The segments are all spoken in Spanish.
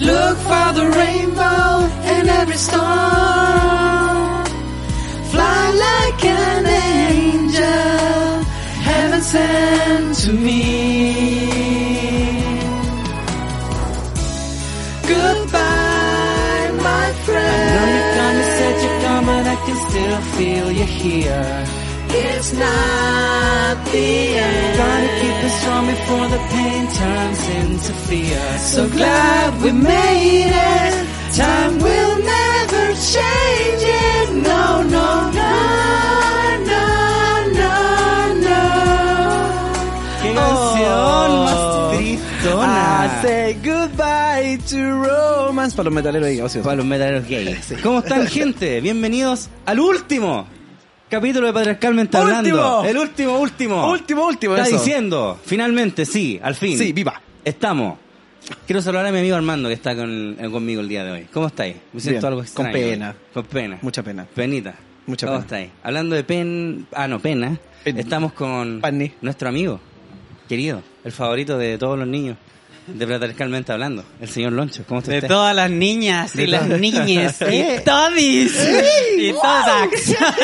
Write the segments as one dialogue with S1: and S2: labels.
S1: look for the rainbow in every storm. Fly like an angel, heaven sent to me. Goodbye, my friend.
S2: Know you're gonna said you're coming, I can still feel you here.
S1: It's not the end.
S2: Gotta keep it strong before the pain turns into fear.
S1: So glad we made it. Time will never change it. No, no, no, no, no, no.
S2: ¡Qué
S1: Oh.
S2: canción
S3: Oh.
S2: más tristona!
S3: I say goodbye to romance. Para los metaleros ahí, ociosos.
S2: Para los metaleros gays. ¿Cómo están, gente? Bienvenidos al último capítulo de Patriarcalmente
S3: ¡Último!
S2: Hablando. El último, último.
S3: Último, último.
S2: Está
S3: eso.
S2: diciendo, finalmente, sí, al fin.
S3: Sí, viva.
S2: Estamos. Quiero saludar a mi amigo Armando que está con, eh, conmigo el día de hoy. ¿Cómo estáis? Me siento
S3: Bien,
S2: algo
S3: con
S2: extraño.
S3: pena.
S2: Con pena.
S3: Mucha pena.
S2: Penita.
S3: Mucha
S2: ¿Cómo
S3: pena.
S2: estáis? Hablando de pen... Ah, no, pena.
S3: Pen-
S2: Estamos con
S3: Pani.
S2: nuestro amigo, querido, el favorito de todos los niños, de Patriarcalmente Hablando, el señor Loncho. ¿Cómo está
S4: De
S2: usted?
S4: todas las niñas
S2: De
S4: y los
S2: todas.
S4: niñes y todis y todas.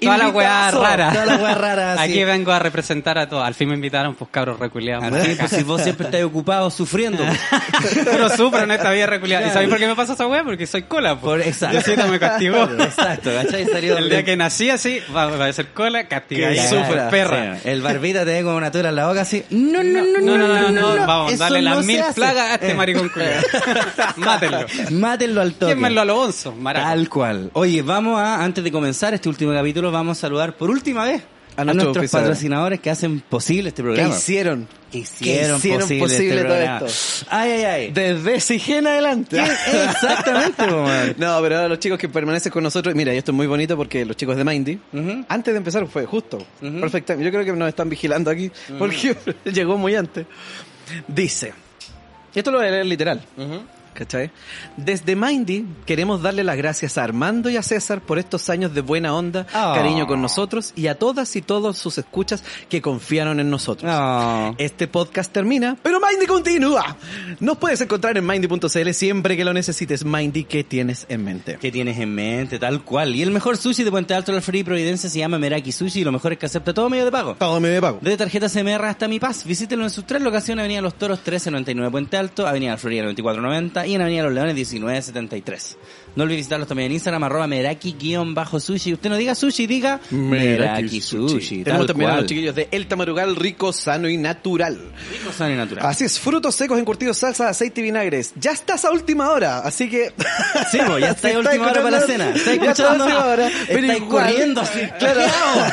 S4: Todas las weas
S3: Invitazo.
S4: raras.
S3: Todas las weas raras, sí.
S4: Aquí vengo a representar a todas. Al fin me invitaron, pues cabros reculeados.
S2: Al fin, pues, si vos siempre estás ocupado sufriendo. pues.
S4: Pero supran esta vida reculeada. ¿Y sabéis por qué me pasa esa wea? Porque soy cola.
S2: Por-
S4: Por
S2: exacto.
S4: Diosito me castigó.
S2: Exacto, ¿cachai? Salió
S4: El día que nací así, va va a ser cola,
S3: Que
S4: castigada.
S3: la
S4: Súper
S3: cara,
S4: perra.
S2: Sí, El barbita te ve con una tura en la boca así. No, no,
S4: No,
S2: no,
S4: no, no, no,
S2: no,
S4: vamos,
S2: eso
S4: dale
S2: no
S4: las
S2: se
S4: mil
S2: hace.
S4: plagas a
S2: Eh.
S4: este maricón culiao. Mátenlo.
S2: Mátenlo al toque.
S4: Quémenlo a lo bonzo, maraco.
S2: Tal cual. Oye, vamos a, antes de comenzar este último capítulo, vamos a saludar por última vez
S3: A
S2: a,
S3: nuestro
S2: nuestros
S3: oficial.
S2: patrocinadores que hacen posible este
S3: ¿Qué
S2: programa.
S3: hicieron?
S2: Que hicieron,
S3: que hicieron
S2: posible,
S3: posible
S2: este
S3: todo
S2: programa. Ay, ay, ay.
S3: Desde Sigena adelante.
S2: ¿Qué? Exactamente, po, man.
S3: No, pero los chicos que permanecen con nosotros, mira, y esto es muy bonito porque los chicos de Mindy,
S2: Ujú.
S3: antes de empezar fue justo,
S2: Ujú.
S3: perfecto. Yo creo que nos están vigilando aquí porque llegó muy antes. Dice, y esto lo voy a leer literal, ¿cachai? Desde Mindy queremos darle las gracias a Armando y a César por estos años de buena onda,
S2: Ah.
S3: cariño con nosotros y a todas y todos sus escuchas que confiaron en nosotros.
S2: Ah. No.
S3: Este podcast termina, pero Mindy continúa. Nos puedes encontrar en mindy.cl siempre que lo necesites. Mindy, ¿qué tienes en mente?
S2: ¿Qué tienes en mente? Tal cual. Y el mejor sushi de Puente Alto, la Feria y Providencia se llama Meraki Sushi y lo mejor es que acepta todo medio de pago.
S3: Todo me pago.
S2: Desde tarjeta CMR hasta Mi Paz, visítelo en sus tres locaciones, Avenida Los Toros 1399 Puente Alto, Avenida La Florida 9490 y en Avenida Los Leones 1973. No olvides visitarlos también en Instagram, arroba meraki-sushi. Usted no diga sushi, diga meraki sushi.
S3: Tenemos
S2: tal
S3: también a
S2: cual.
S3: los chiquillos de El Tamarugal, rico, sano y natural.
S2: Rico, sano y natural.
S3: Así es, frutos secos encurtidos, salsa, aceite y vinagres. Ya estás a última hora, así que...
S2: Sí, po, ya está
S3: Si
S2: a última hora para la cena. Está
S3: ya está a
S2: escuchando.
S3: última hora, pero
S2: Estáis
S3: igual-
S2: corriendo así.
S3: Claro.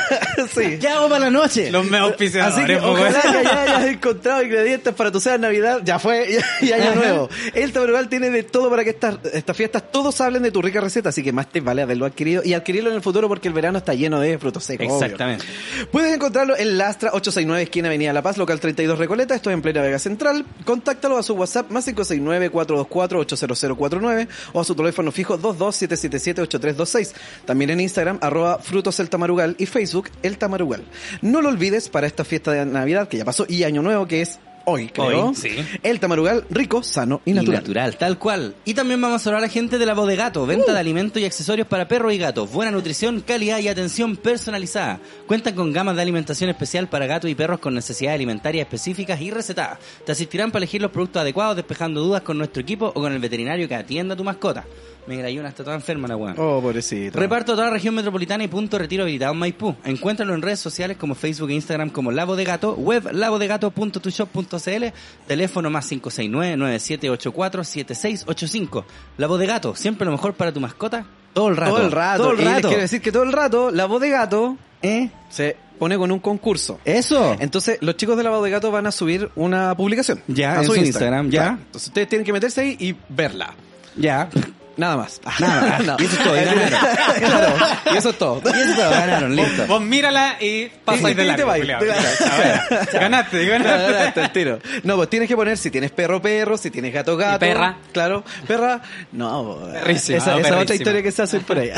S3: sí.
S2: ¿Qué hago para la noche?
S4: Los me
S3: Así que
S4: auspiciadores, po,
S3: ojalá
S4: weón.
S3: que ya hayas encontrado ingredientes para tu cena de Navidad. Ya fue, y y año nuevo. El Tabarugal tiene de todo para que estas, estas fiestas todos hablen de tu rica receta, así que más te vale haberlo adquirido y adquirirlo en el futuro porque el verano está lleno de frutos secos. obvio.
S2: Exactamente.
S3: Puedes encontrarlo en Lastra 869, esquina Avenida La Paz, local 32 Recoleta, esto es en plena Vega Central. Contáctalo a su WhatsApp más 569-424-80049 o a su teléfono fijo 227778326. También en Instagram, arroba frutos el tamarugal y Facebook el tamarugal. No lo olvides para esta fiesta de Navidad que ya pasó y Año Nuevo que es hoy, creo.
S2: Hoy, sí.
S3: El tamarugal rico, sano y natural.
S2: tal cual. Y también vamos a hablar a la gente de la voz de gato, venta
S3: Uh.
S2: de alimentos y accesorios para perros y gatos, buena nutrición, calidad y atención personalizada. Cuentan con gamas de alimentación especial para gatos y perros con necesidades alimentarias específicas y recetadas. Te asistirán para elegir los productos adecuados, despejando dudas con nuestro equipo o con el veterinario que atienda a tu mascota. Mira, hay una está toda enferma la weá.
S3: Oh, pobrecito.
S2: Reparto a toda la región metropolitana y punto de retiro habilitado en Maipú. Encuéntralo en redes sociales como Facebook e Instagram como Labo de Gato, web labodegato.tushop.cl, teléfono más 569-9784-7685. Labo de Gato, siempre lo mejor para tu mascota, todo el rato.
S3: Todo el rato.
S2: Todo el
S3: Y les
S2: rato.
S3: quiero decir que todo el rato la voz de gato
S2: ¿Eh?
S3: se pone con un concurso.
S2: ¿Eso?
S3: Entonces, los chicos de Lavado de Gato van a subir una publicación.
S2: Ya,
S3: a
S2: en su Instagram, ya.
S3: Claro. Entonces, ustedes tienen que meterse ahí y verla.
S2: Ya.
S3: Nada más.
S2: Nada más. Y eso es todo, y ganaron.
S3: Claro, y eso es todo.
S2: Y eso, ganaron, listo.
S4: Vos, vos mírala y
S3: Sí,
S4: pasáis
S3: sí,
S4: de
S3: te
S4: largo,
S3: vais,
S4: culiao.
S3: te vais.
S4: Ya, ya, ya. Ganaste,
S3: Nada, nada, hasta
S4: ganaste.
S3: el tiro. No, pues tienes que poner si tienes perro, perro, si tienes gato, gato.
S4: perra?
S3: Claro. Perra, no.
S4: Perrísima,
S3: esa esa otra
S4: perrísima.
S3: historia que se hace
S2: eh.
S3: por allá.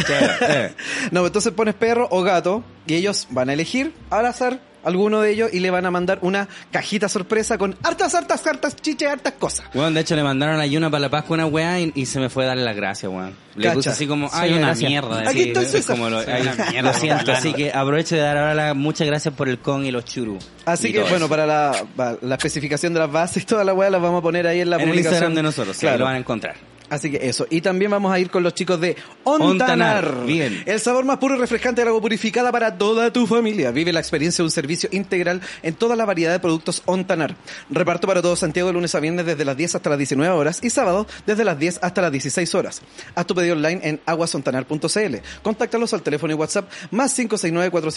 S3: no, pues entonces pones perro o gato y ellos van a elegir al azar alguno de ellos y le van a mandar una cajita sorpresa con hartas, hartas, hartas chiches, hartas cosas.
S2: Weón, de hecho le mandaron a Yuna para la Pascua una weá y, y se me fue a darle las gracias, weón. Le
S3: Cacha.
S2: puse así como,
S4: Soy
S2: ay,
S4: una
S2: gracias".
S4: mierda.
S2: Sí,
S3: Aquí está el
S2: es
S3: César.
S2: como lo-
S4: Soy
S2: ay,
S4: una
S2: lo
S4: mierda,
S2: siento,
S4: weón.
S2: así que aprovecho de dar ahora las muchas gracias por el con y los churu.
S3: Así
S2: Y
S3: que
S2: todo
S3: bueno,
S2: eso.
S3: para la, para la especificación de las bases y toda la weá las vamos a poner ahí en la
S2: en el
S3: publicación.
S2: Instagram de nosotros, sí, ahí lo
S3: claro.
S2: van a encontrar.
S3: Así que eso. Y también vamos a ir con los chicos de Ontanar.
S2: Ontanar, bien.
S3: El sabor más puro y refrescante de agua purificada para toda tu familia. Vive la experiencia de un servicio integral en toda la variedad de productos Ontanar. Reparto para todo Santiago de lunes a viernes desde las 10 hasta las 19 horas y sábado desde las 10 hasta las 16 horas. Haz tu pedido online en aguasontanar.cl. Contáctalos al teléfono y WhatsApp más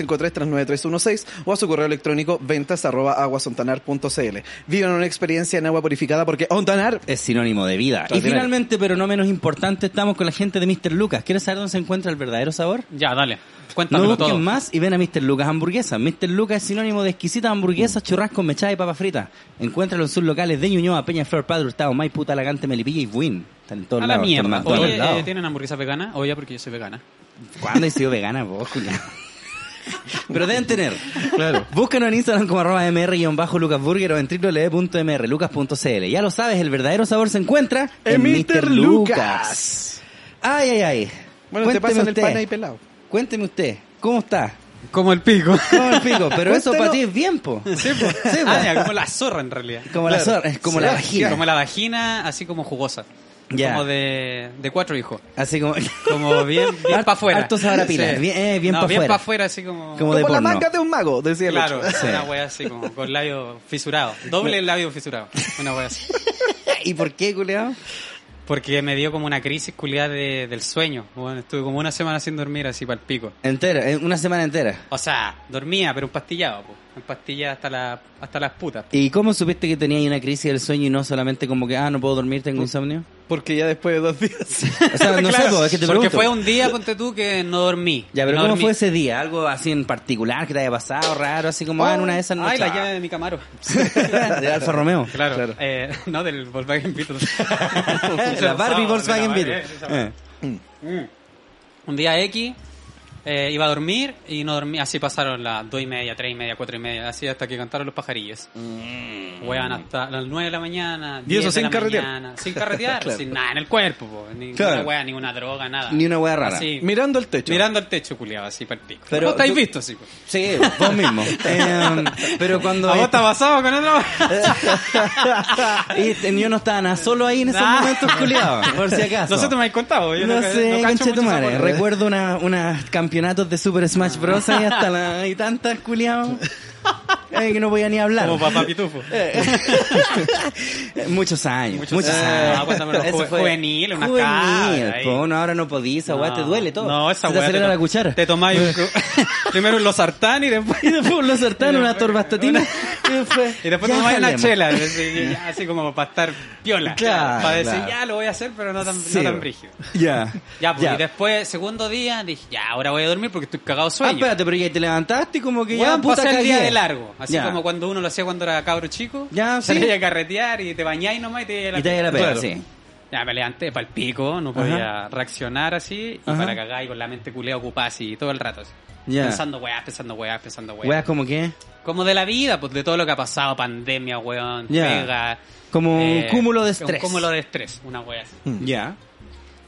S3: 569-453-39316 o a su correo electrónico ventas arroba aguasontanar.cl. Viven una experiencia en agua purificada porque Ontanar
S2: Es sinónimo de vida. Y
S3: Ordinario.
S2: finalmente, pero no menos importante, estamos con la gente de Mr. Lucas. ¿Quieres saber dónde se encuentra el verdadero sabor?
S4: Ya, dale.
S2: No
S4: Cuéntamelo
S2: busquen
S4: todo.
S2: más y ven a Mr. Lucas Hamburguesas. Mr. Lucas es sinónimo de exquisitas hamburguesas, churrascos, mechadas y papas fritas. Encuéntralo en sus locales de Ñuñoa, Peña, Flor, Padre, Hurtado, Maipú, Talagante, Melipilla y Buin. Están en todos
S4: A la
S2: lados. están
S4: mierda.
S2: en todos
S4: Oye,
S2: lados.
S4: eh, ¿tienen hamburguesa vegana? Oye, porque yo soy vegana.
S2: ¿Cuándo he sido vegana vos, culiao? Pero deben tener. Claro. Búscanos en Instagram como arroba mr-lucasburger o en www.mr lucas.cl. Ya lo sabes, el verdadero sabor se encuentra en Mr. Lucas. Ay, ay, ay.
S3: Bueno, te pasan el
S2: usted,
S3: pan ahí pelado.
S2: Cuénteme usted, ¿cómo está?
S4: Como el pico.
S2: ¿Cómo el pico? Pero eso
S3: Cuéntelo.
S2: para ti es bien, po.
S4: Sí, pues.
S2: Sí, po.
S4: Ah, ya, como la zorra en realidad.
S2: Como la zorra, es como la
S3: Sí,
S2: vagina.
S4: Como la vagina, así como jugosa.
S2: Ya.
S4: Como de, de cuatro hijos.
S2: Así como...
S4: Como bien, bien
S2: Harto-
S4: para afuera.
S2: harto sabor a pila. Bien, eh, bien
S4: no,
S2: pa'
S4: bien
S2: fuera.
S4: pa' afuera, así como...
S2: Como
S3: Como
S2: de
S3: la
S2: porno.
S3: manga de un mago, decía el
S4: Claro,
S3: otro.
S2: Sí.
S4: una wea así, como con labio fisurado. Doble labio fisurado. Una wea así.
S2: ¿Y por qué, culeado?
S4: Porque me dio como una crisis culiada de- del sueño. Bueno, estuve como una semana sin dormir así para el pico.
S2: Entera, eh, una semana entera.
S4: O sea, dormía, pero un pastillado, po. Un pastillado hasta, la, hasta las putas.
S2: ¿Y cómo supiste que tenías una crisis del sueño y no solamente como que, ah, no puedo dormir, tengo insomnio?
S3: Porque ya después de dos días.
S2: O sea, no sé,
S4: Claro,
S2: po, es que te
S4: Porque
S2: pregunto.
S4: fue un día, ponte tú, que no dormí.
S2: Ya, pero
S4: No
S2: ¿cómo
S4: dormí.
S2: fue ese día? ¿Algo así en particular que te haya pasado, raro, así como ah, en una de esas
S4: Oh, Ay,
S2: noches?
S4: la llave de mi camaro.
S2: de Alfa Romeo.
S4: Claro, eh, no del Volkswagen Beetle.
S2: La Barbie Volkswagen Beetle. Eh.
S4: Mm. Un día X, eh, iba a dormir y no dormí. Así pasaron las dos y media, tres y media, cuatro y media, así hasta que cantaron los pajarillos.
S2: Mm.
S4: Weón, hasta las nueve de la mañana.
S3: Y eso
S4: 10 de
S3: sin
S4: la
S3: carretear.
S4: mañana, sin carretear,
S3: Claro.
S4: sin nada en el cuerpo, po, ni
S2: Claro.
S4: una wea, ni una droga, nada.
S2: Ni una wea rara.
S4: Así,
S3: Mirando el techo.
S4: mirando el techo, culiado, así para el pico.
S2: Pero
S4: Pero, estáis
S2: tú-
S4: visto, sí. po.
S2: Sí, vos mismo. Eh, pero cuando... este
S4: ¿A vos te ha pasado con otro?
S2: Y este, yo no estaba nada solo ahí en esos
S4: Nah.
S2: momentos, culiado. Por si acaso.
S4: No sé, tú me has contado. Yo
S2: No
S4: ca-
S2: sé,
S4: cacho mucho esa
S2: conchetumare.
S4: bola.
S2: Recuerdo una- unas campeonatos de Super Smash Bros. ahí hasta la, y tantas, culiado. que no voy a ni hablar.
S4: Como papá pitufo.
S2: Eh, Muchos años. Muchos,
S4: Muchos años.
S2: años.
S4: Ah, cuéntame, no,
S2: Eso
S4: ju- juvenil, una
S2: Juvenil,
S4: cabra ahí.
S2: po, no, ahora no podís, esa weá te duele todo.
S4: No, esa
S2: Se te
S4: weá
S2: acelera
S4: to-
S2: la cuchara.
S4: Te tomáis un cu- primero un losartán y después.
S2: Y después un losartán, una torbastatina. Y después,
S4: Y después
S2: ya
S4: tomáis una
S2: jalemos.
S4: chela, así, ya, así como para estar piola.
S2: Claro,
S4: para decir,
S2: claro.
S4: ya lo voy a hacer, pero no tan,
S2: Sí,
S4: no
S2: bo.
S4: tan brígido.
S2: Ya.
S4: Ya, pues, y después, segundo día, dije, ya, ahora voy a dormir porque estoy cagado de
S2: Ah,
S4: sueño.
S2: espérate, pero ya te levantaste y como que ya
S4: Weón,
S2: puta
S4: pasé el día
S2: cagué.
S4: de largo. Así
S2: Ya.
S4: como cuando uno lo hacía cuando era cabro chico.
S2: Ya, sí.
S4: Salía a carretear y te bañáis nomás y te iba a la
S2: Y te da la pega,
S4: Claro.
S2: sí.
S4: Ya me levanté para el pico, no podía reaccionar así. Y
S2: Ajá.
S4: para cagar y con la mente culea ocupada así todo el rato. Así.
S2: Ya.
S4: Pensando weas, pensando weas, pensando weas.
S2: Weas como que...
S4: Como de la vida, pues de todo lo que ha pasado, pandemia, weón,
S2: Ya.
S4: pega. eh,
S2: Como un cúmulo de
S4: Un
S2: estrés.
S4: cúmulo de estrés, una wea así.
S2: Ya.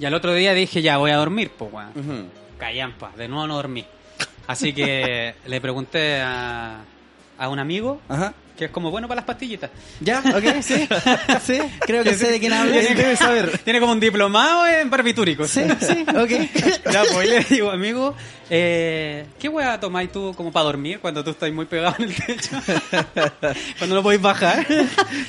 S4: Y al otro día dije, ya voy a dormir, pues weón. Callampa, de nuevo no dormí. Así que le pregunté a, a un amigo,
S2: Ajá.
S4: que es como bueno para las pastillitas.
S2: Ya, ok, sí. Sí, creo que sé de quién hablas.
S4: saber. Tiene como un diplomado en barbitúricos.
S2: Sí, sí, ok.
S4: Ya, pues y le digo, amigo, eh, ¿qué hueá tomáis tú como para dormir cuando tú estás muy pegado en el techo? cuando no podéis bajar.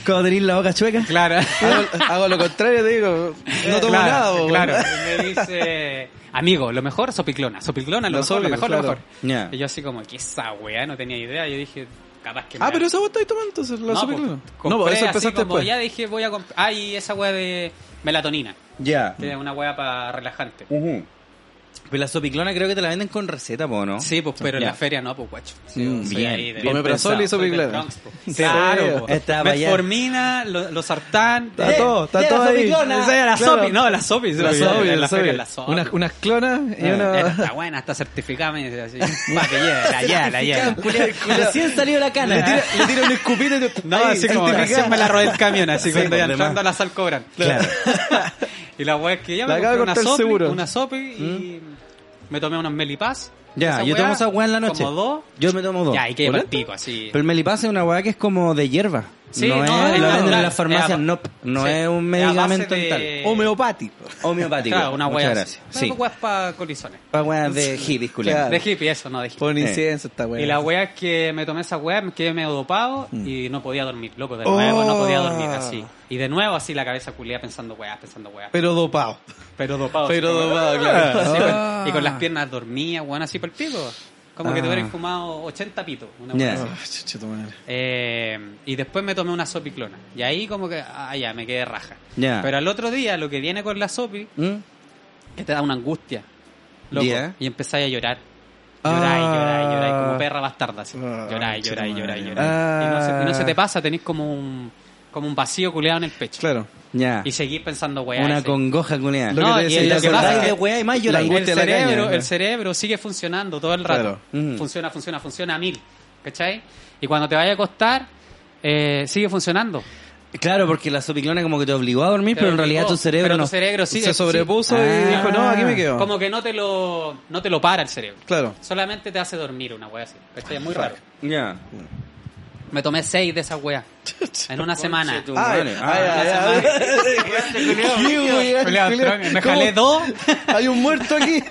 S2: Cuando tenés la boca chueca.
S4: Claro.
S3: Hago, hago lo contrario, te digo. No tomo
S4: Claro,
S3: nada, bo.
S4: Claro. Y Me dice, amigo, lo mejor sopiclona. Sopiclona, lo
S3: Lo
S4: mejor, lo
S3: sólido,
S4: mejor, lo
S3: claro.
S4: mejor.
S2: Ya.
S4: Y yo así como, ¿qué esa hueá? No tenía idea. Yo dije, capaz que... me
S3: Ah,
S4: haga-
S3: pero eso vos estáis tomando entonces, la
S4: No,
S3: super
S4: pues,
S3: No,
S4: compré
S3: pues, eso
S4: así
S3: empezaste
S4: como,
S3: después.
S4: Ya dije, voy a comprar... Ah, y esa hueá de melatonina.
S2: Ya.
S4: Que es una hueá para relajante.
S2: Ujú. Pero la sopiclona creo que te la venden con receta, po, ¿no?
S4: Sí, pues, pero en
S2: Ya.
S4: la feria no, pues, guacho.
S2: Mm, bien, bien
S4: soy
S3: pensado.
S4: del
S3: Claro.
S4: Bronx, po.
S3: pues. Sí.
S4: Claro, po.
S2: Estaba allá.
S4: Metformina, lo- los sartán.
S3: Está
S2: Eh,
S3: todo, está
S2: de la
S3: todo ahí.
S2: sopiclona.
S4: O sea, la
S3: Claro.
S4: sopi, no, la sopi.
S3: La
S4: sopi,
S3: sobi,
S4: en
S3: la
S4: feria,
S3: sobi.
S4: la sopi. Eh.
S3: Unas, unas clonas y
S4: Era-
S3: una...
S4: Está buena, está certificada, me dice así. Pa' que lleve, la lleva, la lleva.
S2: Recién salió la cana.
S3: Le tira, le tira un escupito y...
S4: No, así como
S3: certificada.
S4: recién me la robé el camión, así
S2: Sí,
S4: cuando ya
S2: por demás.
S4: entrando a la sal cobran.
S2: Claro.
S4: Y la weá es que ya
S3: La
S4: me
S3: acabo de
S4: compré una
S3: cortar el
S4: sopi,
S3: seguro.
S4: una sopi y me tomé unas melipas.
S2: ¿Mm? Ya, yo tomo esa weá en la noche.
S4: Como dos.
S2: Yo me tomo dos.
S4: Ya, y que
S2: ¿Por
S4: el
S2: esto?
S4: pico, así.
S2: Pero el melipase es una weá que es como de hierba.
S4: Sí,
S2: no, es,
S4: no, es
S2: lo venden en
S4: natural.
S2: las farmacias,
S4: Es a-
S2: no, no
S4: sí.
S2: es un
S4: Es a base
S2: medicamento
S4: de-
S2: en tal.
S3: Homeopático.
S2: Homeopático.
S4: Claro, una
S2: Muchas
S4: weá.
S2: gracias.
S4: así.
S2: Sí.
S4: Una weá para colizones.
S2: Para weas de hippies, culiao.
S3: Claro.
S4: De hippie, eso, no de hippie.
S3: Pon incienso esta weá.
S4: Y la weá es que me tomé esa weá, me quedé medio dopado
S2: Mm.
S4: y no podía dormir, loco, de nuevo no podía dormir
S2: Oh.
S4: así. Y de nuevo así la cabeza culia pensando weá, pensando weá.
S3: Pero dopado.
S4: Pero dopado.
S3: Pero
S4: así como-
S3: dopado, claro.
S4: Así
S2: Ah.
S4: con- y con las piernas dormía, weón, así por el pico. Como que te
S2: Ah.
S4: hubieran fumado 80 pitos. Una weá
S2: Ya.
S4: así.
S3: Ah, chucha tu madre.
S4: Eh, y después me tomé una sopiclona. Y ahí como que, ah, ya, me quedé raja.
S2: Ya.
S4: Pero al otro día lo que viene con la sopi,
S2: ¿Mm?
S4: que te da una angustia. Loco.
S2: Ya.
S4: Y empezáis a llorar. Lloráis,
S3: Ah.
S4: lloráis, lloráis, como perra bastarda. así.
S3: Ah,
S4: Lloráis, lloráis,
S3: chuta
S4: lloráis,
S3: madre.
S4: lloráis. Y, no se, y no se
S3: Ah.
S4: te pasa, tenés como un, como un vacío culeado en el pecho.
S3: Claro.
S2: Ya.
S4: Y seguís pensando, weá.
S2: Una
S4: ese-
S2: congoja, culiao.
S3: Lo que
S4: No,
S3: te
S4: y
S3: decía,
S4: lo que pasa
S3: te acordás
S4: es
S2: de
S4: que
S2: weá y más
S3: la
S2: lloráis.
S4: el
S3: angustia de la caña,
S4: cerebro,
S3: ¿no?
S4: el cerebro sigue funcionando todo el rato.
S3: Claro.
S2: Mm.
S4: Funciona, funciona, funciona a mil. ¿Cachai? Y cuando te vaya a acostar, eh, sigue funcionando.
S2: Claro, porque la sopiclona como que te obligó a dormir,
S4: Te
S2: pero en
S4: obligó,
S2: realidad tu cerebro
S4: pero
S2: no.
S4: tu cerebro sí,
S3: Se
S4: sí.
S3: sobrepuso
S2: Ah.
S3: y dijo, no, aquí me quedo.
S4: Como que no te lo no te lo para el cerebro.
S3: Claro.
S4: Solamente te hace dormir una wea así. ¿Cachai? Es muy raro.
S2: Ya.
S4: Me tomé seis de esas weas. En una semana.
S2: tu
S3: Ay,
S2: madre.
S3: ay,
S4: Ah,
S2: Ay,
S3: ay, ay, Qué weá,
S4: Julián,
S3: Julián.
S4: Me jalé
S3: ¿Cómo?
S4: dos,
S3: Hay un muerto aquí.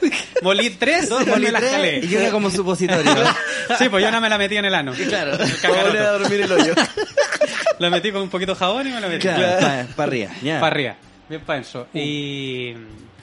S4: molí tres, dos,
S2: Molí
S4: me la
S2: tres
S4: jalé.
S2: Y era como supositorio.
S4: Sí, pues yo no me la metí en el ano. Claro.
S3: Pobre a dormir el hoyo.
S4: La metí con un poquito de jabón y me la metí.
S2: claro, para arriba. Ya.
S4: Para arriba. Bien para eso. Y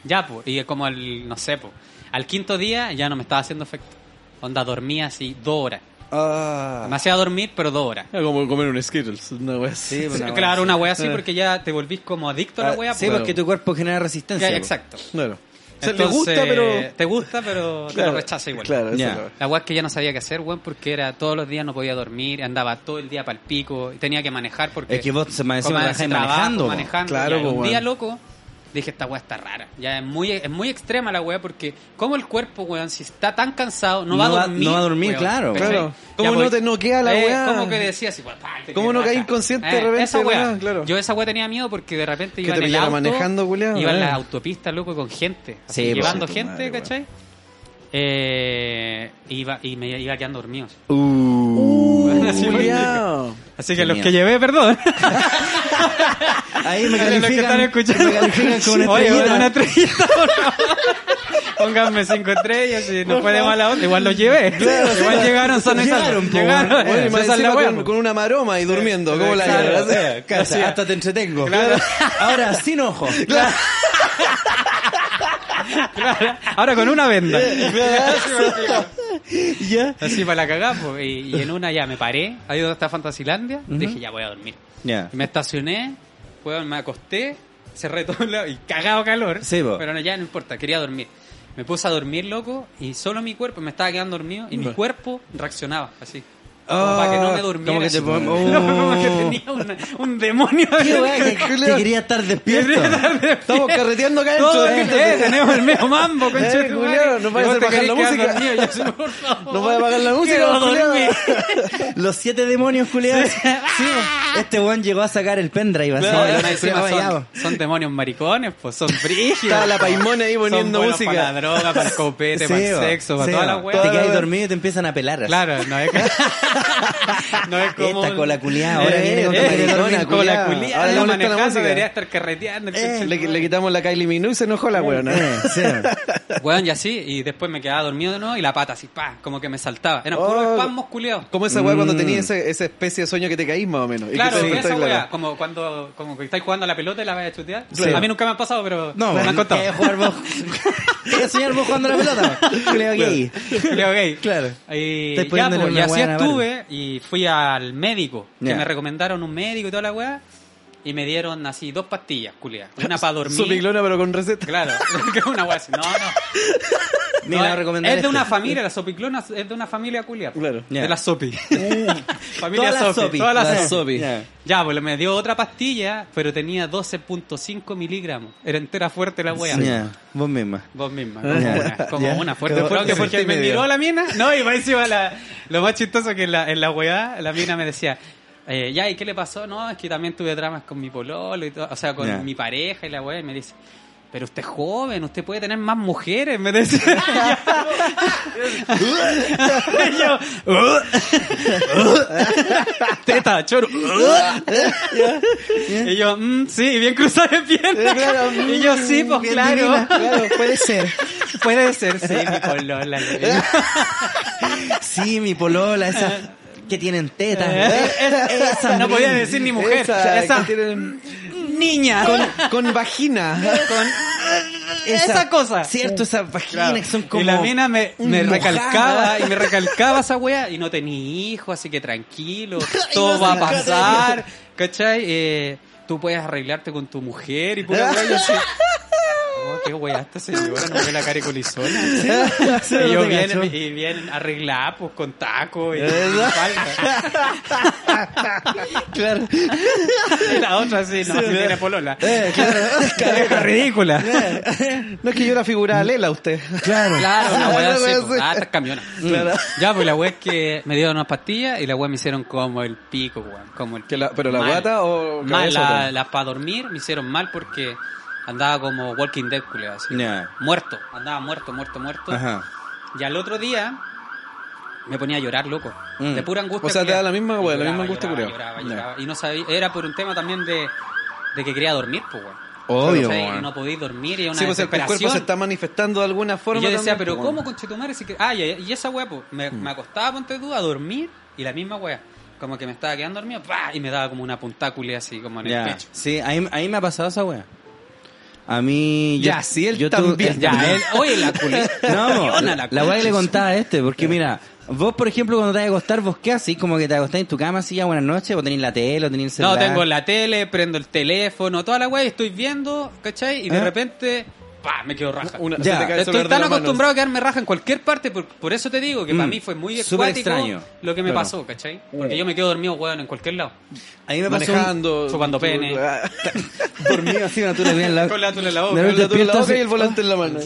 S4: ya, pues, y como el, no sé, pues, al quinto día ya no me estaba haciendo efecto. Onda, dormía así dos horas.
S3: Ah.
S4: Me hacía dormir, pero dos horas.
S3: Era como comer un Skittles, una wea así.
S2: Sí, pues, una
S4: claro,
S2: wea Ah,
S4: una wea así porque ya te volvís como adicto a la wea.
S2: Sí,
S4: pues.
S2: porque tu pues. cuerpo genera resistencia.
S4: Ya,
S2: po.
S4: exacto.
S3: Claro. O sea, le
S4: Entonces, eh,
S3: gusta, pero...
S4: Te gusta, pero te
S3: Claro,
S4: lo rechaza igual.
S3: Claro, eso
S2: Ya.
S3: es lo-
S4: La weá es que ya no sabía qué hacer, weón, porque era todos los días no podía dormir, andaba todo el día para el pico, y tenía que manejar porque...
S2: Es que vos se me decís,
S4: como
S2: trabajáis
S4: ese trabajo,
S2: manejando. po.
S4: manejando,
S3: Claro,
S4: ya, y
S3: po,
S4: un
S3: weón.
S4: día loco, dije, esta weá está rara. Ya es muy, es muy extrema la weá porque como el cuerpo, weón, si está tan cansado, no, va
S2: No va-
S4: a dormir.
S2: no va a dormir,
S4: weón,
S2: claro.
S4: ¿cachai?
S3: Claro.
S4: Ya
S3: ¿Cómo
S4: voy-
S3: no te noquea la
S4: Eh,
S3: weá?
S4: ¿Cómo que decías así, weón, pa, te
S3: ¿Cómo
S4: quedas
S3: no caí
S4: raja?
S3: inconsciente de repente,
S4: Esa weá.
S3: weón? Claro.
S4: Yo esa weá tenía miedo porque de repente iba
S3: te
S4: en el
S3: pillara
S4: auto,
S3: manejando, culiao,
S4: iba en
S3: eh.
S4: la autopista, loco, con gente. así,
S2: Sí, po.
S4: llevando
S3: Sí, tu
S4: gente,
S3: madre, weón.
S4: ¿cachai? Eh, iba, y me iba quedando dormido.
S2: Uh,
S4: Así,
S3: Culeado.
S4: Así
S2: que los que
S4: llevé, perdón.
S2: Ahí me
S4: Para los que están
S2: califican,
S4: escuchando.
S2: me califican con una
S4: Oye,
S2: estrellita.
S4: una estrellita, por favor. Pónganme cinco estrellas y no puede mala onda. Igual los llevé. Igual llegaron, son esas.
S2: Llegaron,
S4: Llegaron,
S2: po,
S4: llegaron.
S3: Bueno, y
S4: Esa
S3: más
S4: es la
S3: encima
S4: wea,
S3: con,
S4: po.
S3: con una maroma y durmiendo. ¿Cómo la
S2: Claro,
S3: llevas?
S2: eh, casi, hasta te entretengo.
S4: Claro.
S2: Ahora, sin ojo.
S4: Claro. Ahora con una venda.
S2: Ya.
S4: Así para la cagada, po. y, y en una ya me paré, ahí donde está Fantasilandia, dije ya voy a dormir.
S2: Ya.
S4: Me estacioné, weón, me acosté, cerré todo el lado y cagado calor.
S2: Sí, po.
S4: pero no, ya no importa, quería dormir. Me puse a dormir, loco, y solo mi cuerpo, me estaba quedando dormido, y mi cuerpo reaccionaba así. Como
S3: Ah,
S4: para que no me durmiera.
S2: Como que te pon-
S4: No, como que
S2: Oh.
S4: tenía una- un demonio.
S2: Qué wea, que- que quería estar despierto.
S3: Estamos carreteando acá dentro.
S4: Todo
S3: de
S4: que
S3: esto.
S4: eh, tenemos el mismo mambo, conche tu madre.
S3: Eh, culiao, no
S4: Y
S3: vayas
S4: vos
S3: a
S4: te
S3: bajar la
S4: querés quedar
S3: música.
S4: dormido, yo, por favor.
S3: No vaya a pagar la
S4: Quiero
S3: música. culiao.
S4: dormir.
S2: Los siete demonios, Julián. Sí. Este weón llegó a sacar el pendrive. así,
S4: No, y
S2: lo
S4: más encima
S2: tenía
S4: son,
S2: rayado.
S4: son demonios maricones, pues son brígidos. pues.
S3: Estaba la paimona ahí
S4: Son
S3: poniendo
S4: buenos
S3: música.
S4: Para la droga, para el copete,
S2: Sí,
S4: para el
S2: va.
S4: sexo, para
S2: Sí,
S4: toda
S2: va.
S4: la
S2: Te
S4: weá.
S2: quedas
S3: wea.
S2: dormido y te empiezan a pelar. así.
S4: Claro, no es que. no es como.
S2: Esta
S4: un- Eh,
S2: cola culiá, ahora viene con
S3: reggaetona,
S4: con la culiá.
S3: culiá. Ahora
S4: Ahora
S3: le molesta la
S4: manejando
S3: música. Eh,
S4: debería estar carreteando. el conche
S3: Le,
S4: de tu
S3: le quitamos la Kylie Minogue y se enojó la weona.
S2: Eh, sí.
S4: madre. Weón, y así, y después me quedaba dormido de nuevo y la pata así, pa, como que me saltaba. Eran puros
S3: Oh.
S4: espasmos culiados.
S3: Como esa weá cuando
S2: Mm.
S3: tenías ese- esa especie de sueño que te caís más o menos. y que
S4: Claro,
S3: te
S4: sí,
S3: despertás
S4: esa
S3: y la-
S4: weá, como cuando como que estáis jugando a la pelota y la vais a chutear.
S2: Sí.
S4: A mí nunca me ha pasado, pero
S2: No,
S4: me
S2: weón,
S4: han contado.
S2: quería jugar vos. Quería soñar vos jugando la pelota. Julio gay.
S4: Leo gay.
S2: Claro.
S4: Y,
S2: Estáis
S4: ya,
S2: poniéndole
S4: pues, y
S2: una
S4: así
S2: weá en la
S4: estuve y fui al médico,
S2: Ya.
S4: que me recomendaron un médico y toda la weá. y me dieron así dos pastillas, culia. Una para dormir.
S3: Supiclona, pero con receta.
S4: Claro, que es una wea así. No, no.
S2: Ni
S4: No,
S2: la
S4: es
S2: recomendar este.
S4: de
S2: esto.
S4: una familia, la sopiclona es de una familia culia. pues.
S3: Claro.
S2: Ya.
S4: De la sopi. familia
S2: Todas las
S4: sopi.
S2: sopi,
S4: Todas las
S2: las
S4: sopi.
S2: sopi. Ya.
S4: Ya, pues me dio otra pastilla, pero tenía 12.5 miligramos. Era entera fuerte la wea.
S2: Ya, vos misma.
S4: Vos misma, como
S2: Ya.
S4: una, como
S2: Ya.
S4: una fuerte, fuerte,
S2: Como fuerte,
S4: porque
S2: fuerte
S4: me
S2: y medio.
S4: miró la mina, no, y más encima la, lo más chistoso que en la, en la weá, la mina me decía, eh, ya, ¿y qué le pasó? No, es que también tuve dramas con mi pololo y todo, o sea, con
S2: Ya.
S4: mi pareja y la weá, y me dice, pero usted es joven, usted puede tener más mujeres, me decía. Y yo, "Uh". teta, choro. y yo, "Mm, sí, y bien cruzado de piernas. y yo, sí, pues
S1: bien
S4: claro.
S1: divina, claro, puede ser.
S4: Puede ser, sí, mi polola. le digo.
S2: Sí, mi polola, esas que tienen tetas.
S4: Eh, es- esa, no podía decir ni mujer. Esa,
S3: que tienen-
S4: niña.
S3: con, con vagina.
S4: esa cosa.
S2: Cierto, esas vaginas que son como...
S4: y la mina me, me
S2: mojada.
S4: recalcaba y me recalcaba esa wea y no tenía hijo, así que tranquilo, todo
S1: no
S4: va a
S1: se
S4: pasar, ¿cachai? Eh, tú puedes arreglarte con tu mujer y pura wea, yo así, "Oh, qué wea esta señora, no ve la cara de colisona. y yo
S2: te
S4: bien,
S2: cacho.
S4: y bien arreglada, pues con taco y, y
S2: ¿Verdad?
S4: falda.
S2: Claro.
S4: Y la otra sí, no, sí tiene polola.
S2: Eh, claro. Eh,
S4: Careja ridícula.
S3: No es que yo la figura Lela usted.
S2: Claro.
S4: Claro, una
S3: Una
S4: weá
S3: wea
S4: así. po.
S3: así.
S4: Ah, estás camionando.
S3: Claro.
S4: Ya, pues la weá es que me dieron unas pastillas y la weá me hicieron como el pico, weón. Como el
S3: Que la- pero la
S4: Mal.
S3: guata o
S4: Mal,
S3: cabeza
S4: la,
S3: otra.
S4: para dormir me hicieron mal porque andaba como Walking Dead, culeo, así.
S2: Ya.
S4: Muerto, andaba muerto, muerto, muerto.
S2: Ajá.
S4: Y al otro día me ponía a llorar, loco.
S2: Mm.
S4: De pura angustia.
S3: O sea, te da
S4: culiao.
S3: la misma, weón, la
S4: Lloraba,
S3: misma angustia,
S4: lloraba,
S3: culiao.
S4: lloraba,
S3: Ya.
S4: lloraba. Y no sabía, era por un tema también de, de que quería dormir, pues, weón.
S2: Obvio,
S4: ¿Cachai?
S2: weón.
S4: Y no podía dormir y era una
S3: Sí, pues el
S4: desesperación.
S3: cuerpo se está manifestando de alguna forma.
S4: Y yo decía,
S3: también,
S4: pero
S3: pues,
S4: ¿cómo con Si que... Ah, y, y esa weá, pues, me,
S2: Mm.
S4: me acostaba, ponte tú, a dormir y la misma weá. Como que me estaba quedando dormido, ¡pah! y me daba como una puntácula así, como en el
S2: Ya.
S4: pecho.
S2: Sí, ahí, ahí me ha pasado esa wea. A mí...
S3: Ya, sí, él
S2: yo tuve-
S3: también.
S4: Ya, él, oye, la culé.
S2: No,
S4: Leona, la
S2: la, la
S4: culé.
S2: weá que le contaba a este, porque mira, vos por ejemplo cuando te vas a acostar, vos qué haces, como que te acostás en tu cama así, ya buenas noches, vos tenés la tele, o tenés el
S4: No,
S2: celular.
S4: tengo la tele, prendo el teléfono, toda la weá, y estoy viendo, ¿cachai? Y de
S2: ¿Eh?
S4: repente, ¡pah! Me quedo raja.
S3: Una,
S2: Ya.
S3: se te cae el
S4: Estoy
S3: celular de
S4: tan
S3: la mano.
S4: acostumbrado a quedarme raja en cualquier parte, por, por eso te digo que para
S2: Mm.
S4: mí fue muy
S2: Súper
S4: exótico
S2: extraño.
S4: lo que me
S2: Claro.
S4: pasó, ¿cachai? Porque yo me quedo dormido, weón, en cualquier lado.
S2: A mí me pasó un-
S3: manejando,
S4: chupando pene.
S2: dormido así, una tula bien en la...
S4: Con la tula en la
S2: De
S4: boca.
S2: repente
S3: La tula en la
S2: despierto
S3: boca y
S2: así.
S3: el volante en la mano.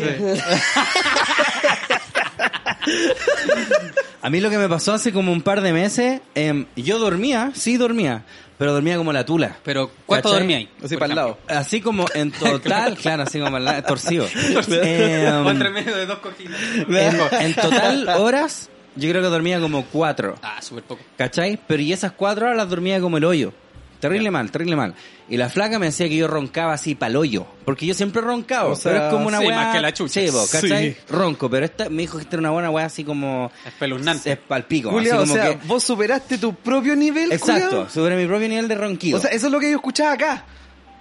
S2: A mí lo que me pasó hace como un par de meses, em, yo dormía, sí dormía, pero dormía como la tula.
S4: Pero, ¿cuánto
S2: ¿Cachai?
S4: dormí ahí?
S3: Así para el lado.
S2: Así como en total, claro, así como al lado, torcido. Em,
S4: O entre medio de dos cojines.
S2: en, en total horas, yo creo que dormía como cuatro.
S4: Ah, súper poco.
S2: ¿Cachai? Pero y esas cuatro horas las dormía como el hoyo. Terrible mal, terrible mal. Y la flaca me decía que yo roncaba así pa'l hoyo. Porque yo siempre roncaba,
S3: O sea,
S2: pero es como una
S4: sí,
S2: weá-
S4: más que la chucha.
S2: Sí, vos, ¿cachai?
S3: Sí.
S2: Ronco, pero esta, me dijo que esta era una buena weá así como...
S4: Espeluznante.
S2: Es palpico.
S3: Julio,
S2: así
S3: o
S2: como
S3: sea,
S2: que-
S3: vos superaste tu propio nivel,
S2: Exacto,
S3: culiao.
S2: sobre mi propio nivel de ronquido.
S3: O sea, eso es lo que yo escuchaba acá.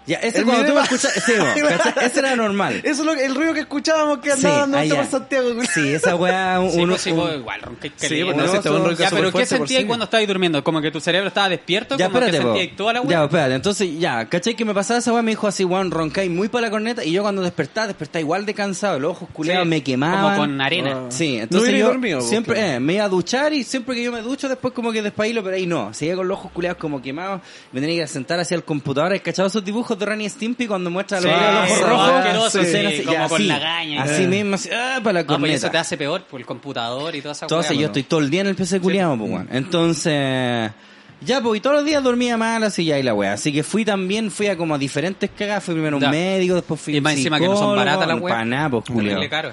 S2: ya, ese
S3: el
S2: cuando tú
S3: nivel
S2: me
S3: más-
S2: escuchas... Sí, vos, ¿cachai? Ese era normal.
S3: Eso es lo que- el ruido que escuchábamos que
S2: Sí,
S3: andaba dando vuelta
S2: allá.
S3: por Santiago. culiao.
S2: Sí, esa weá... Un,
S4: Sí,
S2: un-
S4: pues, sí,
S2: un-
S4: pues, igual, roncáis
S3: Sí,
S4: caleta.
S3: pues, no,
S4: Ya,
S3: si estaba un
S4: pero
S3: ronco
S4: ¿qué
S3: superfuerte por
S4: sentías
S3: sí.
S4: cuando estabas durmiendo? Como que tu cerebro estaba despierto,
S2: Ya,
S4: como
S2: espérate,
S4: que
S2: po.
S4: sentías toda la
S2: Ya,
S4: weá.
S2: espérate. Entonces, ya, ¿cachai? Que me pasaba esa weá, me dijo así, weón, roncáis muy para la corneta. Y yo cuando despertaba, despertaba igual de cansado. Los ojos culeados
S4: Sí,
S2: me quemaban. Oh.
S4: Como con arena.
S3: Ah.
S2: Sí,
S3: No
S2: entonces
S3: hubiera
S2: yo
S3: dormido, vos,
S2: siempre
S3: claro.
S2: eh, me iba a duchar y siempre que yo me ducho después como que despailo, pero ahí no, seguía con los ojos culeados como quemados, me tenía que ir a sentar hacia el computador, ¿Has ¿cachado esos dibujos de Ronnie y Stimpy cuando muestra los,
S4: Sí,
S2: los ojos
S3: son
S2: rojos?
S4: asquerosos,
S2: Sí,
S4: sí,
S2: no sé,
S4: como
S2: ya,
S4: con
S2: así,
S4: lagaña.
S2: Así
S4: Eh.
S2: mismo, así, ah, para la
S4: No, pues
S2: corneta.
S4: eso te hace peor por el computador y toda esa
S2: Entonces
S4: weá, pues, ¿no?
S2: yo estoy todo el día en el PC culiado, pues, weón. Entonces, ya, pues, y todos los días dormía mal, así ya, y la weá. Así que fui también, fui a como a diferentes cagadas. Fui primero a un
S4: Ya.
S2: médico, después fui a
S4: Y
S2: un
S4: más encima que no son baratas las weas.
S2: Para nada, pues, culiao.
S4: Terrible caro.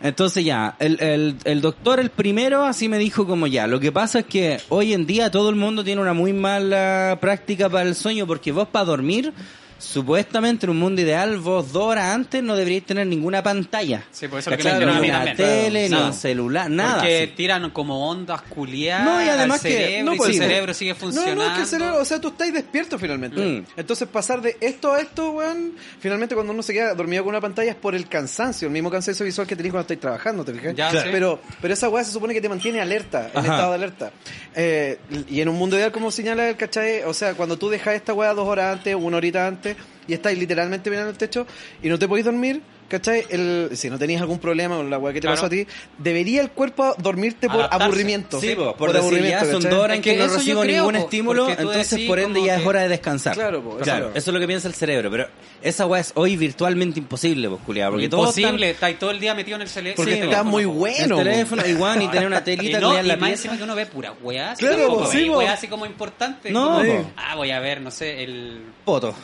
S2: Entonces ya, el, el, el doctor, el primero, así me dijo como ya, lo que pasa es que hoy en día todo el mundo tiene una muy mala práctica para el sueño porque vos para dormir Supuestamente en un mundo ideal vos dos horas antes no deberíais tener ninguna pantalla.
S4: Sí, por eso lo que
S2: ¿Cachai?
S4: me dijeron a
S2: Ni
S4: mí
S2: una
S4: también.
S2: tele, ni
S4: Claro.
S2: un celular, nada.
S4: Porque
S2: sí.
S4: tiran como ondas culiadas.
S2: No, y además
S4: al
S2: que-
S4: cerebro,
S2: no,
S4: y
S2: pues,
S4: su
S2: sí.
S4: cerebro sigue funcionando.
S3: No, no, es que el cerebro, o sea, tú estás despierto finalmente.
S2: Mm.
S3: Entonces pasar de esto a esto, weón, finalmente cuando uno se queda dormido con una pantalla es por el cansancio, el mismo cansancio visual que tenés cuando estás trabajando, ¿te fijas?
S4: Ya, Claro. sí.
S3: pero, pero esa weá se supone que te mantiene alerta, en
S2: Ajá.
S3: estado de alerta. Eh, y en un mundo ideal, como señala el cachai, o sea, cuando tú dejas esta weá dos horas antes, una horita antes, y estás literalmente mirando el techo y no te podés dormir, ¿cachai? El, si no tenías algún problema con la weá que te
S4: Claro.
S3: pasó a ti, debería el cuerpo dormirte por
S4: Adaptarse.
S3: aburrimiento.
S2: Sí, po, por,
S3: Por
S2: decir ya
S3: aburrimiento,
S2: son
S3: ¿cachai?
S2: dos horas en
S4: Es
S2: que,
S4: que
S2: no
S4: eso yo
S2: recibo
S4: creo,
S2: ningún
S4: po,
S2: estímulo,
S4: porque tú
S2: entonces
S4: decís
S2: por ende
S4: como
S2: ya
S4: que-
S2: es hora de descansar.
S3: Claro, po,
S2: claro.
S3: eso-
S2: Eso es lo que piensa el cerebro, pero esa weá es hoy virtualmente imposible, pues, culiado. Porque todos están-
S4: Imposible, está ahí todo el día metido en el cerebro.
S3: Porque
S2: Sí,
S3: está
S2: po.
S3: muy
S2: El
S3: bueno. po.
S2: teléfono igual y tener una telita
S4: Y,
S2: que le
S4: no,
S2: dan
S4: y
S2: la
S4: más
S2: pieza.
S4: encima que uno ve pura weá.
S3: Claro,
S4: tampoco,
S3: sí,
S4: ve
S3: po.
S4: weá así como importante.
S2: No,
S4: Como,
S2: po.
S4: ah, voy a ver, no sé, el...
S2: Poto.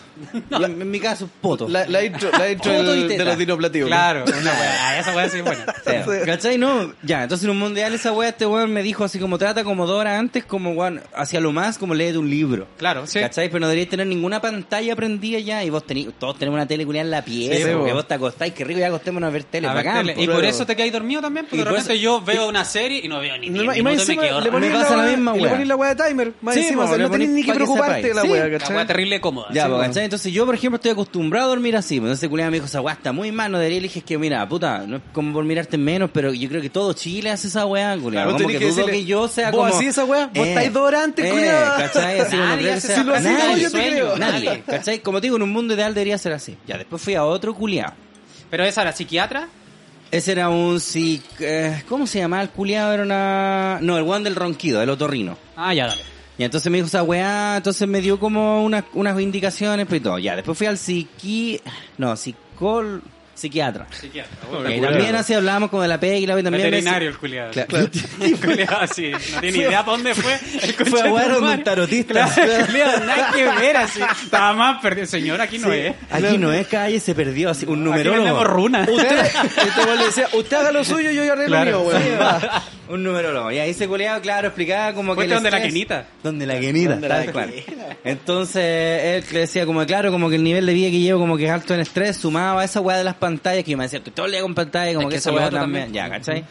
S2: La- en mi caso, poto.
S3: La, la intro, la intro
S2: Foto y
S3: del- de
S2: teta.
S3: los dinoplativos.
S4: Claro, una weá, ah, esa weá sí es buena.
S2: Sí, ¿Cachai? No, ya, entonces en un mundial esa weá, este weón me dijo así como trata como dos horas antes, como weón, hacia lo más, como lee de un libro.
S4: Claro, sí.
S2: ¿Cachai? Pero no deberíais tener ninguna pantalla prendida ya y vos tenés, todos tenemos una tele culiada en la pieza,
S3: Sí,
S2: porque
S3: po.
S2: vos te acostáis, que rico ya acostémonos a ver tele,
S4: A ver
S2: Ah, bacán,
S4: tele.
S2: pues. po.
S4: pues. y por
S3: claro.
S4: eso te quedáis dormido también, porque
S2: Y
S4: de
S2: por
S4: repente yo veo una serie y no veo ni
S3: Y, no-
S4: diez
S3: y más
S4: minutos y me
S3: encima
S4: quedo
S3: le pones
S2: Me
S3: la,
S2: pasa la
S3: weá-
S2: misma
S3: y le
S2: weá.
S3: pones la weá de timer. Más
S2: Sí,
S3: encima,
S2: po,
S3: o sea,
S2: le
S3: no tenés
S2: pones
S3: ni que
S2: pa' que
S3: preocuparte de la
S2: sepáis.
S3: weá,
S2: Sí,
S4: dormido. La
S3: ¿cachai?
S4: weá terrible cómoda.
S2: Ya,
S4: Sí,
S2: pues,
S4: po.
S2: ¿cachai? Entonces yo, por ejemplo, estoy acostumbrado a dormir así. pues, Entonces, culiado me dijo, esa weá está muy mal, no debería. Y Le dije, es que mira, puta, no es como por mirarte menos, pero yo creo que todo Chile hace esa weá, culiado.
S3: Vos
S2: Como
S3: tenés
S2: que
S3: que
S2: dudo
S3: decirle,
S2: que yo sea
S3: "Vos
S2: como... Eh,
S3: así esa weá, vos estáis dos horas antes, culiao".
S2: ¿cachai? Así como
S4: Nadie
S2: creo que
S4: hace
S2: sea-
S4: esa- Si lo
S3: haces,
S2: nadie,
S3: no, yo te
S2: sueño,
S3: creo.
S2: nadie, ¿cachai? Como te digo, en un mundo ideal debería ser así. Ya, después fui a otro culiado.
S4: Pero esa, la psiquiatra,
S2: Ese era un psic... eh, ¿Cómo se llamaba el culiado? Era una... No, el one del ronquido, el otorrino.
S4: ah, ya, dale.
S2: Y entonces me dijo esa weá, entonces me dio como unas, unas indicaciones pues, y todo. Ya, después fui al psiqui... No, psicol... Psiquiatra.
S4: Psiquiatra,
S2: Y también así hablábamos como de la pega y la también... me-
S4: Veterinario el culiado.
S2: Claro.
S4: El culiado, sí. No tiene idea para dónde fue. El
S2: Fue
S4: concha
S2: a
S4: de
S2: jugar
S4: tu
S2: con
S4: madre.
S2: un tarotista.
S4: Claro, culiado, nada que ver así. Estaba más perdido. Señor, aquí no es.
S2: Aquí no es calle, se perdió así un
S4: Aquí vendemos
S2: numerólogo.
S4: runas.
S3: Usted, este weón le decía, usted haga lo suyo, yo arreglo
S4: Claro.
S3: lo mío, weón.
S2: un numerólogo. Y ahí se culeaba, claro, explicaba como que...
S4: Fuiste
S2: el
S4: este donde la
S2: estrés-
S4: quinita.
S2: Donde la quenita,
S3: Donde
S2: tal
S3: la
S2: cual. Entonces, él le decía como, claro, como que el nivel de vida que llevo como que es alto en estrés, sumaba a esa weá de las pantallas que me decía que todo el día con pantalla, como
S4: Es
S2: que,
S4: que
S2: esa
S4: eso es
S2: weá
S4: otro
S2: también.
S4: también.
S2: Ya, ¿cachai?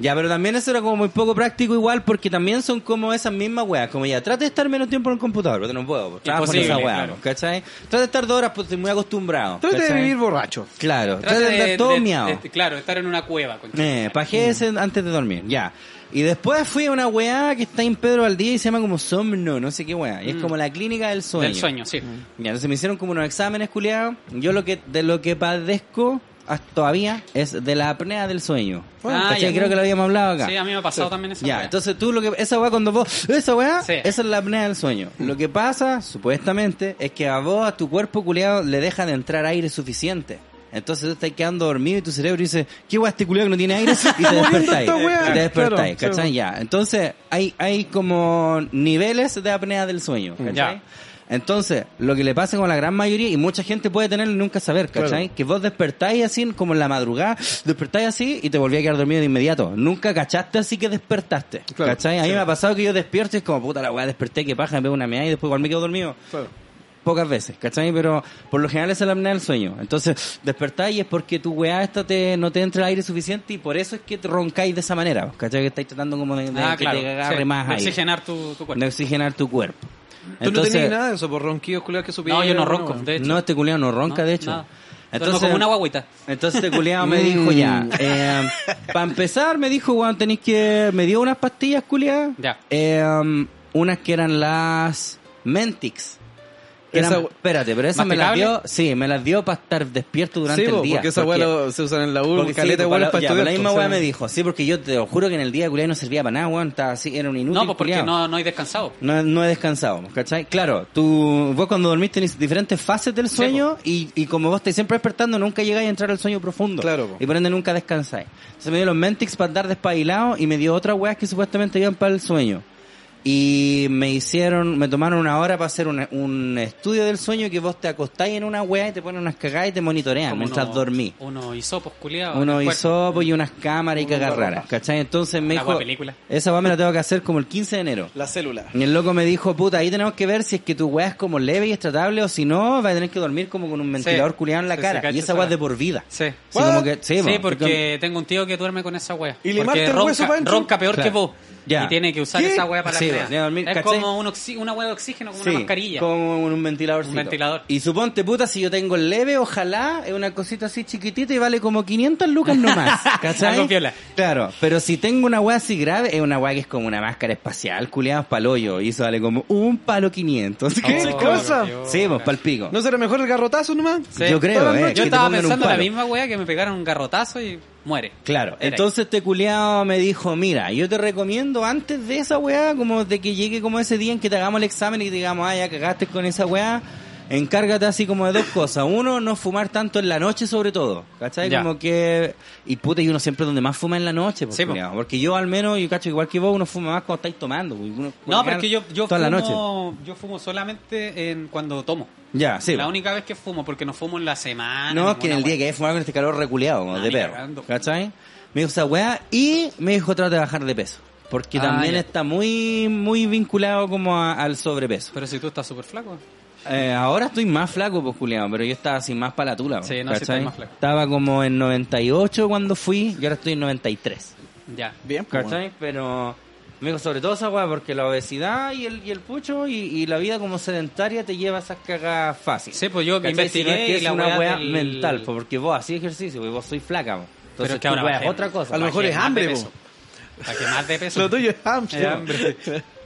S2: Ya, pero también eso era como muy poco práctico igual porque también son como esas mismas weas. Como ya, trate de estar menos tiempo en el computador, porque no puedo, porque trabajo en esa
S4: Imposible,
S2: weá,
S4: claro.
S2: ¿cachai? Trate de estar dos horas, pues estoy muy acostumbrado.
S3: Trate de
S2: ¿cachai?
S3: vivir borracho.
S2: Claro,
S4: Trata
S2: trate de andar todo miado.
S4: de- Claro, estar en una cueva. concha.
S2: Eh,
S4: Mm.
S2: pajéese antes de dormir, ya. Y después fui a una weá que está en Pedro Valdivia y se llama como Somno, no sé qué weá. Y es como la clínica del sueño.
S4: Mm.
S2: Mm.
S4: Del sueño, sí.
S2: Ya, entonces me hicieron como unos exámenes, culiados. Yo lo que, de lo que padezco hasta todavía es de la apnea del sueño.
S4: Ah, ya.
S2: ¿Cachai? Creo que lo habíamos hablado acá.
S4: Sí, a mí me ha pasado también eso.
S2: Ya, entonces tú lo que. Esa weá cuando vos. Esa weá.
S4: Sí.
S2: Esa es la apnea del sueño. Lo que pasa, supuestamente, es que a vos, a tu cuerpo culeado, le deja de entrar aire suficiente. Entonces tú estás quedando dormido y tu cerebro dice, ¿qué weá este culeado que no tiene aire? Y te despertáis.
S3: esta weá.
S2: Y te despertáis,
S3: Claro,
S2: ¿cachai?
S3: sí.
S2: Ya. Entonces, hay, hay como niveles de apnea del sueño,
S3: Mm,
S2: ¿cachai?
S4: Ya.
S2: Entonces, lo que le pasa con la gran mayoría, y mucha gente puede tenerlo y nunca saber, ¿cachai? Que vos despertáis así, como en la madrugada, despertáis así y te volví a quedar dormido de inmediato. Nunca cachaste así que despertaste,
S3: Claro,
S2: ¿cachai? A mí me ha pasado que yo despierto y es como, puta la weá, desperté, que paja, me pego una meada y después igual me quedo dormido. Pocas veces, ¿cachai? Pero por lo general es la apnea del sueño. Entonces, despertáis y es porque tu weá esta te, no te entra el aire suficiente y por eso es que te roncáis de esa manera, pues, ¿cachai? Que estáis tratando como de, de
S4: Ah,
S2: que
S4: claro.
S2: te agarre
S4: sí.
S2: más
S4: De
S2: aire.
S4: Oxigenar tu, tu cuerpo.
S2: De oxigenar tu cuerpo.
S3: Tú no tenías nada de eso, por ronquidos culiados que supieras.
S4: No, yo no ronco. De hecho.
S2: No, este culiado no ronca,
S4: No,
S2: de hecho.
S4: nada. Duermo como una guagüita.
S2: Entonces este culiado me dijo ya.
S3: Mm.
S2: para empezar, me dijo, weón, tenéis que. Me dio unas pastillas, culiadas.
S4: Ya.
S2: Eh, unas que eran las Mentix. Que
S3: Esa
S2: eran-
S3: we-
S2: espérate, pero esas me las dio.
S4: ¿Masticable?
S2: Sí, me las dio para estar despierto durante
S3: Sí,
S2: el
S3: po,
S2: día.
S3: porque esa weá lo- se usan en la U,
S2: porque sí,
S3: caleta de
S2: po,
S3: weá
S2: la-
S3: para
S2: ya, pero
S3: estudiar.
S2: la misma
S3: po, o
S2: weá
S3: sea.
S2: me dijo, sí, porque yo te lo juro que en el día culiado no servía para nada, weón, estaba así, era un inútil.
S4: No, pues porque
S2: culiao.
S4: no, no hay descansado.
S2: No, no he descansado, ¿cachai? Claro, tú, vos cuando dormís tenés diferentes fases del sueño y, y como vos te siempre despertando, nunca llegáis a entrar al sueño profundo.
S3: Claro, po.
S2: Y por ende nunca descansáis. Entonces me dio los Mentix para andar despabilado y me dio otras weas que supuestamente iban para el sueño. Y me hicieron, me tomaron una hora para hacer una- un estudio del sueño que vos te acostáis en una weá y te ponen unas cagadas y te monitorean
S4: Como
S2: mientras
S4: uno-
S2: dormís.
S4: Uno pues, hisopos culiados.
S2: Unos
S4: después-
S2: hisopos y unas cámaras y cagas raras, ¿cachai? Entonces me
S4: Una
S2: dijo,
S4: buena película.
S2: esa weá me la tengo que hacer como el 15 de enero.
S3: La célula.
S2: Y el loco me dijo, puta, ahí tenemos que ver si es que tu weá es como leve y es tratable o si no, vas a tener que dormir como con un ventilador culiado en la
S4: Sí, sí,
S2: cara.
S4: cacho
S2: y esa
S4: esa
S2: weá es
S4: weá.
S2: de por vida.
S4: Sí.
S2: Sí, como que- sí, pues,
S4: Sí,
S2: po.
S4: porque tengo un tío que duerme con esa wea.
S3: Y limarte
S4: porque
S3: el hueso pa'
S4: ronca,
S3: dentro.
S4: ronca peor
S2: Claro.
S4: que vos.
S2: Ya.
S4: Y tiene que usar
S3: ¿Qué?
S4: esa wea para
S2: Sí,
S4: la
S2: po,
S4: apnea.
S2: de dormir,
S4: Es
S2: ¿cachai?
S4: como un oxi- una wea de oxígeno, como
S2: Sí,
S4: una mascarilla.
S2: Como un ventilador.
S4: Un ventilador.
S2: Y suponte, puta, si yo tengo el leve, ojalá es una cosita así chiquitita y vale como 500 lucas nomás. ¿Cachai?
S4: Algo piola.
S2: Claro, pero si tengo una weá así grave, es una weá que es como una máscara espacial, culiados paloyo, y eso vale como un palo 500.
S3: ¿Qué
S4: Oh,
S3: cosa?
S4: Dios.
S2: Sí, pues, palpico.
S3: ¿No será mejor el garrotazo nomás?
S4: Sí.
S2: Yo creo,
S3: Toda la
S2: eh.
S3: noche.
S2: que
S4: Yo
S2: te
S4: estaba
S2: pongan un
S4: pensando la
S2: palo.
S4: misma wea que me pegaron un garrotazo y muere.
S2: Claro,
S4: Era
S2: entonces este culiado me dijo, mira, yo te recomiendo antes de esa weá, como de que llegue como ese día en que te hagamos el examen y te digamos, ah, ya cagaste con esa weá, encárgate así como de dos cosas. Uno, no fumar tanto en la noche sobre todo, ¿cachai?
S4: Ya.
S2: Como que... Y puta, y uno siempre donde más fuma en la noche, pues,
S4: Sí, po.
S2: culiao. porque yo al menos, yo cacho, igual que vos, uno fuma más cuando estáis tomando. pues, uno-
S4: No, pero es que yo, yo,
S2: Toda
S4: fumo,
S2: la noche.
S4: yo fumo solamente en cuando tomo.
S2: Ya, sí.
S4: la
S2: po.
S4: única vez que fumo, porque Ah, no fumo en la semana.
S2: No, es que en el día que hay fumar con este calor reculeado, como
S4: Ah,
S2: de
S4: ni
S2: perro.
S4: cagando.
S2: ¿Cachai? Me dijo esa weá y me dijo trata de bajar de peso. Porque
S4: Ah,
S2: también
S4: ya.
S2: está muy muy vinculado como a- al sobrepeso.
S4: Pero si tú estás súper flaco.
S2: Eh, ahora estoy más flaco, pues, Julián, pero yo estaba así más para la tula.
S4: Sí, no, sí
S2: ¿cachai?
S4: estás más flaco.
S2: Estaba como en 98 cuando fui y ahora estoy en 93.
S4: Ya.
S3: Bien, pues,
S2: ¿Cachai? Pero, me dijo sobre todo esa weá, porque la obesidad y el, y el pucho y, y la vida como sedentaria te lleva a esas cagas fácil.
S4: Sí, pues yo me
S2: ¿Cachai? Si
S4: investigué
S2: no es que
S4: y
S2: es
S4: la
S2: una
S4: weá
S2: weá
S4: del-
S2: mental, po, porque vos hacís ejercicio, y vos sois flaca. po. Entonces
S4: Pero es que
S2: tu
S4: ahora
S2: weá es
S4: bajé-
S2: otra cosa.
S3: A lo
S4: bajé
S3: mejor es
S4: más de
S3: hambre,
S4: peso. Para que más de peso.
S3: Lo tuyo es hambre.
S4: Eh, hambre.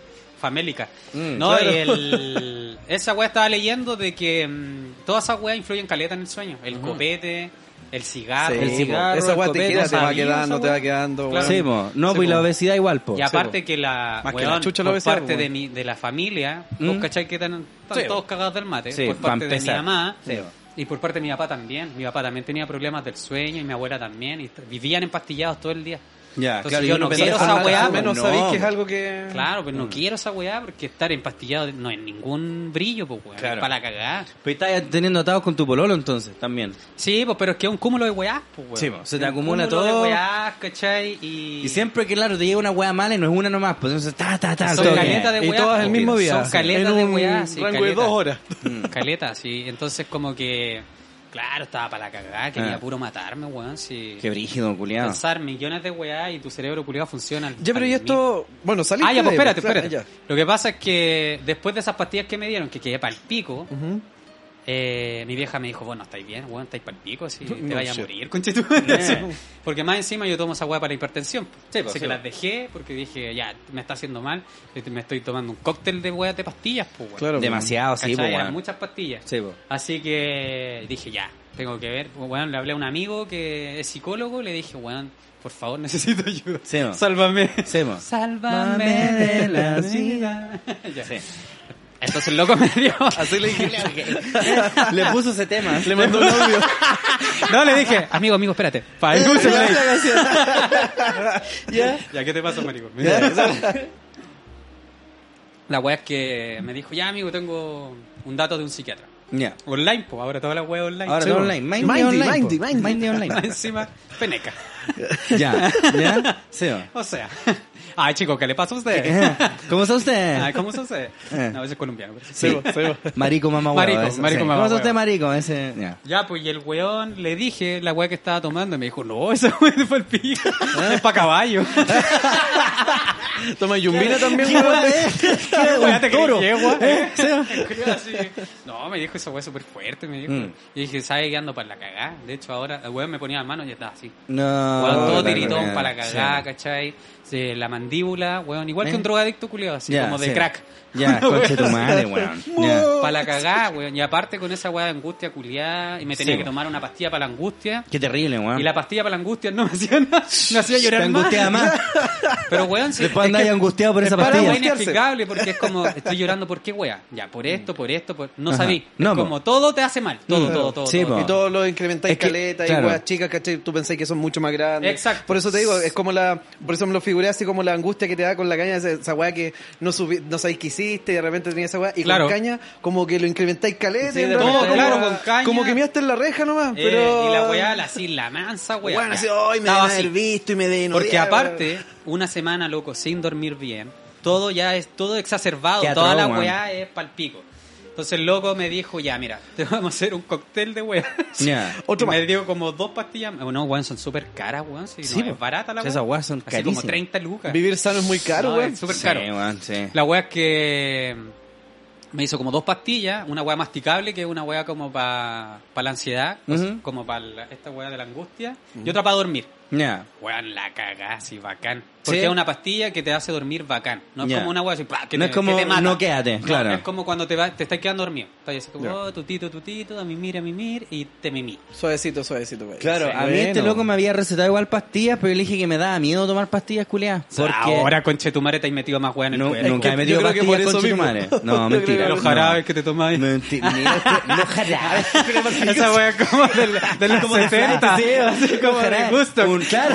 S4: Famélica.
S2: Mm,
S4: no,
S3: claro.
S4: y el- esa weá estaba leyendo de que mm, todas esas weas influyen caleta en el sueño. El copete, el cigarro.
S3: Sí,
S2: el cigarro,
S3: esa weá
S2: el
S3: te
S2: copete,
S3: queda,
S2: no
S3: te va
S2: sabía
S3: quedando,
S2: esa
S3: te va
S2: weá.
S3: quedando.
S4: Claro.
S2: Sí,
S3: weón.
S2: po. no,
S3: Sí,
S2: pues y la
S3: po.
S2: obesidad igual, po.
S4: Y aparte que la,
S3: Más que
S4: weón,
S3: la chucha la
S4: por
S3: obesidad,
S4: parte
S3: weón.
S4: de, mi, de la familia,
S2: Mm.
S4: vos cachai que están, están
S3: Sí.
S4: todos cagados del mate,
S2: Sí,
S4: por
S2: pa'
S4: parte de mi
S2: empezar.
S4: mamá
S2: Sí.
S4: y por parte de mi papá también. Mi papá también tenía problemas del sueño y mi abuela también, y t- vivían empastillados todo el día.
S2: Ya,
S4: Entonces
S2: claro,
S4: yo
S2: yo
S4: no
S2: no
S4: quiero
S2: pensaba
S4: esa
S2: en
S4: weá,
S2: la
S3: Al menos
S2: no,
S3: sabéis que es
S2: po.
S3: algo que.
S4: Claro,
S2: Mm.
S4: pero no quiero esa weá porque estar empastillado no es ningún brillo, pues weón,
S2: Claro.
S4: es para la cagada.
S2: Pues estás teniendo atados con tu pololo entonces, también.
S4: Sí, pues, pero es que es un cúmulo de weás, pues weón.
S2: Sí, pues, se te
S4: Es un
S2: acumula
S4: cúmulo
S2: todo.
S4: de weás, cachai, y...
S2: Y siempre, que claro, te llega una weá mala y no es una nomás, pues entonces, ta, ta, ta. al
S4: Son
S2: toque.
S4: caleta de
S3: Y
S4: weá,
S3: todas
S4: po.
S3: el mismo día.
S4: Son caletas
S3: En
S4: de
S3: un
S4: weá, sí,
S3: rango de
S4: caletas.
S3: dos horas.
S4: Mm, Caleta, sí. Entonces, como que. Claro, estaba para la cagada, quería
S2: Ah.
S4: puro matarme, weón. Sí.
S2: Qué brígido, culiado.
S4: Pensar millones de weá y tu cerebro culiado funciona. al-
S3: Ya, pero
S4: al
S3: y
S4: mil.
S3: esto. Bueno, saliste.
S4: Ah, ya, pues
S3: de ahí,
S4: espérate,
S3: claro,
S4: espérate. Lo que pasa es que después de esas pastillas que me dieron, que quedé pa'l pico,
S3: ya. Ujú.
S4: eh, mi vieja me dijo, bueno, estáis bien, weón, estáis pa'l pico, si te
S3: No,
S4: vayas a
S3: shit.
S4: morir, conchetumare". Sí. Eh, Porque más encima yo tomo esa weá para la hipertensión. Así que las dejé porque dije, ya, me está haciendo mal, eh, me estoy tomando un cóctel de weá de pastillas, pues, weón.
S3: Claro,
S2: Demasiado, sí, po,
S4: ¿Cachai? Eran
S2: weón.
S4: muchas pastillas.
S2: Sí, po.
S4: Así que dije, ya, tengo que ver. Bueno, le hablé a un amigo que es psicólogo, le dije, bueno, por favor, necesito ayuda.
S2: Sí, po.
S4: Sálvame.
S2: Sí, po.
S4: Sálvame de la vida. Ya. Entonces el loco me dio.
S3: Así le dije.
S2: Le puso ese tema.
S3: le mandó un audio.
S4: No, le dije, amigo, amigo, espérate. Pa' el dulce, le dije.
S3: Ya.
S4: Ya, ¿qué te pasa, marico? La wea es que me dijo, ya, amigo, tengo un dato de un psiquiatra.
S2: Ya.
S4: Online, pues ahora toda la wea online.
S2: Ahora
S4: Sí,
S2: todo
S4: po.
S2: online. Mindy,
S3: Mindy,
S2: online.
S3: Mindy,
S2: po.
S3: Mindy.
S2: Mindy
S4: Más
S2: online.
S4: Encima, peneca.
S2: Ya, ya. Sí, po.
S4: O sea. Ay, chicos, ¿qué le pasa a usted?
S2: Eh, ¿Cómo está usted?
S4: Ay, ¿Cómo sucede?
S2: Eh.
S4: No, ese es colombiano. pero-
S3: Se va, se va.
S2: Marico mamá huevo,
S4: Marico,
S2: eso,
S4: marico, mamá
S2: ¿Cómo está
S4: huevo.
S2: usted marico? Ese, ya.
S4: Ya, pues, y el weón le dije la weá que estaba tomando y me dijo, no, esa weá fue el pico.
S2: Eh.
S4: Es pa' caballo.
S3: Toma yumbina también, weón.
S2: eh.
S4: La weá te
S2: Toro.
S4: creí, weá.
S2: Eh, sí.
S4: El culiao así. No, me dijo esa weá súper fuerte, me dijo.
S2: Mm.
S4: Y dije, ¿sabes qué ando para la cagá? De hecho, ahora el weón me ponía las manos y estaba así.
S2: No.
S4: Weón, todo
S2: Ah, la
S4: tiritón
S2: verdad,
S4: para la cagá,
S2: sí.
S4: ¿cachai? Sí, la mandíbula, weón. Igual que
S2: ¿Eh?
S4: un drogadicto culiado, así
S2: Ya,
S4: como de
S2: sí.
S4: crack.
S2: Ya, conche tu madre, weón. Ya.
S4: Para la cagá, weón. Y aparte con esa weá de angustia culiada, y me tenía que tomar una pastilla para la angustia.
S2: Qué terrible, weón.
S4: Y la pastilla para la angustia no me hacía nada, me hacía llorar
S2: Ah. Te
S4: más.
S2: angustiaba más.
S4: Pero weón, sí.
S2: Después Después andáis angustiado por esa
S4: Para
S2: pastilla.
S4: es inexplicable porque es como, estoy llorando, ¿por qué wea? Ya, por esto, por esto, por... no
S2: Ajá.
S4: sabí.
S2: No,
S4: es
S2: po.
S4: como todo te hace mal, todo,
S2: Mm.
S4: todo, todo.
S2: Sí,
S4: todo. Eh,
S2: po.
S3: Y todos los incrementáis
S2: Es que,
S3: caleta y
S2: claro.
S3: weas chicas, ¿cachai? Tú pensáis que son mucho más grandes.
S4: Exacto.
S3: Por eso te digo, es como la. Por eso me lo figuré así como la angustia que te da con la caña, esa, esa wea que no, subi- no sabéis que hiciste y de repente tenías esa wea. Y
S4: Claro.
S3: con caña, como que lo incrementáis caleta.
S2: Sí,
S3: y en
S2: de
S3: realidad
S2: repente,
S3: como-
S4: claro, con caña.
S3: Como que miraste en la reja nomás.
S4: Eh,
S3: pero...
S4: Y la weá, la, así, la mansa weá.
S3: Bueno,
S4: ya.
S3: así, "Ay, me
S4: Estaba
S3: deben haber
S4: así.
S3: visto y me deben
S4: Porque
S3: odiar".
S4: aparte, una semana, loco, sin dormir bien, todo ya es todo exacerbado,
S2: Qué
S4: toda
S2: atroz,
S4: la
S2: man.
S4: weá es palpico. Entonces el loco me dijo, ya, mira, te vamos a hacer un cóctel de weá.
S2: Ya.
S3: Otro
S4: me
S3: más.
S4: dio como dos pastillas. Bueno, weón, son súper caras, weón. Si
S2: Sí,
S4: no,
S2: po.
S4: es barata la
S2: Sí,
S4: weá.
S2: esas weas son
S4: Así
S2: carísimas.
S4: como 30 lucas.
S3: Vivir sano es muy caro,
S4: No,
S3: weón.
S4: es súper
S2: Sí,
S4: caro.
S2: weón, sí.
S4: La weá es que me hizo como dos pastillas, una weá masticable, que es una weá como para la ansiedad, o sea,
S2: Ujú.
S4: como para esta weá de la angustia, y otra para dormir.
S2: Ya.
S4: Weón, la cagás y bacán. Porque
S2: Sí.
S4: es una pastilla que te hace dormir bacán. No es
S2: Ya.
S4: como una weá así, ¡pah! que
S2: No
S4: te,
S2: es como,
S4: que te mata.
S2: no quédate, claro.
S4: Es como cuando te, va, te estás quedando dormido. Estás así como,
S3: Ya.
S4: oh, tutito, tutito, a mimir, a mimir, y te mimí.
S3: Suavecito, suavecito, weón.
S2: Claro,
S3: Sí.
S2: a mí este
S3: Bueno.
S2: loco me había recetado igual pastillas, pero yo le dije que me daba miedo tomar pastillas culiadas. Porque
S4: Ahora, conchetumare, te has metido más weá en el
S2: nu-
S4: cuerpo.
S2: nunca
S3: que
S2: he metido
S3: yo creo que por
S2: pastillas con
S3: eso mismo.
S2: chitumare.
S3: Yo creo
S2: No, mentira.
S3: que
S4: Los
S2: no.
S4: jarabes que te tomáis.
S2: Mentira. mira, este- Los jarabes.
S4: Esa weá como del, de los 70.
S2: Sí, así como de gusto. Un, claro.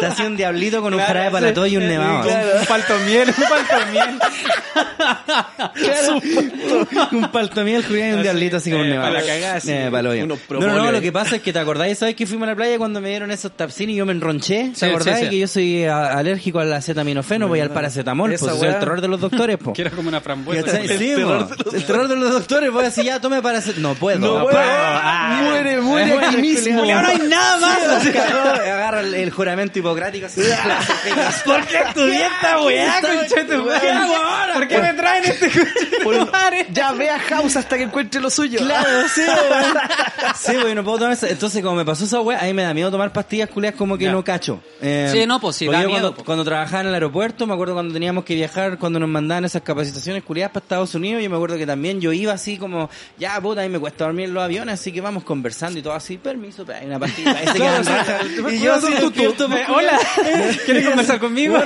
S2: Te hacía un diablito con un jarabe para todo y un nevado.
S4: Un palto miel, un palto miel.
S2: Claro. un palto miel, Julián, y un diablito así como un
S4: eh,
S2: nevado.
S4: para la cagada, sí.
S2: Eh, para el hoyo.
S3: Unos
S2: No, no, no,
S3: propóleos.
S2: lo que pasa es que te acordáis, ¿sabes que fuimos a la playa cuando me dieron esos tapsini y yo me enronché?
S4: Sí,
S2: ¿Te acordáis
S4: sí, sí.
S2: que yo soy a- alérgico al acetaminofeno voy al paracetamol? Pues
S3: Esa
S2: soy el
S3: weá.
S2: terror de los doctores, pues. po.
S4: Que era como una frambuesa.
S2: ¿Cachai? Sí, mo. el terror de los doctores, voy a decir, ya, tome paracetamol. No puedo.
S3: No, ah, weón. muere, muere aquí mismo.
S2: Ahora hay nada más. Agarra el, el juramento hipocrático. Así, ¿Por qué estudié esta weá,
S4: conchetumare?
S2: ¿Por qué me traen este
S3: Ya ve a House hasta que encuentre lo suyo.
S2: Claro, sí, weón. Sí, weón, no puedo tomar esa- Entonces, como me pasó esa weá, a mí me da miedo tomar pastillas culias como que
S4: Ya.
S2: no cacho. Eh,
S4: Sí, no, pues, sí,
S2: porque
S4: da
S2: yo
S4: miedo,
S2: cuando,
S4: pues.
S2: cuando trabajaba en el aeropuerto, me acuerdo cuando teníamos que viajar, cuando nos mandaban esas capacitaciones culias para Estados Unidos, yo me acuerdo que también yo iba así como, ya, puta, a mí me cuesta dormir en los aviones, así que vamos conversando y todo así, permiso, pero hay una pastilla, parece que
S3: Claro,
S2: dan
S3: sí.
S2: raja.
S3: Me
S2: Y yo
S3: acuerdo
S2: así,
S3: tú, tú,
S2: despierto, pues, culiao.
S4: ¿Quieres conversar conmigo?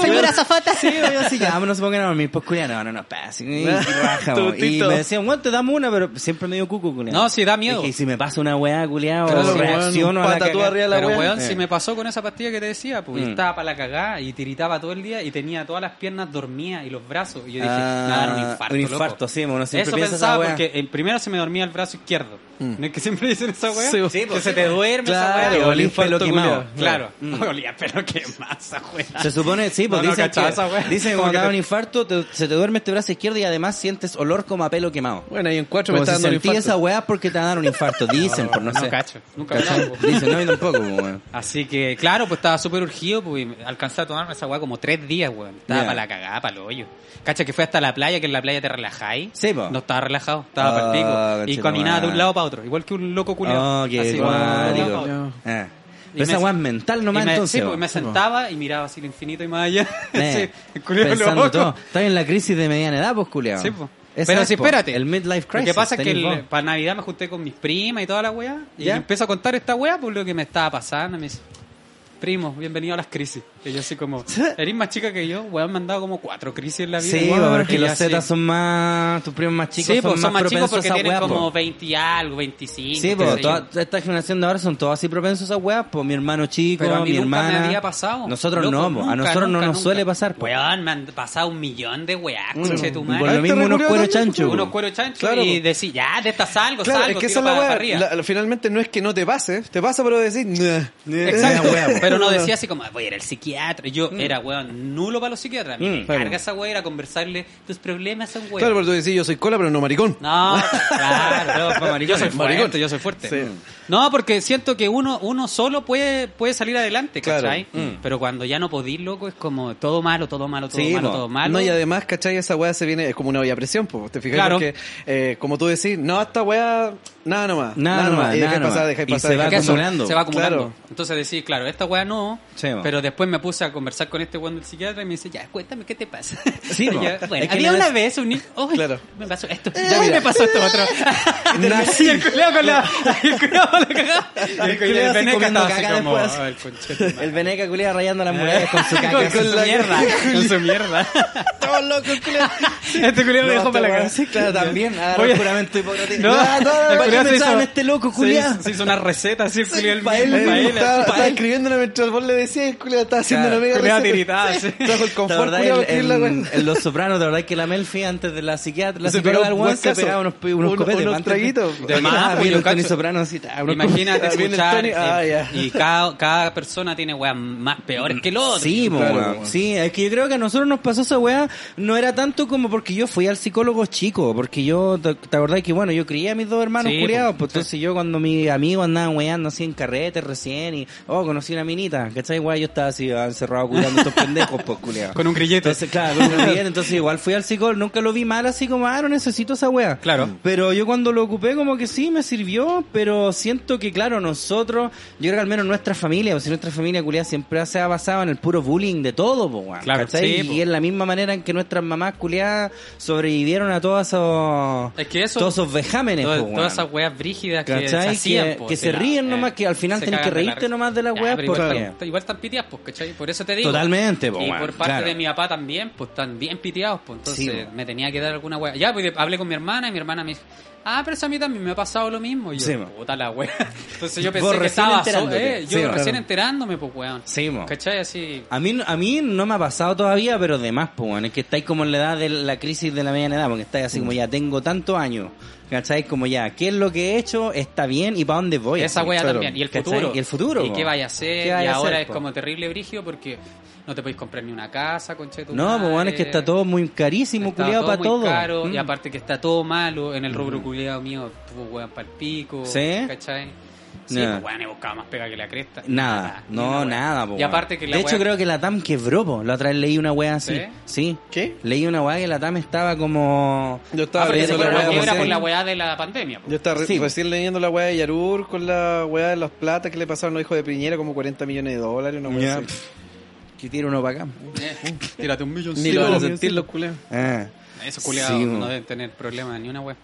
S2: Señora Zafata. Sí, weón, así ya, vámonos, se pongan a dormir. Pues culia, no, no, no, pasa. Y, baja, weón. y
S3: Tutito.
S2: me decían, bueno, te damos una, pero siempre me dio cucu, culia.
S4: No, sí, da miedo.
S2: Y si me pasa una weá, culia, o
S3: Claro, weón,
S2: reacciono
S3: un
S2: a la
S3: pata tú
S2: cagada.
S3: arriba de la
S4: Pero
S3: weá.
S4: weón,
S2: Eh.
S4: si me pasó con esa pastilla que te decía, pues
S2: Mm.
S4: estaba para la cagada y tiritaba todo el día y tenía todas las piernas dormidas y los brazos. Y yo dije,
S2: Ah,
S4: nada, un infarto.
S2: un infarto,
S4: loco.
S2: sí, uno siempre
S4: Eso
S2: piensa esa
S4: pensaba
S2: weá.
S4: porque en primero se me dormía el brazo izquierdo. ¿No es que siempre dicen esa weá?
S3: Sí,
S4: que
S2: pues,
S4: se
S2: sí,
S4: te
S2: pues.
S4: duerme
S2: Claro,
S4: esa weá.
S2: olí pelo quemado. Mm.
S4: culiao. Claro, olía pero qué masa, weá.
S2: Se supone, sí, pues
S4: No, no,
S2: dicen,
S4: cachaba
S2: que-
S4: esa weá.
S2: dicen que
S4: Como
S2: cuando te
S4: que
S2: da
S4: te-
S2: un infarto, te- se te duerme este brazo izquierdo y además sientes olor como a pelo quemado.
S3: Bueno, y en cuatro me
S2: Como
S3: está
S2: si
S3: dando el
S2: sentí
S3: infarto.
S2: esa weá porque te van a dar un infarto, dicen, por no,
S4: Ah, no
S2: sé.
S4: cacho, nunca
S2: ¿Cachai?
S4: hablamos, po.
S2: Dicen, no, y tampoco, po, weón.
S4: Así que, claro, pues estaba súper urgido, pues y alcancé a tomarme esa weá como tres días, weón. Estaba
S2: Ya.
S4: para la cagada, para el hoyo. Cacha que fue hasta la playa, que en la playa te relajáis.
S2: Sí, po.
S4: No estaba relajado, estaba
S2: Ah,
S4: para el pico. Y
S2: conchetumare.
S4: caminaba de un lado para otro, igual que un loco culiado.
S2: Oh, qué
S4: Así, weón, de un lado
S2: cuático.
S4: para otro.
S2: Ah.
S4: Y
S2: Pero esa
S4: me-
S2: weá es mental
S4: Y
S2: nomás,
S4: me,
S2: entonces.
S4: sí, pues,
S2: po.
S4: me sentaba y miraba así el infinito y más allá.
S2: Eh,
S4: sí, el culiao
S2: pensando
S4: loco.
S2: todo. Estás en la crisis de mediana edad, pues, culiao.
S4: Sí, po.
S2: Esa
S4: Pero
S2: es,
S4: sí,
S2: po.
S4: espérate.
S2: El midlife crisis.
S4: Lo que pasa es que
S2: tenés
S4: el-
S2: vos.
S4: para Navidad me junté con mis primas y toda la weá. Y
S2: ¿Ya?
S4: yo empiezo a contar esta weá por lo que me estaba pasando. y Me dice, primo, bienvenido a las crisis. Y yo así como, eres más chica que yo, weón, me han dado como cuatro crisis en la vida.
S2: Sí,
S4: weón".
S2: po,
S4: Y
S2: porque
S4: yo
S2: los
S4: así,
S2: Zetas son más... Tus primos más chicos
S4: Sí,
S2: son,
S4: pues son más chicos
S2: propensos
S4: porque
S2: a
S4: tienen
S2: weá, po.
S4: como 20 y algo, 25.
S2: Sí,
S4: qué
S2: pues
S4: sé yo.
S2: toda esta generación de ahora son todos así propensos a weas, pues mi hermano chico,
S4: Pero a mí
S2: mi
S4: nunca
S2: hermana.
S4: me había pasado.
S2: Nosotros
S4: Loco,
S2: no, po.
S4: nunca,
S2: a nosotros no
S4: nunca,
S2: nos
S4: nunca.
S2: suele pasar. po.
S4: Weón, me han pasado un millón de weá,
S2: Mm.
S4: conche tu
S2: Por lo
S4: madre.
S3: Este
S2: mismo unos
S3: reculiao
S2: cueros
S3: también,
S2: chancho.
S3: po.
S4: Unos cueros chanchos
S3: Claro,
S4: y
S3: po.
S4: decís, ya, de esta salgo,
S3: Claro,
S4: salgo,
S3: es que esa
S4: tiro
S3: es la
S4: para, para
S3: weá.
S4: arriba.
S3: La- la- finalmente no es que no te pases, te pasa pero decís... "Nah".
S4: Exacto,
S2: Eh, weón.
S4: pero no decía así como, voy a ir al psiquiatra. Y Yo era, weón, nulo para los psiquiatras. Me
S2: Mm,
S4: carga
S3: claro.
S4: esa weá, era conversarle, tus problemas son weón.
S3: Claro, pero tú decís yo soy cola pero no maricón.
S4: No, claro,
S2: pa' maricones,
S4: yo soy fuerte,
S3: maricón.
S4: yo soy fuerte.
S3: Sí.
S4: No, porque siento que uno uno solo puede puede salir adelante,
S3: Claro.
S4: ¿cachai?
S2: Mm.
S4: Pero cuando ya no podís, loco, es como todo malo, todo malo, todo
S2: Sí,
S4: malo,
S2: po.
S4: todo malo.
S3: No, y además, ¿cachai? Esa weá se viene, es como una olla a presión, po. ¿te fijas?
S4: Claro.
S3: Porque, eh, como tú decís, no, esta weá, nada nomás.
S2: Nada nomás,
S3: Y
S2: nada
S3: dejáis
S2: nomás.
S3: pasar, dejáis
S2: Y
S3: pasar.
S2: se va
S3: dejáis pasar.
S2: acumulando.
S4: Se va acumulando.
S3: Claro.
S4: Entonces decís, claro, esta weá weá no.
S2: Sí, bo.
S4: pero después me puse a conversar con este weón del psiquiatra y me dice, ya, cuéntame qué te pasa.
S2: Sí, bo.
S4: Ya, bueno,
S2: Es que
S4: había
S2: no
S4: una
S2: es-
S4: vez un niño. "Ay,
S3: Claro.
S4: Me pasó esto. Ya me pasó esto otro.
S3: Nací.
S4: Y el culiao con la. y el culiao con la cagada. Y el,
S2: culiao
S4: y el
S2: así
S4: Veneca
S2: comiendo
S4: estaba así
S2: caca
S4: como,
S2: después.
S4: "Ay, el conchete de madre".
S2: El veneca culia rayando las murallas con su caca.
S4: Eh, con, con
S2: así.
S4: su mierda. Con su mierda.
S3: Estamos locos, culiao.
S4: Este culiao me
S2: No,
S4: dejó para
S2: este
S4: la
S2: weón,
S4: cara.
S2: sí, claro, también. Agarra
S4: Voy a-
S2: el juramento hipocrático.
S4: No,
S2: Ah,
S4: el
S2: ¿para qué
S4: culiao se
S2: pensaba
S4: hizo-
S2: en este loco,
S4: Se
S2: culiao?
S4: hizo, se hizo una receta así, el culiao el
S2: pa' él,
S4: mismo, pa' él,
S3: Eh, Estaba,
S4: pa'
S3: estaba
S4: él.
S3: escribiéndola mientras vos le decías, culiao, estaba haciendo una mega
S4: Culiao
S3: receta.
S4: tiritada, sí.
S3: Trajo el
S2: La
S3: confort,
S2: verdad,
S3: culiao,
S2: en,
S3: para escribir la
S2: en-
S3: weá.
S2: en Los Sopranos, la verdad es que la Melfi antes de la psiquiatra, la
S3: Se
S2: psicóloga
S3: pegaba
S2: del
S3: un
S2: weón se
S3: huascazo.
S2: pegaba unos, pe- unos
S3: Unos-
S2: copetes.
S3: unos
S2: antes de-
S3: traguitos.
S4: De más,
S2: Ah,
S4: pues,
S2: bien,
S4: yo
S2: el Tony
S4: cacho.
S2: Soprano así, ta, unos
S4: Imagínate
S3: Ah, viene el
S4: escuchar.
S3: Tony. Ah,
S4: eh,
S3: ya.
S4: Y cada, cada persona tiene weas más peores que el otro.
S2: Sí, mo,
S3: Claro,
S2: weón.
S3: weón.
S2: sí, es que yo creo que a nosotros nos pasó esa weá, no era tanto como porque yo fui al psicólogo chico, porque yo, te te acordás que bueno, yo crié a mis dos hermanos
S4: Sí,
S2: curiados,
S4: po,
S2: pues entonces yo cuando mis amigos andaban weando así en carretes recién y, oh, conocí una minita, ¿cachai? Weá, yo estaba así ah, encerrado cuidando estos pendejos, pues culiados.
S4: Con un grillete.
S2: Entonces, claro, con un grillete, entonces igual fui al psicólogo, nunca lo vi mal así como, ah, no necesito esa weá. Mm.
S4: Claro.
S2: Pero yo cuando lo ocupé como que sí, me sirvió, pero siento que claro, nosotros, yo creo que al menos nuestra familia, o si nuestra familia culiada siempre se ha basado en el puro bullying de todo, po, weón,
S4: Claro,
S2: ¿cachai?
S4: sí, pues. po.
S2: Y es la misma manera en que nuestras mamás culiadas sobrevivieron a todos esos,
S4: Es que eso-
S2: todos esos vejámenes,
S4: Todo-
S2: po, pues, weón.
S4: todas esas weas brígidas que
S2: ¿Cachai?
S4: se hacían,
S2: Que-
S4: po,
S2: que
S4: si
S2: se
S4: la-
S2: ríen nomás, que al final
S4: se
S2: tenés que
S4: cagan de la
S2: reírte
S4: risa.
S2: nomás de las
S4: Ya,
S2: weas,
S4: pero
S2: porque-
S4: Igual, están- igual están piteadas, pues, ¿cachai? Por eso te digo.
S2: Totalmente, po,
S4: Y
S2: weón,
S4: por parte
S2: claro.
S4: de mi papá también, pues están bien piteados, pues entonces
S2: Sí, po.
S4: me tenía que dar alguna wea. Ya, pues de- hablé con mi hermana y mi hermana me dijo, ah, pero eso a mí también me ha pasado lo mismo. Y yo,
S2: Sí, po.
S4: puta la wea. Entonces yo
S2: Vos
S4: pensé que
S2: recién
S4: estaba solo,
S2: enterándote.
S4: eh,
S2: Sí,
S4: yo
S2: po.
S4: recién enterándome, pues, weón.
S2: Sí, mo.
S4: ¿Cachai? Así.
S2: A mí, a mí no me ha pasado todavía, pero de más, pues, es que estáis como en la edad de la crisis de la mediana edad, porque estáis así como ya tengo tantos años, ¿cachai? Como ya, ¿qué es lo que he hecho? ¿Está bien? ¿Y para dónde voy?
S4: Esa wea
S2: Claro.
S4: también. Y el
S2: ¿Cachai?
S4: futuro.
S2: Y el futuro.
S4: Y
S2: po.
S4: qué vaya a hacer.
S2: ¿Qué vaya
S4: y
S2: a
S4: ahora
S2: hacer,
S4: es
S2: po?
S4: como terrible brigio porque no te podéis comprar ni una casa, conche tu
S2: No, pues, bueno, es que está todo muy carísimo,
S4: Está
S2: culiado
S4: todo
S2: para
S4: muy
S2: todo.
S4: caro,
S2: Mm.
S4: Y aparte que está todo malo. En el rubro culiado mío tuvo weón para el pico.
S2: ¿Sí?
S4: ¿Cachai? Sí,
S2: Nah.
S4: pues, weón, he buscado más pega que la cresta.
S2: Nada,
S4: ni
S2: no,
S4: una weá.
S2: nada, po,
S4: Y aparte que la
S2: De hecho,
S4: weá-
S2: creo que la TAM quebró, po. La otra vez leí una wea así. ¿Sí?
S3: ¿Qué?
S2: Leí una wea que la TAM estaba como.
S3: Yo
S4: Ah,
S3: estaba
S4: porque se
S3: leyendo
S4: fue a
S2: fueron
S3: la weá.
S4: la
S2: weá,
S4: quiebra
S2: sí.
S4: por la weá de la pandemia. pues, po.
S3: Yo estaba re-
S2: Sí.
S3: recién leyendo la weá de Yarur con la weá de los plata que le pasaron a los hijos de Piñera, como 40 millones de dólares, una weá
S2: Ya.
S3: así.
S2: Que tira uno para acá.
S4: Eh, Tírate un millón.
S3: Ni lo van a sentir los culeos.
S2: Ah.
S4: Esos culiados
S2: Sí,
S4: no
S2: po.
S4: deben tener problemas ni una weá.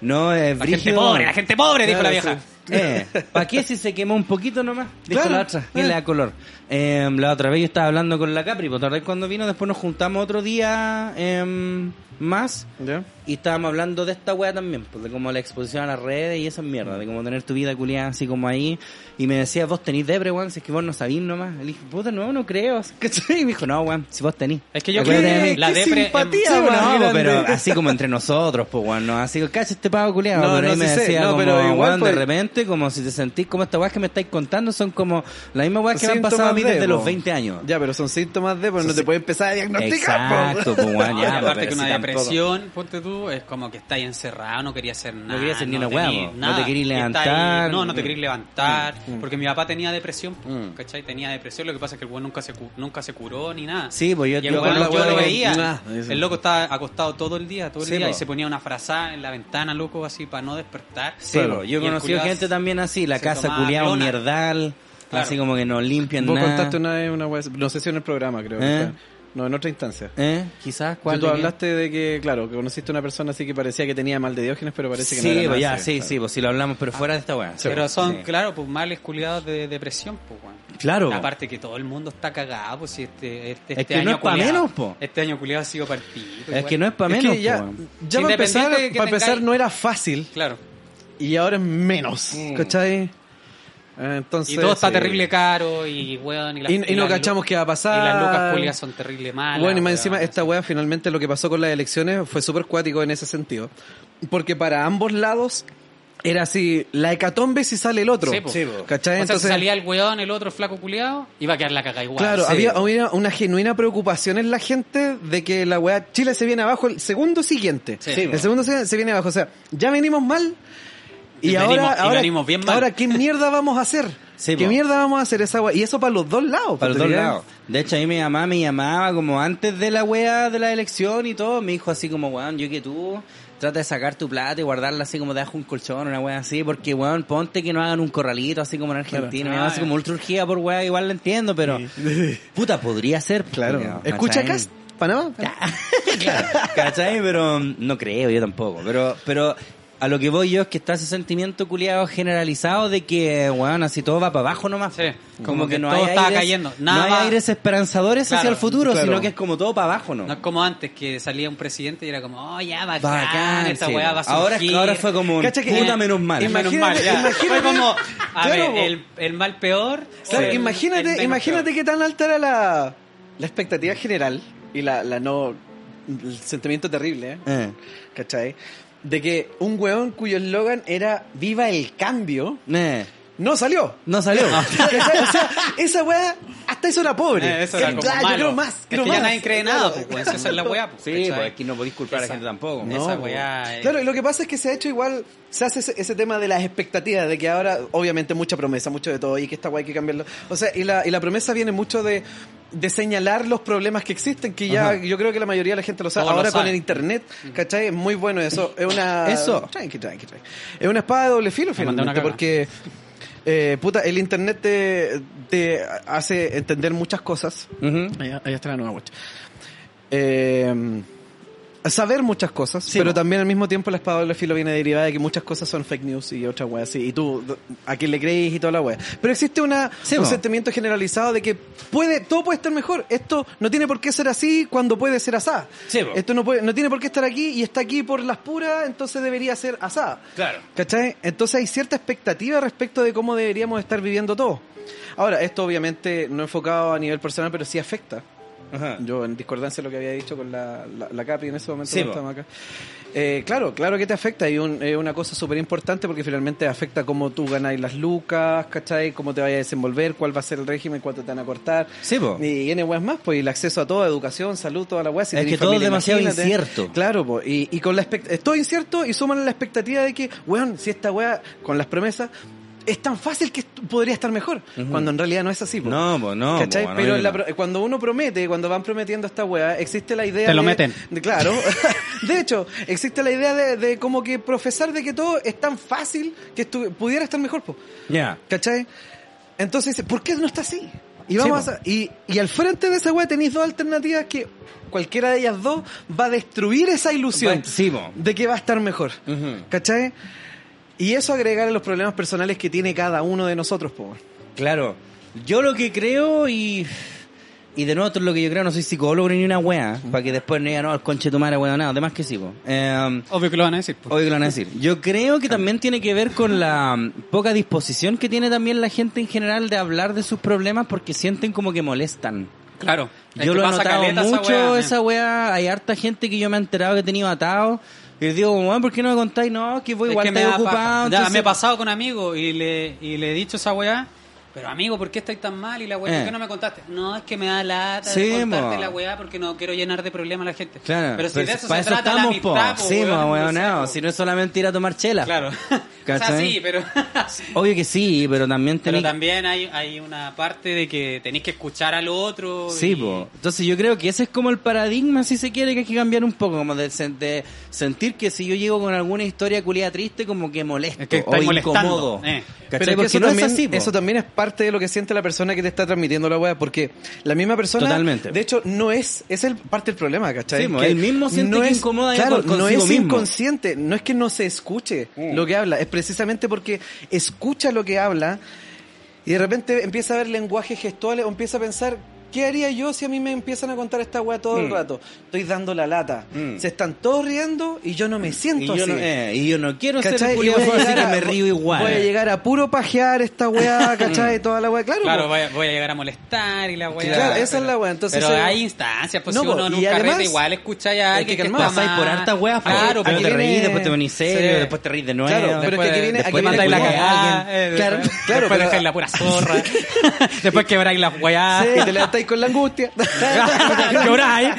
S2: No, es
S4: La gente
S2: brígido.
S4: pobre, la gente pobre, dijo la vieja.
S3: Claro, sí.
S2: Eh, ¿Para qué si se quemó un poquito nomás? Dijo
S3: Claro,
S2: la otra. Y le da color. Eh, la otra vez yo estaba hablando con la Capri, porque cuando vino, después nos juntamos otro día em, más
S3: ¿Ya?
S2: y estábamos hablando de esta wea también, pues, de como la exposición a las redes y esas mierdas, de como tener tu vida culiada así como ahí. Y me decía, vos tenís debre, weón, si es que vos no sabís nomás. Le dije, puta, no, no creo. ¿Cachai? Y me dijo, no, weón, si vos tenís.
S4: Es que yo
S2: Acuérdate de mí.
S4: creo que la
S3: qué
S4: depre.
S3: simpatía,
S2: Sí,
S3: weón.
S2: bueno,
S3: más
S2: no,
S3: grande.
S2: pero así como entre nosotros, pues, weón, no, así que cacha este pavo culiado.
S3: No,
S2: pero
S3: no,
S2: ahí me
S3: sí sé,
S2: decía,
S3: no,
S2: como,
S3: pero igual,
S2: weón, de
S3: pues-
S2: repente, como si te sentís como esta weas que me estáis contando, son como las mismas weas que me han pasado a mí
S3: Síntomas de,
S2: desde los
S3: po.
S2: 20 años.
S3: Ya, pero son síntomas de, pero no te puedes empezar a diagnosticar. po.
S2: Exacto, pues, weón,
S4: No,
S2: ya,
S4: y
S2: pues,
S4: aparte
S2: pero
S4: que
S2: si
S4: una
S2: tampoco-
S4: depresión, ponte tú, es como que estáis encerrado, no quería hacer nada.
S2: quería hacer ni una
S4: tenía
S2: hueá, po. No
S4: nada.
S2: te quería
S4: Y estáis-
S2: levantar.
S4: No, no te
S2: Mm.
S4: quería levantar. Porque mi papá tenía depresión, po,
S2: Mm.
S4: ¿cachai? Tenía depresión, lo que pasa es que el weón nunca se, cu- nunca se curó ni nada.
S2: Sí, pues, yo-
S4: Y el
S2: yo
S4: weón,
S2: con la
S4: yo
S2: hueá
S4: lo
S2: que-
S4: veía.
S3: nada, eso.
S4: el loco estaba acostado todo el día, todo el
S2: Sí,
S4: día,
S2: po.
S4: y se ponía una frazada en la ventana, loco, así para no despertar.
S2: Sí,
S4: Y el
S2: po, yo he conocido
S4: culiao
S2: gente también así, la
S4: se
S2: casa
S4: tomaba
S2: culiada, un
S4: clona.
S2: mierdal,
S4: Claro.
S2: así como que no limpian
S3: Vos
S2: nada.
S3: contaste una vez una weá, no sé si en el programa, creo. que
S2: ¿Eh?
S3: fue. No, en otra instancia.
S2: ¿Eh? Quizás,
S3: Que
S2: ¿cuál?
S3: tú
S2: de qué?
S3: hablaste de que, claro, que conociste a una persona así que parecía que tenía mal de Diógenes, pero parece que no
S2: sí,
S3: era
S2: pues,
S3: nada
S2: ya,
S3: así,
S2: sí,
S3: claro. Ah.
S2: sí, pues si lo hablamos, pero fuera de esta weá. sí.
S4: Pero son,
S2: Sí.
S4: claro, pues males culiados de depresión, pues, weón.
S2: Claro, po.
S4: Aparte que todo el mundo está cagado, pues, si este, este,
S2: Es
S4: este
S2: que
S4: año
S2: no es pa'
S4: culiao-
S2: menos, po.
S4: Este año culiado ha sido partido.
S2: Es que no es para menos,
S3: Es que ya,
S2: po, weón.
S3: ya para empezar,
S4: Independiente de que
S3: para empezar
S4: tengáis-
S3: no era fácil
S4: Claro.
S3: y ahora es menos,
S2: Mm.
S3: ¿cachai? Eh,
S4: Y
S3: Entonces,
S4: todo está
S3: sí.
S4: terrible caro y, weón, y, las-
S3: Y- y
S4: y
S3: no
S4: las-
S3: cachamos qué va a pasar.
S4: Y las lucas culiadas son terrible malas.
S3: Bueno, y más
S4: weón.
S3: encima, esta weá finalmente lo que pasó con las elecciones fue súper cuático en ese sentido. Porque para ambos lados era así, la hecatombe si sale el otro.
S4: Sí, po. Sí, po.
S3: ¿Cachai?
S4: O sea, si
S3: Entonces,
S4: salía el weón, el otro flaco culiado, iba a quedar la cagada igual.
S3: claro,
S4: Sí.
S3: había, había una genuina preocupación en la gente de que la weá Chile se viene abajo el segundo siguiente.
S4: Sí, po.
S3: el segundo se, se viene abajo. O sea, ya venimos mal. Y,
S4: Y
S3: ahora,
S4: venimos- y
S3: ahora,
S4: venimos bien mal.
S3: ahora, ¿qué mierda vamos a hacer?
S2: Sí,
S3: ¿Qué
S2: po.
S3: mierda vamos a hacer esa weá? Y eso para los dos lados. pues,
S2: Para los dos
S3: ¿cachai?
S2: lados. De hecho, ahí mi mamá me llamaba como antes de la wea de la elección y todo. Me dijo así como, weón, yo que tú Trata de sacar tu plata y guardarla así como debajo de un colchón, una wea así, porque weón, ponte que no hagan un corralito así como en Argentina,
S4: Claro.
S2: me hace como ultra urgida por weá, igual la entiendo, pero puta, podría ser.
S3: Claro.
S2: ¿cachai?
S3: ¿Escucha Cast? Panamá.
S2: Claro, ¿Cachai? Pero mm, no creo, yo tampoco. Pero, pero a lo que voy yo es que está ese sentimiento culiado generalizado de que, weón, así todo va para abajo nomás.
S4: Sí,
S2: Como,
S4: como
S2: que,
S4: que
S2: no
S4: todo
S2: hay
S4: está
S2: aires,
S4: cayendo.
S2: no
S4: Nada
S2: hay
S4: va-
S2: aires esperanzadores hacia
S4: Claro,
S2: el futuro,
S3: claro.
S2: sino que es como todo para abajo, ¿no?
S4: No es como antes que salía un presidente y era como, oh, ya, bacán,
S2: Bacán,
S4: esta
S2: sí.
S4: weá va a
S2: ahora,
S4: surgir.
S2: ahora fue como,
S3: Cacha que-
S2: puta, menos mal.
S4: Es menos mal, ya. Fue como, a ver,
S3: claro, po.
S4: el, el mal peor. o
S3: Claro,
S4: el- el
S3: imagínate,
S4: menos
S3: imagínate
S4: peor.
S3: qué tan alta era la, la expectativa general y la, la no. el sentimiento terrible, ¿eh?
S2: Eh.
S3: ¿cachai? De que un weón cuyo eslogan era Viva el cambio,
S2: Eh,
S3: no salió.
S2: No salió.
S3: ¿Cachai? O sea, esa weá hasta eso era pobre.
S4: Eh, eso era como
S3: Ah,
S4: malo.
S3: Yo creo más,
S4: Es
S3: creo
S4: que ya
S3: más.
S4: nadie cree nada, pues, weón, si esa es la weá. pues,
S2: Sí,
S4: ¿cachai?
S2: pues aquí no podéis culpar a la
S4: Esa-
S2: gente tampoco.
S4: No. esa
S3: po.
S4: weá, eh.
S3: Claro, y lo que pasa es que se ha hecho igual, se hace ese, ese tema de las expectativas, de que ahora, obviamente, mucha promesa, mucho de todo, y que esta guay hay que cambiarlo. O sea, y la, y la promesa viene mucho de, de señalar los problemas que existen, que ya
S2: Ajá.
S3: yo creo que la mayoría de la gente lo sabe.
S4: Todos lo
S3: ahora con
S4: saben.
S3: el internet, ¿cachai? Es muy bueno eso. Es una.
S2: Eso.
S3: Tranqui, tranqui, tranqui. Es una espada de doble filo,
S4: Me mandé una
S3: finalmente,
S4: caga.
S3: porque. eh, puta, el internet te, te hace entender muchas cosas.
S2: Ujú.
S3: Allá, allá está la nueva watch. Eh, saber muchas cosas,
S2: Sí,
S3: pero
S2: po.
S3: también al mismo tiempo la espada de filo viene derivada de que muchas cosas son fake news y otras weas así. Y tú, d- a quién le crees y toda la wea. Pero existe una,
S2: Sí,
S3: un
S2: po.
S3: sentimiento generalizado de que puede, todo puede estar mejor. Esto no tiene por qué ser así cuando puede ser asá.
S2: Sí, po.
S3: Esto no, puede, no tiene por qué estar aquí y está aquí por las puras, entonces debería ser asá.
S2: Claro.
S3: ¿Cachai? Entonces hay cierta expectativa respecto de cómo deberíamos estar viviendo todos. Ahora, esto obviamente no enfocado a nivel personal, pero sí afecta.
S2: Ajá.
S3: Yo en discordancia de lo que había dicho con la, la, la Capri en ese momento
S2: Sí,
S3: cuando
S2: po.
S3: estábamos acá. Eh, claro, claro que te afecta y un- es una cosa súper importante porque finalmente afecta cómo tú ganáis las lucas, ¿cachai? Cómo te vayas a desenvolver, cuál va a ser el régimen, cuánto te van a cortar.
S2: Sí, po.
S3: Y N weas más, pues, y el acceso a todo, educación, salud, toda la wea. Si
S2: Es
S3: tenés
S2: que todo
S3: familia,
S2: es demasiado
S3: imagínate.
S2: incierto.
S3: Claro, po, y, y con la expect- es todo incierto y suman la expectativa de que, weón, si esta wea con las promesas es tan fácil que est- podría estar mejor, cuando en realidad no es así. po.
S2: No, po, no, pues,
S3: ¿Cachai?
S2: po, no,
S3: Pero
S2: no.
S3: la pro- cuando uno promete, cuando van prometiendo esta weá, existe la idea.
S4: Te lo
S3: de-
S4: meten.
S3: de- claro. de hecho, existe la idea de, de como que profesar de que todo es tan fácil que estu- pudiera estar mejor, po.
S2: Ya.
S3: ¿Cachai? Entonces dice, ¿por qué no está así? Y,
S2: Sí,
S3: vamos
S2: po.
S3: a- y, y al frente de esa weá tenéis dos alternativas que cualquiera de ellas dos va a destruir esa ilusión
S2: Va- sí, po.
S3: de que va a estar mejor.
S2: Ujú.
S3: ¿Cachai? Y eso agregar los problemas personales que tiene cada uno de nosotros, po.
S2: Claro, yo lo que creo y. Y de nuevo, esto es lo que yo creo, no soy psicólogo ni una wea, para que después no digan, no, el conche tu madre, weón, nada, además que sí, po. Eh,
S4: Obvio que lo van a decir. pues.
S2: Obvio que lo van a decir. Yo creo que también tiene que ver con la mm, poca disposición que tiene también la gente en general de hablar de sus problemas porque sienten como que molestan.
S4: Claro. Es
S2: Yo
S4: que
S2: lo he
S4: pasa
S2: notado
S4: caleta esa
S2: mucho,
S4: weá, eh.
S2: esa weá. Hay harta gente que yo me he enterado que he tenido atado. Y les digo, como, "Bueno, ¿por qué no me contáis? No, que voy
S4: Es
S2: igual
S4: que me
S2: estáis
S4: da paja.
S2: ocupado.
S4: Ya,
S2: entonces-
S4: me ha pasado con amigos y le, y le he dicho esa weá. Pero amigo, ¿por qué estáis tan mal? Y la weá,
S2: Eh.
S4: ¿por qué no me contaste? No, es que me da lata
S2: Sí,
S4: de contarte
S2: mo.
S4: la weá porque no quiero llenar de problemas a la gente.
S2: Claro, pues,
S4: pero si de eso
S2: para
S4: se
S2: eso
S4: trata
S2: estamos,
S4: la amistad,
S2: po.
S4: po,
S2: Sí,
S4: weón,
S2: po,
S4: no
S2: weón,
S4: sé,
S2: no,
S4: po.
S2: si no es solamente ir a tomar chela.
S4: Claro. o sea,
S2: ¿Cachai?
S4: sí, pero...
S2: Obvio que sí, pero también
S4: pero
S2: tenés...
S4: también hay, hay una parte de que tenéis que escuchar al otro.
S2: Sí,
S4: y-
S2: po. Entonces yo creo que ese es como el paradigma, si se quiere, que hay que cambiar un poco, como de, sen- de sentir que si yo llego con alguna historia culiada triste, como que molesto
S4: Es que
S2: o
S4: estáis
S2: incomodo.
S4: molestando, eh.
S2: ¿Cachai?
S3: Pero es que
S2: Porque
S3: eso,
S2: no
S3: también,
S2: es así, po.
S3: eso también es parte de lo que siente la persona que te está transmitiendo la weá, porque la misma persona,
S2: Totalmente.
S3: de hecho, no es, es el parte del problema, ¿cachai?
S2: Sí, mo,
S3: Que
S2: él mismo siente que incomoda
S3: claro,
S2: con-
S3: no
S2: consigo
S3: es
S2: mismo.
S3: inconsciente, no es que no se escuche
S2: Mm.
S3: lo que habla, es precisamente porque escucha lo que habla y de repente empieza a ver lenguajes gestuales o empieza a pensar, ¿qué haría yo si a mí me empiezan a contar esta weá todo el
S2: Mm.
S3: rato? Estoy dando la lata,
S2: Mm.
S3: se están todos riendo y yo no me
S2: y,
S3: siento
S2: yo
S3: así.
S2: no, eh, y yo no quiero ser
S3: ¿Cachai?
S2: el
S3: Y voy
S2: culiao
S3: a
S2: feo, así
S3: llegar
S2: que me
S3: a-
S2: río igual.
S3: Voy a llegar a puro pajear esta weá, ¿cachai? Toda la weá. Claro,
S4: Claro,
S3: po.
S4: voy a, voy a llegar a molestar y la weá.
S3: Claro, esa es la weá,
S4: weá.
S3: entonces
S4: pero
S3: se-
S4: hay instancias, pues
S3: No,
S4: si
S3: po,
S4: uno en
S3: y
S4: un carrete
S3: además-
S4: igual escucha ya a
S3: es que
S4: alguien que,
S3: calmado,
S4: está
S2: Pasáis
S4: mal.
S2: por hartas weas, pues. po.
S4: Claro,
S2: Primero
S4: pero
S3: aquí
S2: te
S3: viene-
S2: reís, después te ponís serio,
S3: Sí.
S2: después te reís de nuevo.
S3: Claro, pero es que aquí viene-
S2: después
S3: aquí viene
S4: matáis
S2: matáis
S4: la
S2: la
S3: como-
S2: cagada.
S4: cagada. eh,
S3: Claro,
S4: después,
S3: claro,
S4: después
S3: pero-
S4: dejáis la pura zorra. después quebráis las weá.
S3: Sí, te levantáis con la angustia.
S4: Lloráis.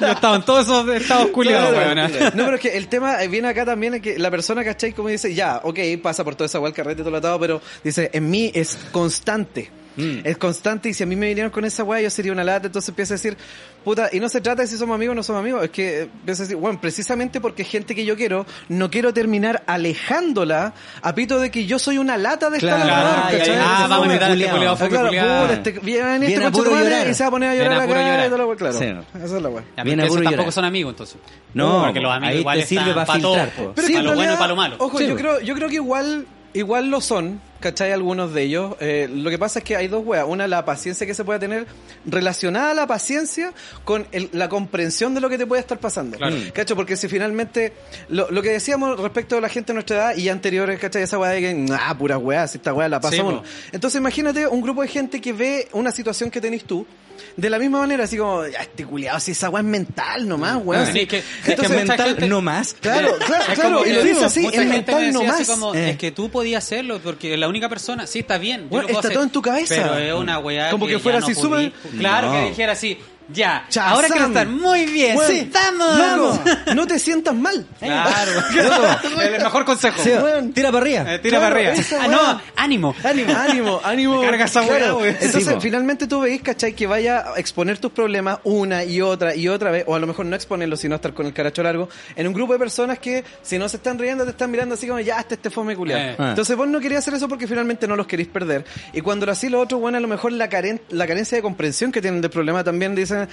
S4: Yo estaba en todos esos estados culiados,
S3: Claro.
S4: weón. ah.
S3: No, pero es que el tema viene acá también, es que la persona, ¿cachai? Como dice, ya, ok, pasa por toda esa weá, el carrete, todo lo atado, pero dice, en mí es constante.
S2: Mm.
S3: Es constante y si a mí me vinieron con esa weá, yo sería una lata. Entonces empieza a decir, puta, y no se trata de si somos amigos o no somos amigos. Es que eh, empieza a decir, bueno, precisamente porque es gente que yo quiero, no quiero terminar alejándola a pito de que yo soy una lata de
S2: Claro,
S3: esta
S2: ah, ya, ya,
S4: ah,
S2: ese
S4: vamos a invitar a este
S2: culiao.
S4: culiao,
S2: Ah,
S4: fome
S3: claro,
S4: culiao.
S3: puta, este, viene
S2: Viene
S3: este
S2: a puro
S3: conche tu madre
S2: llorar.
S3: y se va a poner a llorar
S4: Viene a
S3: la
S4: puro
S3: cara
S4: llorar.
S3: y toda la wea, claro.
S2: Sí.
S3: Esa es la wea.
S4: Ya, pero
S2: Viene a
S4: esos
S2: puro
S4: tampoco
S2: llorar.
S4: son amigos entonces.
S2: No,
S4: porque los amigos
S2: ahí
S4: igual
S2: te sirve
S4: están
S2: para
S4: pa' todo,
S2: filtrar, po.
S4: pa'
S3: en
S4: lo bueno y
S3: realidad,
S4: para lo malo.
S3: Ojo,
S2: Sí,
S3: yo
S2: po.
S3: creo, yo creo que igual, igual lo son, ¿cachai? Algunos de ellos. Eh, lo que pasa es que hay dos weas. Una, la paciencia que se pueda tener relacionada a la paciencia con el- la comprensión de lo que te puede estar pasando.
S4: Claro.
S3: ¿Cacho? Porque si finalmente, lo, lo que decíamos respecto a la gente de nuestra edad y anteriores, ¿cachai? Esa wea de que, ah, pura wea, si esta wea la pasa
S4: Sí,
S3: uno.
S4: po.
S3: Entonces imagínate un grupo de gente que ve una situación que tenés tú. De la misma manera, así como, "Ya, este culiado, si esa wea es mental nomás, weón.
S4: Mm. Ah, Sí,
S3: si-
S4: es que- es que
S2: Es que
S4: mucha
S2: mental
S4: gente-
S2: no más.
S3: Claro, claro,
S4: Es
S3: claro.
S4: como
S3: Y
S4: que
S3: lo dice así,
S4: mucha
S3: es
S4: gente me
S3: mental
S4: decía así
S3: nomás.
S4: como,
S2: Eh.
S4: Es que tú podías hacerlo porque la única persona, sí, está bien. yo
S3: Bueno,
S4: lo puedo
S3: está
S4: hacer,
S3: todo en tu cabeza.
S4: Pero es una weá.
S3: Como que
S4: ya
S3: fuera
S4: no
S3: así,
S4: podí-
S3: sube-
S4: Claro,
S2: No.
S4: que dijera así. Ya,
S3: Shazam.
S4: ahora quiero estar muy bien.
S3: Weón,
S4: estamos.
S3: loco, no te sientas mal.
S4: Claro, el mejor consejo.
S2: Sí,
S3: Weón.
S2: tira para arriba.
S4: Eh, tira
S3: Claro,
S4: para arriba.
S3: esa
S4: Ah,
S3: weá.
S4: no, ánimo.
S3: Ánimo, ánimo, ánimo.
S4: Me carga esa weá, weón.
S3: Entonces,
S2: Sí, po.
S3: finalmente tú veis, ¿cachai? Que vaya a exponer tus problemas una y otra y otra vez, o a lo mejor no exponerlos, sino estar con el caracho largo, en un grupo de personas que, si no se están riendo, te están mirando así como, ya, este, este fome culiao.
S4: Eh.
S2: Ah.
S3: Entonces vos no querías hacer eso porque finalmente no los queréis perder. Y cuando lo hacía los otros, bueno, a lo mejor la, caren- la carencia de comprensión que tienen del problema también dicen,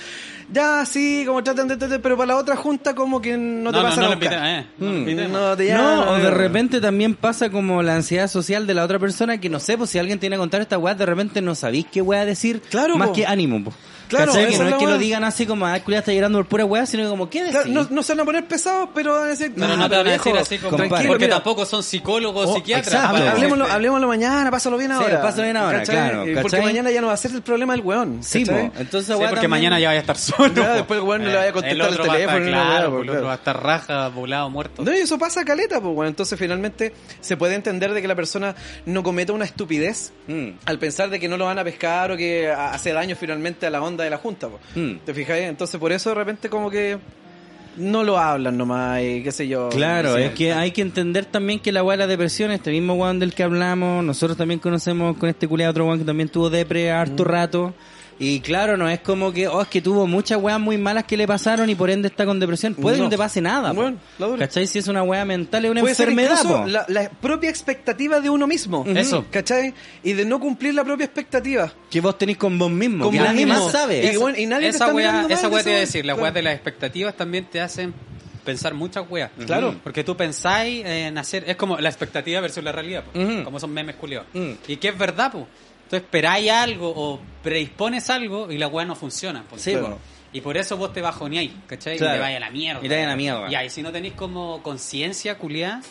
S3: ya, sí, como tratan de, de- de- pero para la otra junta como que no te
S4: no,
S3: pasan
S4: no
S3: a
S4: lo
S3: buscar.
S4: invita- eh, no lo
S2: Mm.
S4: invitemos.
S3: No, te llaman, eh.
S2: No, o de
S3: weón.
S2: repente también pasa como la ansiedad social de la otra persona que no sé, pues si alguien tiene que contar esta weá, de repente no sabéis qué weá decir.
S3: Claro,
S2: Más
S3: po.
S2: que ánimo, po.
S3: Claro,
S2: ¿Cachai? Que
S3: esa
S2: no
S3: es
S2: es
S3: la
S2: que lo
S3: weá.
S2: diga así como, ah, culiá está llorando por pura weá, sino como, ¿qué decís?
S3: Claro, no, no se van a poner pesados, pero van a decir,
S4: Pero
S3: "Ah,
S4: no te van a decir
S3: viejo,
S4: así como
S2: compadre.
S4: tranquilo, porque
S3: mira,
S4: tampoco son psicólogos
S2: Oh,
S4: o psiquiatras.
S2: exacto.
S4: para-
S3: Hablemoslo, hablemoslo mañana, pásalo bien ahora.
S2: pásalo bien ahora, claro,
S3: Eh, Porque
S2: ¿cachai?
S3: mañana ya no va a ser el problema el weón.
S2: Sí,
S3: ¿cachai?
S2: po. eh. Entonces,
S4: Sí,
S2: weá,
S4: porque
S2: también-
S4: mañana ya vaya a estar solo.
S3: Ya,
S4: po. Eh,
S3: después el weón no le vaya a contestar
S4: otro
S3: el
S4: va a estar-
S3: teléfono,
S4: Claro,
S3: no,
S4: po, el otro
S3: claro.
S4: va a estar raja, volado, muerto.
S3: No, y eso pasa caleta, pues, weón. Entonces, finalmente, se puede entender de que la persona no cometa una estupidez
S2: Mm.
S3: al pensar de que no lo van a pescar o que a- hace daño finalmente a la onda de la junta, po.
S2: Mm.
S3: ¿Te fijáis? Entonces, por eso de repente, como que no lo hablan nomás y qué sé yo.
S2: Claro,
S3: Sí.
S2: es que hay que entender también que la weá de la depresión, este mismo weón del que hablamos, nosotros también conocemos con este culiado otro weón que también tuvo depre
S3: Mm.
S2: harto rato. Y claro, no es como que, oh, es que tuvo muchas weas muy malas que le pasaron y por ende está con depresión. Puede que
S3: No.
S2: no te pase nada. po.
S3: Bueno, la dura.
S2: ¿Cachai? Si es una wea mental, es una
S3: Puede ser
S2: enfermedad.
S3: incluso
S2: po.
S3: la, la propia expectativa de uno mismo. Mm,
S4: Eso.
S3: ¿Cachai? Y de no cumplir la propia expectativa.
S2: Que vos tenés con vos mismo.
S3: Con
S2: que
S3: vos
S2: nadie
S3: mismo.
S2: más sabe.
S3: Y bueno, y nadie te
S4: esa
S3: está
S4: weá-
S3: mirando mal,
S4: esa weá
S3: esa
S4: te iba a
S3: weá.
S4: decir, las
S3: Claro.
S4: weas de las expectativas también te hacen pensar muchas weas. Mm.
S2: Claro.
S4: Porque tú pensáis en hacer, es como la expectativa versus la realidad, po,
S2: Ujú.
S4: como son memes culiados.
S2: Mm.
S4: Y que es verdad, pues. Tú esperáis algo o predispones algo y la wea no funciona. po.
S2: Sí,
S4: Claro.
S2: po.
S4: Y por eso vos te bajoneáis, ¿cachai?
S2: Claro.
S4: Y te vaya a la mierda.
S2: Y te vaya a la mierda.
S4: Ya, y si no tenés como conciencia culiada,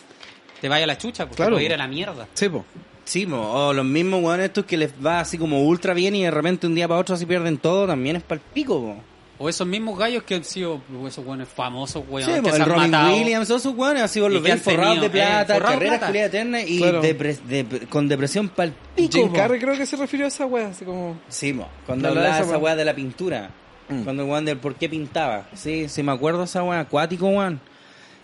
S4: te vaya a la chucha, porque
S3: Claro,
S4: te puede ir
S3: po.
S4: a la mierda.
S3: Sí, po.
S2: Sí, mo, o los mismos weones estos que les va así como ultra bien y de repente un día para otro así pierden todo, también es pa'l pico, po.
S4: O esos mismos gallos que han sido esos buenos famosos, weón,
S2: Sí,
S4: que
S2: po,
S4: se
S2: el
S4: han
S2: Robin
S4: matado.
S2: Williams, todos esos weones así vos
S4: Y
S2: los
S4: que
S2: ven
S4: han
S2: forrados
S4: tenido,
S2: de plata,
S4: eh, forrados de
S2: carreras
S4: plata.
S2: culiadas eternas y
S3: Claro.
S2: depre- de- con depresión pa'l pico,
S3: Jim
S2: po.
S3: Carrey creo que se refirió a esa wea, así como...
S2: Sí, mo, cuando
S3: Hablaba
S2: hablaba
S3: de
S2: de
S3: esa
S2: esa
S3: weá. Mm.
S2: weá de la pintura. Cuando el weón del por qué pintaba. Sí, sí me acuerdo esa weá, acuático weón.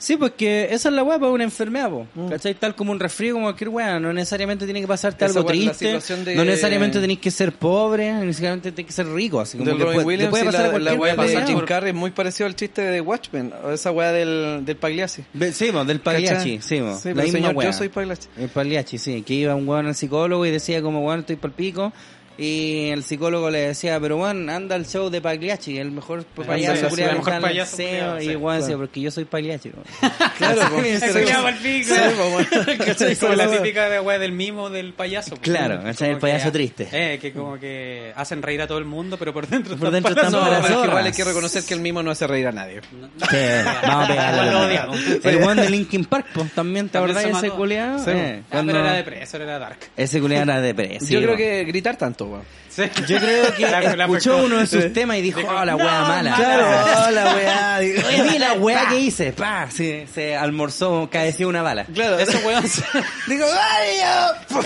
S2: Sí, porque esa es la weá para una enfermedad, po.
S3: Mm.
S2: ¿Cachai? Tal como un resfrío, como cualquier weá. No necesariamente tiene que pasarte
S3: Esa
S2: algo
S3: weá, la
S2: triste.
S3: situación de-
S2: No necesariamente tenés que ser pobre, no necesariamente tenés que ser rico. Así como
S3: Del
S2: que
S3: Robin
S2: puede, te
S3: Williams
S2: puede
S3: y
S2: pasar a
S3: la, la
S2: cualquier
S3: wea
S2: persona.
S3: de Jim Carrey es muy parecido al chiste de Watchmen, o esa wea del, del Pagliacci.
S2: Ve- Sí, po, del
S3: ¿Cachai?
S2: Pagliacci, sí, po.
S3: Sí,
S2: la
S3: pero
S2: misma
S3: señor,
S2: weá.
S3: yo soy Pagliacci.
S2: El Pagliacci, Eh, sí, que iba un weón al psicólogo y decía como, weón, estoy pal pico. Y el psicólogo le decía, pero weón, anda al show de Pagliacci, el mejor
S4: sí,
S2: payaso
S4: sí,
S2: culiao
S4: el mejor
S2: que está en el
S4: payaso
S2: museo".
S4: culiao,
S2: Y
S4: sí,
S2: el weón decía, porque yo soy Pagliacci. weón".
S3: Claro, po.
S2: Este
S4: Ese
S3: Sí,
S4: culiao
S3: po.
S4: pa'l pico.
S3: Sí,
S2: pues,
S3: po, weón.
S4: ¿Cachai?
S3: ¿Cachai?
S4: Como
S3: Esa
S4: la
S3: wea.
S4: típica de weá del mimo del payaso. po.
S2: Claro,
S4: Como
S2: ¿cachai? El
S4: que
S2: payaso
S4: ha-
S2: triste.
S4: Eh, que como que hacen reír a todo el mundo, pero por dentro
S2: Por dentro
S4: para la
S2: están
S3: No,
S4: zorra.
S2: para las
S3: pero es que igual
S2: zorras.
S3: hay que reconocer que el mismo no hace reír a nadie.
S2: Sí, vamos a pegarle.
S4: Lo
S2: la
S4: odiamos.
S2: mano. El weón de Linkin Park, pues, también, ¿te
S4: También
S2: acordás
S4: se
S2: de ese
S4: mató.
S2: culiao?
S3: Sí,
S2: Eh,
S4: Ah,
S2: cuando-
S4: Pero era depreso, era dark.
S2: Ese culiao era depresivo.
S3: Yo creo que gritar tanto, weón.
S4: Sí.
S2: Yo creo que
S4: La- la-
S2: escuchó
S4: la-
S2: uno de sus temas y dijo,
S4: Dijo,
S2: oh, la
S4: "No,
S2: weá mala.
S4: mala.
S2: oh, la weá. Oye, mira la weá que hice. Pa, se, se almorzó, caeció una bala.
S3: Claro.
S4: Ese weón.
S3: Digo, ¡ay, yo!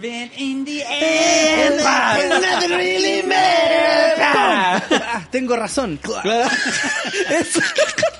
S4: Ven in the end. pa.
S3: Nothing really matters.
S2: Ah, tengo razón. Eso.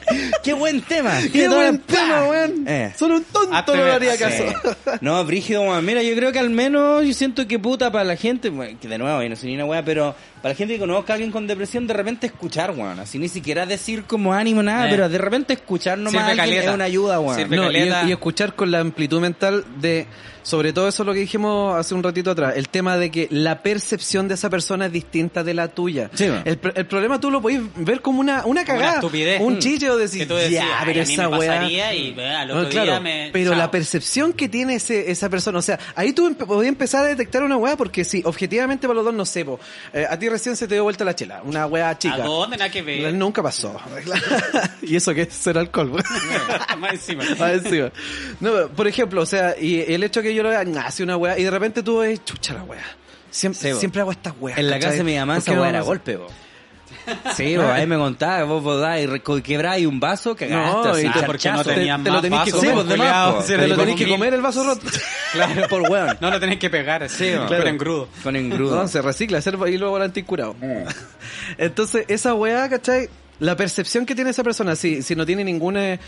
S2: ¿Qué ¡Qué buen tema!
S3: ¡Qué
S2: Tiene toda la-
S3: buen tema, weón!
S2: Eh.
S3: Solo un tonto
S4: Hazte
S3: no le
S4: ver,
S3: haría
S4: sí.
S3: caso.
S2: No, Brígido, weón. Mira, yo creo que al menos yo siento que puta para la gente, weón, que de nuevo, yo no soy ni una weá, pero para la gente que conozca a alguien con depresión, de repente escuchar, weón. Así ni siquiera decir como ánimo, nada,
S4: Eh.
S2: pero de repente escuchar nomás
S4: Sirve
S2: a alguien
S4: caleta.
S2: es una ayuda, weón.
S4: Sirve
S3: No, y,
S4: Caleta.
S3: y escuchar con la amplitud mental de, sobre todo eso es lo que dijimos hace un ratito atrás, el tema de que la percepción de esa persona es distinta de la tuya.
S2: Sí, man.
S3: el, pr- el problema tú lo podés ver como una, una
S4: Como
S3: cagada,
S4: una estupidez.
S3: un
S4: Mm.
S3: chiste o
S4: que
S3: decir,
S4: tú decías,
S3: ya,
S4: "Ay,
S3: pero
S4: a mí
S3: esa
S4: me
S3: weá...
S4: pasaría y eh, al
S3: No,
S4: otro
S3: claro,
S4: día me...
S3: pero
S4: chao".
S3: la percepción que tiene ese, esa persona, o sea, ahí tú empe- podías empezar a detectar una weá porque sí, objetivamente para los dos no sé, po. Eh, a ti recién se te dio vuelta la chela, una weá
S4: ¿A
S3: chica.
S4: dónde? Nada que ver.
S3: Nunca pasó. y eso que es ser alcohol, weón.
S4: Más encima.
S3: Más encima. No, por ejemplo, o sea, y el hecho que yo lo vea, nah, hace una weá, y de repente tú ves, chucha la weá. Siempre,
S2: Sí, bo.
S3: siempre hago estas weas.
S2: En la
S3: ¿cachai?
S2: casa de mi mamá
S3: ¿Por
S2: esa
S3: qué no
S2: weá era
S3: vamos a-
S2: golpe, weón. Sí, weón, ahí me contaba, vos podás y re- quebráis un vaso, cagaste,
S3: No,
S2: así,
S3: y tú
S4: porque no
S2: charchazo.
S3: Te,
S4: Tenían
S3: te lo
S4: más
S3: tenés que
S4: vasos,
S3: comer,
S2: pues, de más,
S3: culiao.
S2: po.
S3: Te
S2: Sí,
S3: lo tenés
S2: con
S3: que
S2: mil.
S3: comer el vaso roto.
S2: Claro, por weón.
S4: No lo tenés que pegar, sí,
S2: Sí,
S4: pero
S2: claro.
S4: en crudo.
S2: Con engrudo.
S3: No, se recicla, hacer y luego volante curado. Entonces, esa weá, ¿cachai? La percepción que tiene esa persona, si, si no tiene ninguna eh,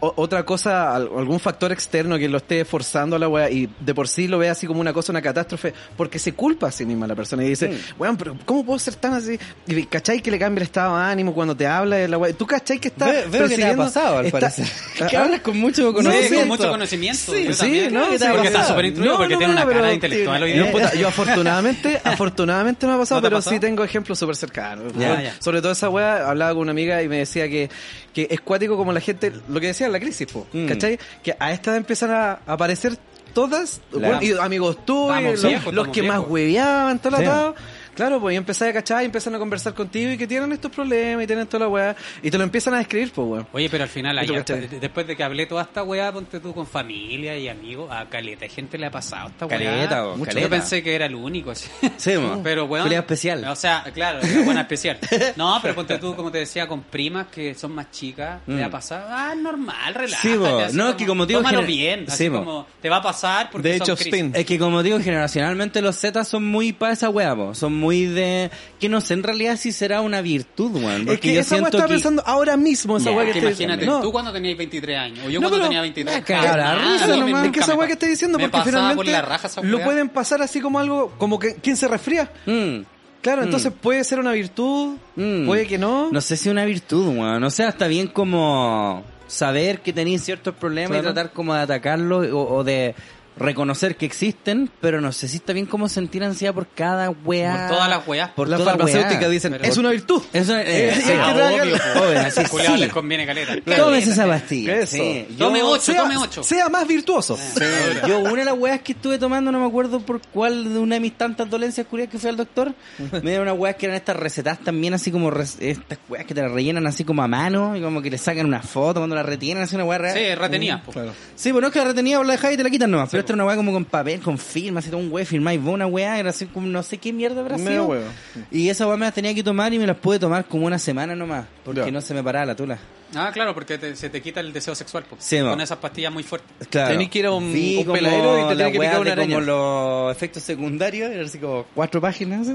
S3: o- otra cosa, al- algún factor externo que lo esté forzando a la weá y de por sí lo ve así como una cosa, una catástrofe, porque se culpa a sí misma la persona y dice, weón, pero ¿cómo puedo ser tan así? Y, ¿Cachai que le cambia el estado de ánimo cuando te habla de la weá? ¿Tú cachai que está
S2: Ve- veo que te ha
S3: persiguiendo-
S2: pasado, al
S3: está-
S2: parecer. que
S3: ¿Ah?
S2: hablas con mucho conocimiento.
S4: con mucho conocimiento.
S3: Sí,
S4: Yo
S3: sí,
S4: también
S3: no,
S4: creo que
S3: sí,
S4: te ha
S3: porque
S4: pasado.
S3: está
S4: súper instruido, porque tiene una
S3: pero
S4: cara intelectual hoy día.
S3: No, puta, yo afortunadamente, afortunadamente no me ha pasado,
S4: ¿No te ha
S3: pero
S4: pasado?
S3: sí tengo ejemplos súper cercanos.
S4: Ya,
S3: Bueno,
S4: ya.
S3: Sobre todo esa wea, hablaba con una amiga y me decía que, que es cuático como la gente, lo que decía la crisis, po,
S2: Mm.
S3: ¿cachai? Que a esta empiezan a aparecer todas,
S2: La-
S3: bueno, y amigos tuyos,
S4: Estamos
S3: los,
S4: viejos,
S3: los
S4: estamos
S3: que más
S4: viejos.
S3: hueveaban, todo
S2: Sí.
S3: el atado. Claro, pues y empezás a cachar y empiezan a conversar contigo y que tienen estos problemas y tienen toda la weá. Y te lo empiezan a describir, pues weón.
S4: Oye, pero al final,
S3: ¿Y tú
S4: ayer,
S3: cachai?
S4: de- después de que hablé toda esta weá, ponte tú con familia y amigos, a caleta, hay gente le ha pasado esta weá.
S2: Caleta, vos,
S4: Mucho.
S2: caleta.
S4: Yo pensé que era el único. así.
S2: Sí, mo.
S4: Pero weón.
S2: Pelea especial.
S4: O sea, claro, una buena especial. No, pero ponte tú, como te decía, con primas que son más chicas,
S2: Mm.
S4: le ha pasado. Ah, normal, relájate.
S2: Sí, vos.
S4: así
S2: No, es que como te digo,
S4: Tómalo
S2: gener-
S4: bien. Así
S2: Sí, vos.
S4: como, te va a pasar porque
S3: De
S4: son
S3: hecho,
S4: crisis.
S3: Spin.
S2: Es que como digo, generacionalmente los Z son muy para esa wea, po. son muy de... Que no sé en realidad si será una virtud, weón.
S3: Es
S2: Porque
S3: que
S2: yo
S3: esa weá
S2: siento
S3: estaba
S2: que...
S3: pensando ahora mismo, esa
S2: Ya,
S3: weá
S4: Porque
S3: que estoy-
S4: imagínate,
S3: No.
S4: tú cuando tenías 23 años, o yo
S3: No,
S4: cuando
S3: pero-
S4: tenía 23
S2: me cago la
S4: Nada,
S2: risa
S4: no,
S2: nomás.
S4: me-
S3: es que esa
S4: nunca me
S3: weá que estoy diciendo,
S4: me
S3: porque
S4: pasaba
S3: finalmente
S4: por la raja esa
S3: lo
S4: weá.
S3: pueden pasar así como algo, como que quien se resfría.
S2: Mm.
S3: Claro,
S2: Mm.
S3: entonces puede ser una virtud,
S2: Mm.
S3: puede que no.
S2: No sé si una virtud, weón. No sé, hasta bien como saber que tenéis ciertos problemas y
S3: Claro.
S2: tratar como de atacarlos o, o de reconocer que existen, pero no sé si está bien como sentir ansiedad por cada weá.
S4: Por todas las weas.
S2: Por
S3: Las
S2: toda
S3: farmacéuticas
S2: weá.
S3: dicen,
S4: Pero-
S3: es una virtud.
S2: Eso es... eh,
S3: Eh,
S2: sí.
S3: es que
S4: Ah,
S3: traga-
S4: obvio, po.
S2: Obvio, así,
S4: Culeado,
S2: sí.
S4: les conviene caleta.
S2: Tomes esa pastilla.
S3: Eso.
S2: sí. Yo-
S4: Tome ocho,
S3: sea,
S4: tome ocho.
S3: sea más virtuoso.
S2: Sí, yo una de las weas que estuve tomando, no me acuerdo por cuál de una de mis tantas dolencias curiosas que fui al doctor, me dieron unas weas que eran estas recetas también, así como rec- estas weas que te las rellenan así como a mano, y como que le sacan una foto cuando la retienen, así una wea real.
S4: Sí, retenía. po.
S2: Sí, pues no es que la retenía o la dejáis y te la quitan nomás, pero esta era una weá como con papel, con firma, así todo un wea, firmáis vos una weá, era así como no sé qué mierda habrá
S3: Medio
S2: sido.
S3: huevo.
S2: Y esa weá me las tenía que tomar y me las pude tomar como una semana nomás, porque
S3: Ya.
S2: no se me paraba la tula.
S4: Ah, claro, porque te- se te quita el deseo sexual po.
S2: Sí,
S4: con
S2: va.
S4: esas pastillas muy fuertes.
S2: Claro.
S3: Tenés que ir a un-
S2: Vi
S3: un
S2: como
S3: peladero y te
S2: la
S3: tenés que picar
S2: weá
S3: una
S2: de
S3: araña.
S2: Como los efectos secundarios, era así como cuatro páginas.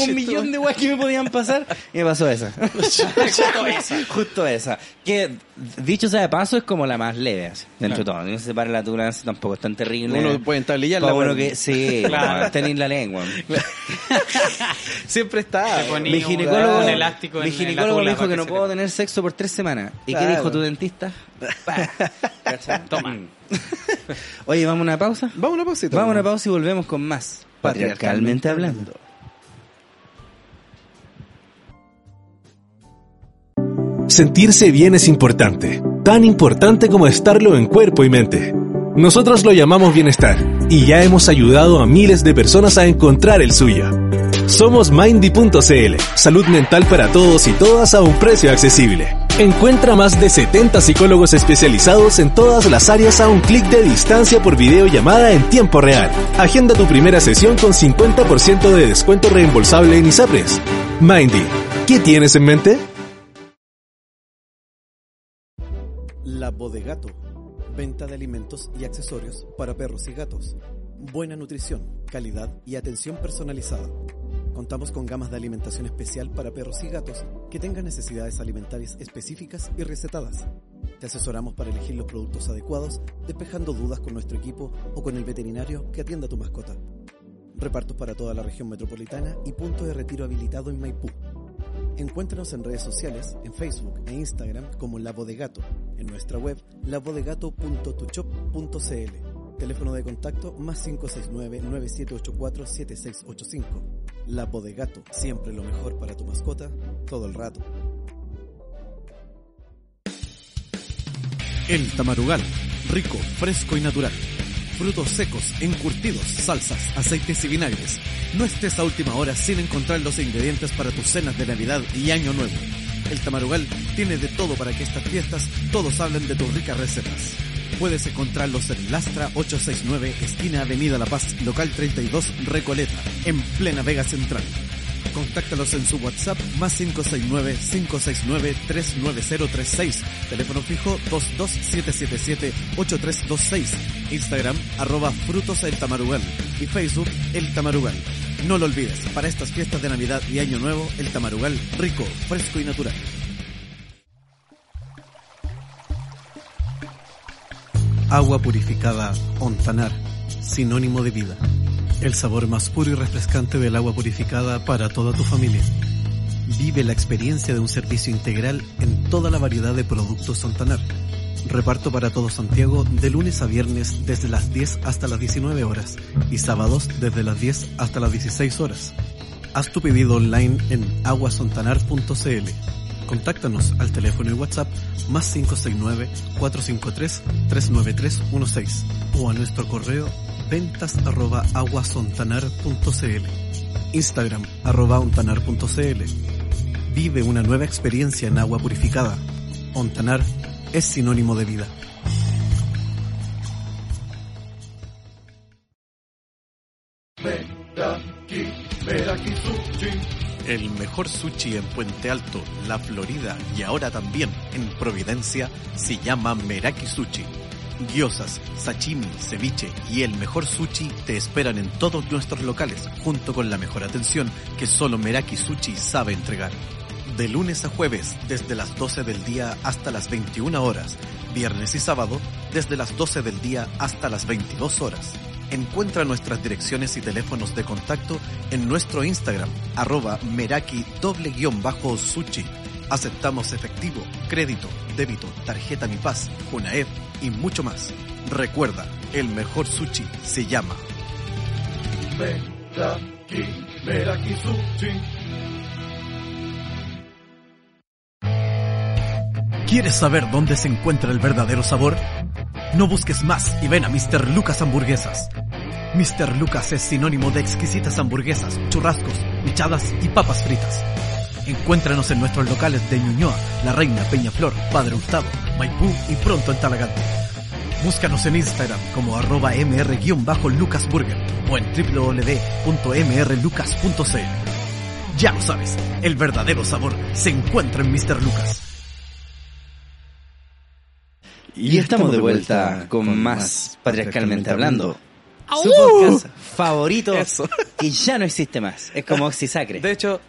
S2: un millón de weas que me podían pasar y me pasó esa.
S4: Justo esa.
S2: Justo esa. Que, dicho sea de paso, es como la más leve, así, dentro de todo. No se para la tula, así, tampoco es tan terrible.
S3: Uno puede entablillarla,
S2: Pa' bueno
S3: pero-
S2: que Sí,
S4: Claro.
S2: no, tenéis la lengua.
S3: Siempre está.
S4: Te ponía
S2: Mi
S4: un-
S2: ginecólogo,
S4: un elástico
S2: mi
S4: en- en la
S2: ginecólogo me
S4: tula
S2: dijo
S4: para
S2: que
S4: que
S2: no
S4: se
S2: puedo
S4: te-
S2: tener sexo por tres semanas. ¿Y
S3: Claro.
S2: qué dijo tu dentista? Pa. ¿Cachai?
S4: Toma.
S2: Oye, ¿vamos a una pausa?
S3: Vamos a una pausita.
S2: Vamos a una pausa y volvemos con más. Patriarcalmente hablando.
S5: Sentirse bien es importante, tan importante como estarlo en cuerpo y mente. Nosotros lo llamamos bienestar y ya hemos ayudado a miles de personas a encontrar el suyo. Somos Mindy.cl, salud mental para todos y todas a un precio accesible. Encuentra más de 70 psicólogos especializados en todas las áreas a un clic de distancia por videollamada en tiempo real. Agenda tu primera sesión con 50% de descuento reembolsable en ISAPRES. Mindy, ¿qué tienes en mente?
S6: La Bodegato. Venta de alimentos y accesorios para perros y gatos. Buena nutrición, calidad y atención personalizada. Contamos con gamas de alimentación especial para perros y gatos que tengan necesidades alimentarias específicas y recetadas. Te asesoramos para elegir los productos adecuados, despejando dudas con nuestro equipo o con el veterinario que atienda a tu mascota. Repartos para toda la región metropolitana y punto de retiro habilitado en Maipú. Encuéntranos en redes sociales, en Facebook e Instagram como La Bodegato, en nuestra web labodegato.tuchop.cl. Teléfono de contacto más 569-9784-7685. La Bodegato, siempre lo mejor para tu mascota, todo el rato.
S5: El tamarugal, rico, fresco y natural. Frutos secos, encurtidos, salsas, aceites y vinagres. No estés a última hora sin encontrar los ingredientes para tus cenas de Navidad y Año Nuevo. El tamarugal tiene de todo para que estas fiestas todos hablen de tus ricas recetas. Puedes encontrarlos en Lastra 869, esquina Avenida La Paz, local 32, Recoleta, en plena Vega Central. Contáctalos en su WhatsApp más 569-569-39036. Teléfono fijo 22777-8326. Instagram arroba frutos el tamarugal. Y Facebook el tamarugal. No lo olvides, para estas fiestas de Navidad y Año Nuevo, el tamarugal rico, fresco y natural.
S6: Agua purificada Ontanar, sinónimo de vida. El sabor más puro y refrescante del agua purificada para toda tu familia. Vive la experiencia de un servicio integral en toda la variedad de productos Ontanar. Reparto para todo Santiago de lunes a viernes desde las 10 hasta las 19 horas y sábados desde las 10 hasta las 16 horas. Haz tu pedido online en aguasontanar.cl. Contáctanos al teléfono y WhatsApp más 569-453-39316 o a nuestro correo ventas arroba aguasontanar.cl, Instagram arroba ontanar.cl. Vive una nueva experiencia en agua purificada. Ontanar es sinónimo de vida.
S5: El mejor sushi en Puente Alto, La Florida y ahora también en Providencia se llama Meraki Sushi. Gyozas, sashimi, ceviche y el mejor sushi te esperan en todos nuestros locales junto con la mejor atención que solo Meraki Sushi sabe entregar. De lunes a jueves desde las 12 del día hasta las 21 horas, viernes y sábado desde las 12 del día hasta las 22 horas. Encuentra nuestras direcciones y teléfonos de contacto en nuestro Instagram, arroba meraki doble guión bajo sushi. Aceptamos efectivo, crédito, débito, tarjeta Mi Paz, Junaef y mucho más. Recuerda, el mejor sushi se llama. ¿Quieres saber dónde se encuentra el verdadero sabor? No busques más y ven a Mr. Lucas Hamburguesas. Mr. Lucas es sinónimo de exquisitas hamburguesas, churrascos, michadas y papas fritas. Encuéntranos en nuestros locales de Ñuñoa, La Reina, Peñaflor, Padre Hurtado, Maipú y pronto en Talagante. Búscanos en Instagram como arroba mr-lucasburger o en www.mrlucas.cl. Ya lo sabes, el verdadero sabor se encuentra en Mr. Lucas.
S2: Y estamos de vuelta con más Patriarcalmente Hablando. Su podcast favorito
S3: Eso.
S2: que ya no existe más. Es como Oxisacre.
S3: De hecho,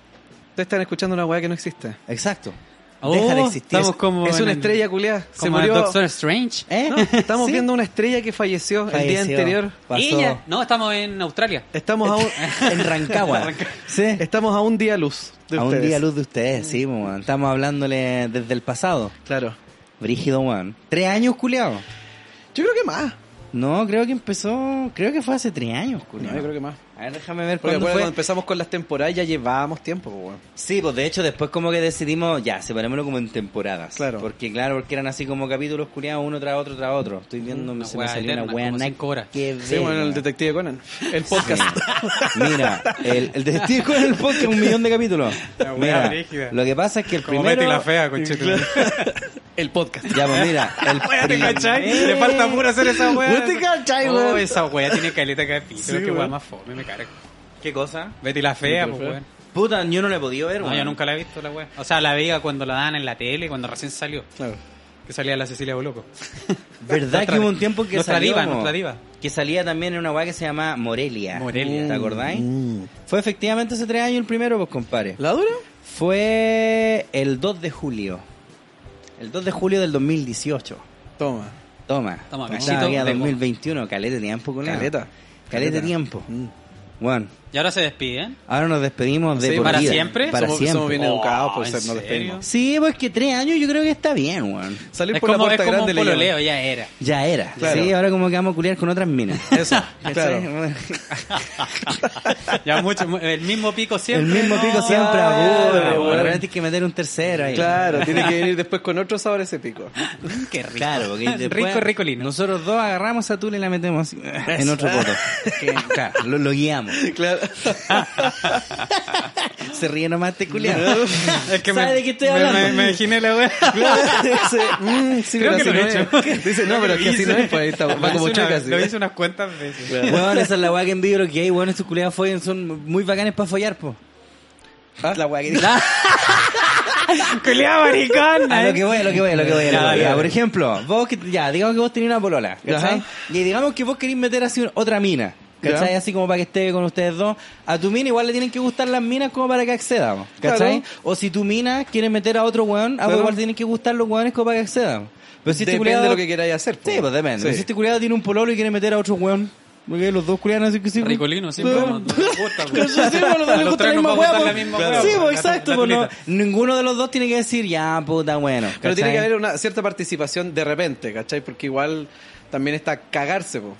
S3: te están escuchando una weá que no existe.
S2: Exacto.
S4: Oh,
S2: Deja de existir.
S4: estamos como
S3: es
S4: en
S3: una
S4: el-
S3: estrella culiada.
S4: Como
S3: Se
S4: en
S3: murió.
S4: Doctor Strange.
S2: ¿Eh?
S3: No, estamos
S2: Sí.
S3: viendo una estrella que falleció,
S2: Falleció.
S3: el día anterior.
S2: Pasó.
S4: Ella. No, estamos en Australia.
S3: Estamos a un,
S2: en Rancagua. sí.
S3: estamos a un día luz de
S2: A un
S3: ustedes.
S2: día luz de ustedes, sí, pues, weón. Estamos hablándole desde el pasado.
S3: Claro.
S2: Brígido, weón. Tres años, culiao.
S3: Yo creo que más.
S2: No, creo que empezó. Creo que fue hace tres años,
S3: No,
S2: culiao.
S3: yo creo que más.
S2: A ver, déjame ver
S3: Porque
S2: cuándo
S3: acuérdate,
S2: fue.
S3: cuando empezamos con las temporadas ya llevábamos tiempo, pues, weón.
S2: Sí, pues de hecho después como que decidimos, ya, separémoslo como en temporadas.
S3: Claro.
S2: Porque claro, porque eran así como capítulos culiados uno tras otro tras otro. Estoy viendo,
S4: Una
S2: se me
S4: wea
S2: salió
S4: eterna,
S2: una wea
S4: como
S2: nada
S4: cinco horas.
S2: que ver,
S3: Sí, bueno, el
S2: weón.
S3: detective Conan. El podcast.
S2: Mira, el, el detective con el podcast un millón de capítulos.
S4: La wea
S2: Mira,
S4: brígida.
S2: lo que pasa es que el
S4: Como
S2: primero...
S4: Betty la fea, conchito.
S3: el podcast.
S2: Ya, pues mira, el
S4: ¿Te cachai?
S2: primer-
S4: Le falta puro hacer esa wea.
S3: Weón, te cachai, weón.
S4: Oh, esa wea tiene caleta de capítulo.
S3: Sí,
S4: qué wea
S3: weón.
S4: más fome, me cargo.
S2: ¿Qué cosa?
S4: Betty la fea,
S3: Betty la
S4: pues
S3: Fea.
S4: weón.
S2: Puta, yo no la he podido ver,
S4: No,
S2: weón.
S4: yo nunca la he visto la wea. O sea, la veía cuando la dan en la tele, cuando recién salió.
S3: Claro.
S4: Que salía la Cecilia Boloco.
S2: ¿Verdad que hubo un tiempo en que
S4: Nuestra
S2: salió
S4: diva,
S2: como-
S4: nuestra diva.
S2: Que salía también en una weá que se llamaba Morelia.
S4: Morelia.
S2: ¿Te acordáis?
S3: Mm.
S2: Fue efectivamente hace tres años el primero, pues compadre.
S3: ¿La dura?
S2: Fue el 2 de julio. El 2 de julio del 2018.
S3: Toma.
S2: Toma.
S4: Toma,
S2: Estaba
S4: cachito
S2: aquí a
S4: de
S2: 2021. Calete tiempo con
S3: Caleta.
S2: Calete tiempo.
S3: Mm.
S2: Bueno,
S4: Y ahora se ¿eh? despiden.
S2: ahora nos despedimos de
S3: Sí,
S2: por
S4: ¿para
S2: vida.
S4: siempre?
S2: Para
S3: pues, somos,
S2: siempre.
S3: somos bien educados por
S4: Oh,
S3: ser
S4: ¿en
S3: no
S4: serio?
S3: despedimos.
S2: Sí, pues que tres años yo creo que está bien, weón.
S3: Salir
S4: Es
S3: por
S4: como,
S3: la
S4: es
S3: puerta
S4: como un
S3: grande le llaman.
S4: pololeo, ya era.
S2: Ya era.
S3: Claro.
S2: Sí, ahora como que vamos a culiar con otras minas.
S3: Eso, claro.
S4: Ya mucho, mu- el mismo pico
S2: El
S4: siempre.
S2: mismo
S4: ¿no?
S2: pico siempre
S3: claro,
S2: aburre,
S3: claro.
S2: weón. De repente hay que meter un tercero ahí.
S3: Claro, tiene que venir después con otro sabor ese pico.
S4: mm, Qué rico.
S2: Claro, porque después
S4: Ah, rico, rico, lindo.
S2: Nosotros dos agarramos a Tula y la metemos así, eh, en otro poto. Que, claro, lo, lo guiamos.
S3: Claro.
S2: Se ríe nomás este culiado.
S4: Es que
S2: ¿Sabe
S4: me,
S2: de qué estoy
S4: me-
S2: hablando?
S4: Me, me imaginé la wea.
S3: Dice, mm, sí,
S4: Creo
S3: pero
S4: que
S3: así
S4: lo he
S3: no
S4: hecho.
S3: es. Dice, no, pero es que así no es, pues ahí está, va como checa así.
S4: Lo hice unas cuantas veces.
S2: Weón, esa es la weá que envidio lo que hay, weón. Estos culiados follan son muy bacanes para follar, po. Ah. La weá que
S4: Culeado maricón. ¿eh?
S2: A lo que voy, a lo que voy, a lo que voy. a lo que
S4: Ya,
S2: voy.
S4: ya.
S2: Ya, por ejemplo, vos que, ya, digamos que vos tenés una polola, ¿cachai?
S3: Ajá.
S2: Y digamos que vos querés meter así un- otra mina, ¿cachai?
S3: Ya.
S2: Así como para que esté con ustedes dos. A tu mina igual le tienen que gustar las minas como para que acceda, po, ¿cachai?
S3: Claro.
S2: O si tu mina quiere meter a otro weón, a vos
S3: Claro.
S2: igual tienen que gustar los weones como para que accedan. po. Pero si este
S3: Depende
S2: culiao-
S3: de lo que queráis hacer. po.
S2: Sí, pues depende.
S3: Sí.
S2: Si este culiado tiene un pololo y quiere meter a otro weón, porque los dos culiados así que sí. po.
S4: Ricolino, siempre nos nos gusta.
S2: Pero eso sí, pues, a los dos les gusta la
S4: tres nos
S2: misma
S4: va a
S2: hueá,
S4: gustar
S2: pues.
S4: la misma
S2: Claro.
S4: hueá,
S2: Sí,
S4: pues.
S2: pues,
S4: La-
S2: exacto.
S4: la
S2: pues, no-
S4: tulita.
S2: ninguno de los dos tiene que decir, ya, puta, bueno.
S3: Pero tiene
S2: ¿cachai?
S3: que haber una cierta participación de repente, ¿cachai? Porque igual también está cagarse, pues. po.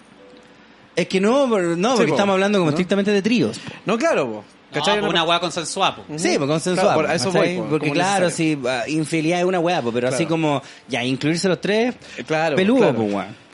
S2: Es que no, por- no porque
S3: po.
S2: estamos hablando como
S3: ¿No?
S2: estrictamente de tríos.
S3: No, claro, po. ¿Cachai?
S4: No, Ah, una hueá con sensuapo.
S3: Ujú.
S2: Sí, pues consensuado.
S3: Claro, por- a eso voy,
S2: ¿cachai?
S3: po,
S2: Porque
S3: como
S2: claro,
S3: necesario.
S2: si ah, infidelidad es una hueá, pues, pero así
S3: Claro.
S2: como, ya, incluirse los tres,
S3: Eh, claro,
S2: peludo,
S3: claro.
S2: pues, weón.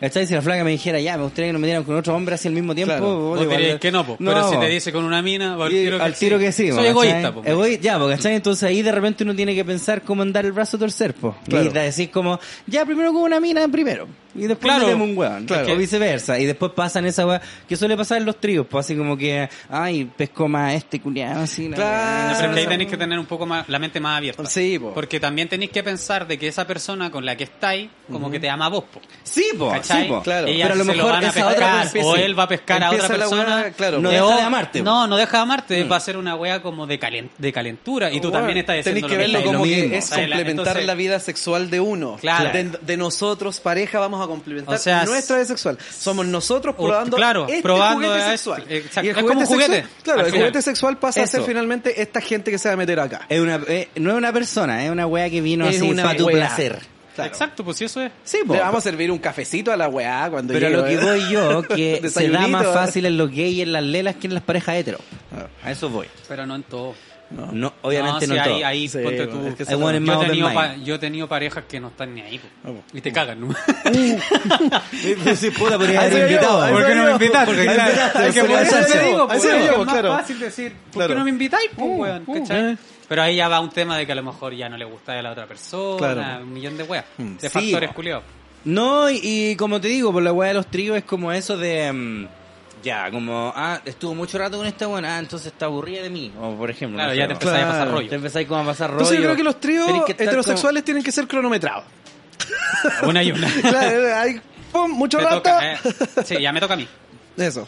S2: ¿Cachai? Si la flaca me dijera, ya, me gustaría que nos metieran con otro hombre así al mismo tiempo,
S3: Claro.
S2: pues,
S4: Vos
S2: igual-
S4: diréis que no, po. pero si
S2: po.
S4: te dice con una mina, va al
S2: Y
S4: tiro que
S2: al tiro que sí, po,
S4: Soy
S2: ¿cachai?
S4: egoísta, po.
S2: Egoí- ya, po, ¿cachai? Entonces ahí de repente uno tiene que pensar cómo andar el brazo a torcer, po.
S3: Claro.
S2: Y de- decir como, ya primero con una mina, primero. Y después
S4: Claro.
S2: metemos un hueón.
S4: Claro.
S2: O viceversa. Y después pasan esa hueá que suele pasar en los tríos, pues así como que, ay, pesco más este culiado, así. la
S3: Claro.
S2: hueá.
S4: No, pero es que ahí tenéis que tener un poco más la mente más abierta.
S3: Sí, po.
S4: Porque también tenéis que pensar de que esa persona con la que estáis, como que te ama a vos, po.
S2: Sí, po,
S4: ¿Cachai?
S2: sí, po.
S3: Claro.
S4: Ellas
S2: Pero a lo
S4: se
S2: mejor
S4: van a
S2: esa
S4: pescar,
S2: otra persona-
S4: o él va a pescar a
S3: Empieza
S4: otra
S3: la
S4: persona.
S3: weá, claro.
S2: No
S4: de
S2: deja
S4: o-
S2: de amarte, po.
S4: No, no deja de amarte. Va a ser una wea como de, calen- de calentura. Y tú
S3: Bueno,
S4: también estás
S3: Tenés
S4: diciendo
S3: que
S4: lo
S3: verlo
S4: mismo.
S2: Lo
S3: como que
S2: mismo.
S3: es
S4: O sea, la-
S3: complementar
S4: entonces-
S3: la vida sexual de uno.
S4: Claro.
S3: De, de nosotros, pareja, vamos a complementar
S4: O sea,
S3: nuestra vida sexual. Somos nosotros
S4: O-
S3: probando
S4: claro,
S3: este
S4: probando
S3: juguete
S4: a-
S3: sexual.
S4: exacto.
S3: Y
S4: Es como un
S3: sexual-
S4: juguete,
S3: claro,
S4: al
S3: el
S4: final.
S3: juguete sexual pasa a ser
S2: Eso.
S3: finalmente esta gente que se va a meter acá.
S2: Es una, eh, no es una persona, es una weá que vino
S3: Es
S2: así
S3: una
S2: para tu
S3: weá.
S2: placer.
S3: Claro.
S4: Exacto, pues si eso es.
S2: Sí, po.
S3: Le vamos a servir un cafecito a la weá cuando
S2: Pero
S3: llegue,
S2: lo que
S3: ¿eh?
S2: voy yo, que se da más
S3: Desayunito. ¿eh?
S2: fácil en los gays y en las lelas que en las parejas hetero.
S3: Ah.
S2: A eso voy.
S4: Pero no en todo.
S3: No.
S2: No, obviamente
S4: si
S2: no, en
S4: ahí,
S2: todo.
S4: ahí
S3: Sí,
S4: ponte
S3: bueno,
S4: tú.
S3: es que
S2: Hay eso- buenos más
S4: yo, he
S2: open
S4: tenido
S2: mind.
S4: pa- yo he tenido parejas que no están ni ahí. po.
S3: Vamos.
S4: Y te cagan, ¿no?
S2: Sí, puta, podría
S3: Ahí
S2: haber
S3: soy yo,
S2: invitado.
S3: ahí
S2: ¿Por qué
S3: soy
S2: no
S3: yo.
S2: me invitaste?
S3: Porque
S2: Claro,
S3: invitaste,
S2: es que por
S3: soy yo.
S2: eso te digo.
S3: Ahí se
S4: weón,
S3: vio,
S4: es más
S3: claro.
S4: fácil decir, ¿por
S3: Claro.
S4: qué no me invitáis? po, weón?
S3: uh,
S4: ¿Cachai?
S3: eh.
S4: Pero ahí ya va un tema de que a lo mejor ya no le gusta a la otra persona,
S3: Claro.
S4: un millón de weas, de
S2: Sí,
S4: factores
S2: po.
S4: culiados.
S2: No, y, y como te digo, por la weá de los tríos es como eso de. mm, ya, como, ah, estuvo mucho rato con esta buena, ah, entonces está aburrida de mí. O por ejemplo.
S4: Claro,
S2: no sé,
S4: ya te
S2: po.
S4: empezáis a pasar
S3: Claro.
S4: rollo.
S2: Te empezáis como a pasar rollo.
S3: Entonces yo creo que los tríos
S2: Tenés que estar
S3: heterosexuales tienen que ser cronometrados.
S4: Una y una.
S3: Claro, hay pum, mucho
S4: Me
S3: rato.
S4: toca, eh. Sí, ya me toca a mí.
S3: Eso.
S2: como-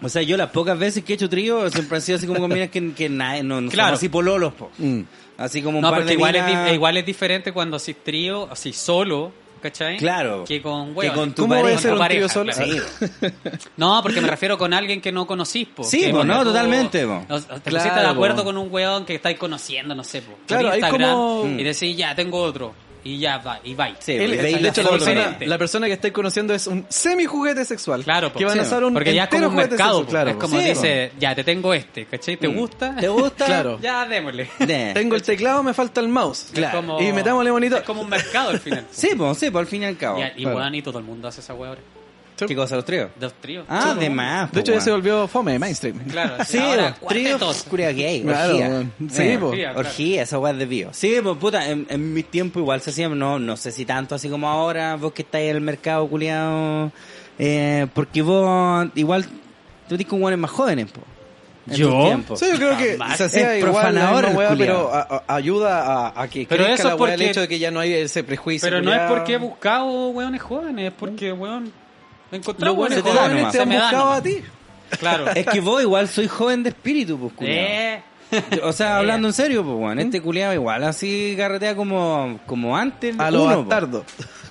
S2: o sea, yo las pocas veces que he hecho trío siempre han sido así como con minas que, que na- no, no
S4: Claro.
S2: somos así pololos, po.
S4: Mm.
S2: Así como un
S4: No,
S2: par
S4: porque
S2: de
S4: igual es,
S2: minas-
S4: di- igual es diferente cuando así trío, así solo, ¿cachai?
S2: Claro.
S4: Que con
S2: Que
S4: weón.
S2: con tu
S3: ¿Cómo voy a
S2: pareja,
S3: ser
S2: con
S3: un
S2: tu
S3: trío
S4: pareja,
S3: solo?
S4: claro. No, porque me refiero con alguien que no conocís, po.
S2: Sí,
S4: Que
S2: po, no,
S4: tú-
S2: totalmente, po.
S4: o- o Te
S3: Claro,
S4: pusiste de acuerdo
S3: po.
S4: con un weón que estáis conociendo, no sé, po. por
S3: Claro, hay
S4: Instagram,
S3: como-
S4: Y decís, ya, tengo otro. Y ya, va, y va.
S2: Sí,
S3: Él-
S2: Veis
S3: de
S2: la
S3: hecho, la
S2: foto,
S3: persona,
S4: diferente.
S3: la persona que estáis conociendo es un semi juguete sexual.
S4: Claro, po.
S3: que van a
S4: Sí,
S3: usar un
S4: porque ya es como
S3: entero
S4: un
S3: juguete
S4: mercado,
S3: sexual,
S4: po.
S3: claro,
S4: Es
S3: po. Mm.
S4: como
S2: Sí,
S4: dice, ya, te tengo este, ¿cachai? ¿Te gusta?
S2: ¿Te gusta?
S3: Claro.
S4: Ya, démosle.
S2: De-
S3: Tengo el teclado, me falta el mouse.
S4: Eh, Es como-
S3: Y metámosle bonito.
S4: Es como un mercado al final. po.
S2: Sí, pues, sí, pues al fin y al cabo.
S4: Y, y
S3: Claro.
S4: weón, y todo el mundo hace esa weá ahora.
S2: ¿Qué cosa, los tríos?
S4: Dos tríos.
S2: Ah,
S4: Sí,
S2: de
S4: po.
S2: más,
S3: De
S2: po,
S3: hecho, ya
S2: weón.
S3: se volvió fome, mainstream.
S4: Claro,
S2: Sí,
S4: ahora,
S2: po, tríos
S4: cuartetos.
S2: oscuridad gay,
S3: Claro,
S2: orgía.
S3: weón. Sí,
S2: Eh,
S3: po.
S4: Orgía, claro.
S2: Orgía, esa weá de bio. Sí, pues puta, en, en mi tiempo igual se hacía, no, no sé si tanto así como ahora, vos que estáis en el mercado culiado, eh, porque vos igual tú tenés con weones más jóvenes, po. en tus tiempos.
S3: Sí, yo creo
S4: Ah,
S3: que
S2: Jamás.
S3: se hacía
S2: Es
S3: igual la
S2: profanador
S3: misma
S2: el
S3: weá, pero
S2: culiao.
S3: a- a- ayuda a, a que
S4: Pero
S3: crezca
S4: eso
S3: la weá el
S4: porque-
S3: hecho de que ya no hay ese prejuicio.
S4: Pero no es
S3: culiao.
S4: porque he buscado weones jóvenes, es porque weón. Encontré
S3: Los buenos
S4: weones
S2: se te da
S4: jóvenes,
S3: jóvenes
S2: nomás.
S3: te
S4: se
S3: han
S4: me dan
S3: buscado
S4: nomás.
S3: a ti.
S4: Claro.
S2: Es que vos igual soy joven de espíritu, pues, culiao.
S4: Eh.
S2: O sea, hablando en serio, pues, weón. Este culiado igual así carretea como, como antes.
S3: A los
S2: uno, po.
S3: bastardos.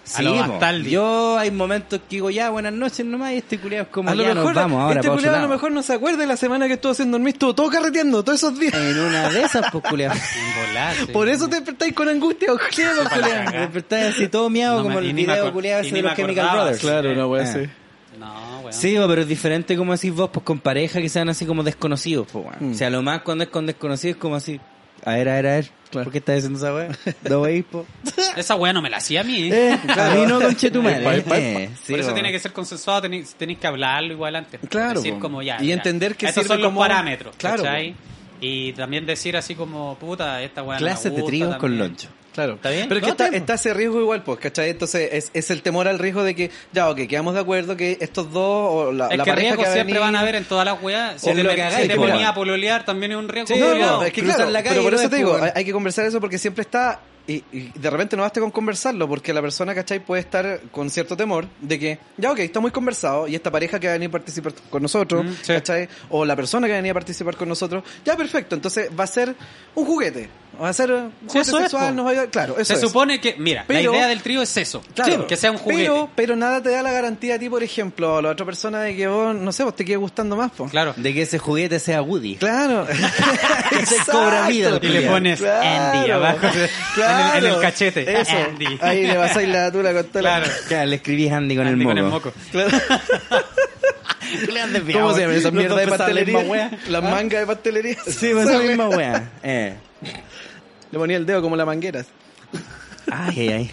S2: Sí,
S4: lo
S2: po.
S4: bastardi.
S2: Yo hay momentos que digo, ya, buenas noches nomás, y este culiado es como,
S3: A lo
S2: ya
S3: mejor,
S2: nos vamos ahora
S3: este
S2: pa' otro
S3: culiao a lo
S2: lado.
S3: mejor no se acuerda de la semana que estuvo haciendo dormir, estuvo todo carreteando todos esos
S4: Eh.
S3: días.
S2: En una de esas, pues, culiado.
S4: En volar, sí.
S3: Por eso te despertáis con angustia, culiao, culiao.
S4: cagar.
S2: Despertar así todo miado
S4: No
S2: como
S4: me-
S2: el
S4: y ni me
S2: video
S4: acor-
S2: culiado
S4: y
S2: ese
S4: ni
S2: de
S4: me
S2: los Chemical
S4: acordaba,
S2: Brothers.
S4: sí. Claro, una
S2: Ah.
S4: No, weón.
S2: Sí, bo, pero es diferente como decís vos, pues con pareja que sean así como desconocidos, pues, weón.
S3: Mm.
S2: O sea, lo más cuando es con desconocidos es como así, a ver, a ver, a ver, ¿por qué estás haciendo esa weá? No veis, pues. po.
S4: Esa weá no me la hacía a mí.
S2: Eh, a mí no conche tu madre.
S3: Pa- pa- pa-
S2: eh. Sí,
S4: Por eso
S2: bo.
S4: tiene que ser consensuado, tenéis tenéis que hablarlo igual antes.
S3: Claro,
S4: Decir
S3: po.
S4: como ya.
S3: Y
S4: ya.
S3: entender que
S4: Esos
S3: sirve
S4: son los
S3: como-
S4: parámetros.
S3: Claro,
S4: ¿cachai? Y también decir así como, puta, esta weá. no me
S2: Clases de
S4: gusta
S2: trigo con
S4: también.
S2: loncho.
S3: Claro.
S4: ¿Está bien?
S3: Pero es que
S4: ¿Eh? No,
S3: está,
S4: tiempo.
S3: está ese riesgo igual, pues, ¿cachai? Entonces es, es el temor al riesgo de que, ya, ok, quedamos de acuerdo que estos dos, o la,
S4: Es
S3: la
S4: que
S3: pareja
S4: riesgos
S3: que va a
S4: siempre
S3: venir-
S4: van a haber en todas las weas. Si
S2: O
S4: te,
S2: lo
S4: me-
S2: que
S4: si
S2: hagáis,
S4: te
S2: po,
S4: ponía
S2: weón.
S4: a pololear también es un riesgo.
S2: Sí,
S3: No,
S4: culiao.
S3: no, es que
S2: cruzan
S3: claro,
S2: la calle
S3: pero por
S2: y
S3: eso
S2: no
S3: te
S2: es,
S3: digo,
S2: pues,
S3: hay, hay que conversar eso porque siempre está, y, y de repente no baste con conversarlo, porque la persona, ¿cachai? Puede estar con cierto temor de que, ya, ok, está muy conversado, y esta pareja que va a venir a participar con nosotros,
S4: Mm, sí.
S3: ¿cachai? O la persona que va a venir a participar con nosotros, ya, perfecto, entonces va a ser un juguete, va a ser un juguete
S4: eso es,
S3: sexual,
S4: po.
S3: nos va a ayudar- claro, eso
S4: Se
S3: es.
S4: supone que, mira,
S3: Pero-
S4: la idea del trío es eso.
S3: Claro,
S4: que sea un juguete.
S3: Pero, pero nada te da la garantía a ti, por ejemplo, o a la otra persona de que vos, no sé, vos te quede gustando más, po.
S4: Claro.
S2: De que ese juguete sea Woody.
S3: Claro.
S2: Que se cobra vida. el
S4: Y le
S2: culiao.
S4: pones Andy abajo de- en el- en, el, cachete.
S3: Eso.
S4: Andy.
S3: Ahí le basáis la dura con todo.
S4: Claro.
S2: Claro, le escribís Andy con
S4: Andy
S2: el moco.
S4: con el moco.
S3: ¿Cómo se llama esa
S2: Los
S3: mierda
S2: dos
S3: de
S2: pesaban la misma
S3: pastelería? Las mangas de pastelería.
S2: Sí, pues esa misma weá. Eh.
S3: Le ponía el dedo como la manguera.
S2: Ay, ay, ay.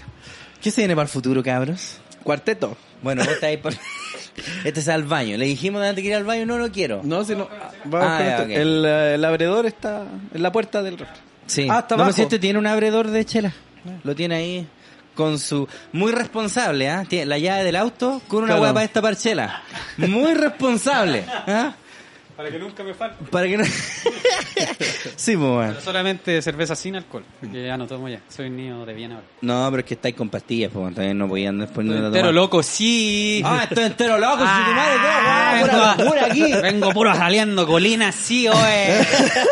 S2: ¿Qué se viene para el futuro, cabros?
S3: Cuarteto.
S2: Bueno, vos estáis por... Este es al baño. Le dijimos antes que ir al baño, no lo quiero.
S3: No, si no. Vamos
S2: Ah,
S3: con
S2: ya,
S3: esto.
S2: ok.
S3: el, eh, el abredor está en la puerta del rostro.
S2: Sí.
S3: Ah, está
S2: no,
S3: abajo.
S2: pero si este tiene un abredor de chela. Lo tiene ahí con su... Muy responsable, ¿ah? Tiene la llave del auto con una
S3: Claro.
S2: hueá para destapar chela. Muy responsable, ¿ah?
S4: Para que nunca me falte.
S2: Para que no... sí, pues, bueno.
S4: Pero solamente cerveza sin alcohol. Porque ya no tomo ya. Soy un niño de bien ahora.
S2: No, pero es que estáis con pastillas, pues, bueno, también no podían poniendo
S4: Entero loco, sí.
S2: Ah, estoy entero loco, si tu madre,
S4: Ah,
S2: todo, weón, pura
S4: vengo-
S2: locura aquí.
S4: Vengo puro saliendo colinas, sí, oe.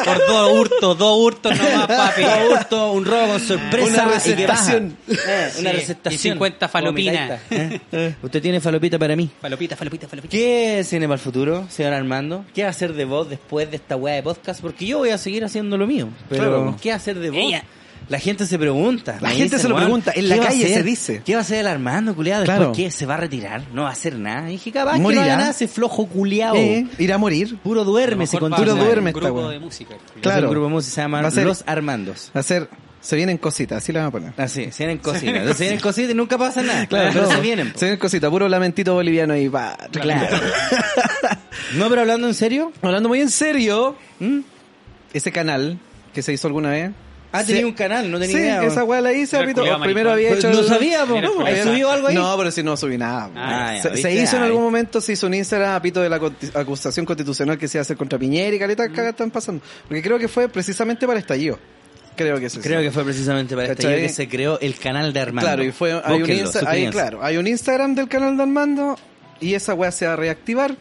S4: Por dos hurtos, dos hurtos nomás, papi.
S2: Un hurto, un robo con sorpresa.
S3: Una
S2: y que baja.
S3: receptación.
S2: Eh, una
S4: Sí,
S2: receptación.
S4: y 50 falopinas.
S2: Como mi taita, eh. Usted tiene falopita para mí.
S4: Falopita, falopita, falopita.
S2: ¿Qué tiene para el futuro, señor Armando? ¿Qué hacer de vos después de esta weá de podcast? Porque yo voy a seguir haciendo lo mío. Pero,
S3: Claro.
S2: ¿qué hacer de vos?
S4: Ella.
S2: La gente se pregunta.
S3: La
S2: me
S3: gente se lo
S2: "Weón,
S3: pregunta,
S2: ¿qué
S3: en la
S2: va a
S3: calle se
S2: hacer?
S3: dice".
S2: ¿Qué va a hacer el Armando, culiado? Después,
S3: Claro.
S2: ¿qué? ¿Se va a retirar? ¿No va a hacer nada? Y dije, capaz que no
S3: Morirá.
S2: haga nada, ese flojo culiado.
S3: Eh, irá a morir.
S2: Puro duerme, se
S4: Mejor
S2: contiene.
S4: para
S3: Puro duerme
S4: un
S3: esta
S4: grupo
S3: weá.
S4: de música. culiao.
S3: Claro.
S2: Es un grupo de música se
S3: Va a
S2: llama
S3: ser-
S2: Los Armandos.
S3: Hacer. Se vienen cositas, así la van a poner.
S2: Así, se vienen cositas. Se vienen cositas y nunca pasa nada. pero
S3: no.
S2: se vienen. po.
S3: Se vienen cositas, puro lamentito boliviano y va.
S2: Claro. no, pero hablando en serio.
S3: Hablando muy en serio,
S2: ¿Mm?
S3: ese canal que se hizo alguna vez.
S2: Ah,
S3: se-
S2: tenía un canal, no tenía
S3: sí,
S2: idea.
S3: esa weá la hice,
S4: Era
S3: papito.
S4: culiao
S3: O Primero
S4: maricón.
S3: había
S2: Pues
S3: hecho.
S2: no
S3: el-
S2: sabía, po.
S4: Mira,
S2: No,
S4: pues,
S2: ¿subió algo ahí?
S3: No, pero si no subí nada. po.
S2: Ah, ya,
S3: se, se
S2: ¿viste?
S3: hizo en
S2: Ay.
S3: algún momento, se hizo un Instagram apito de la conti- acusación constitucional que se iba a hacer contra Piñera y caleta
S2: Mm.
S3: cagas están pasando. Porque creo que fue precisamente para estallido. Creo que sí.
S2: Creo que fue precisamente para este
S3: ¿Cachai?
S2: video que se creó el canal de Armando.
S3: Claro, y fue, hay, un
S2: Búsquenlo,
S3: Insta- hay-
S2: suscríbanse.
S3: claro, hay un Instagram del canal de Armando y esa weá se va a reactivar.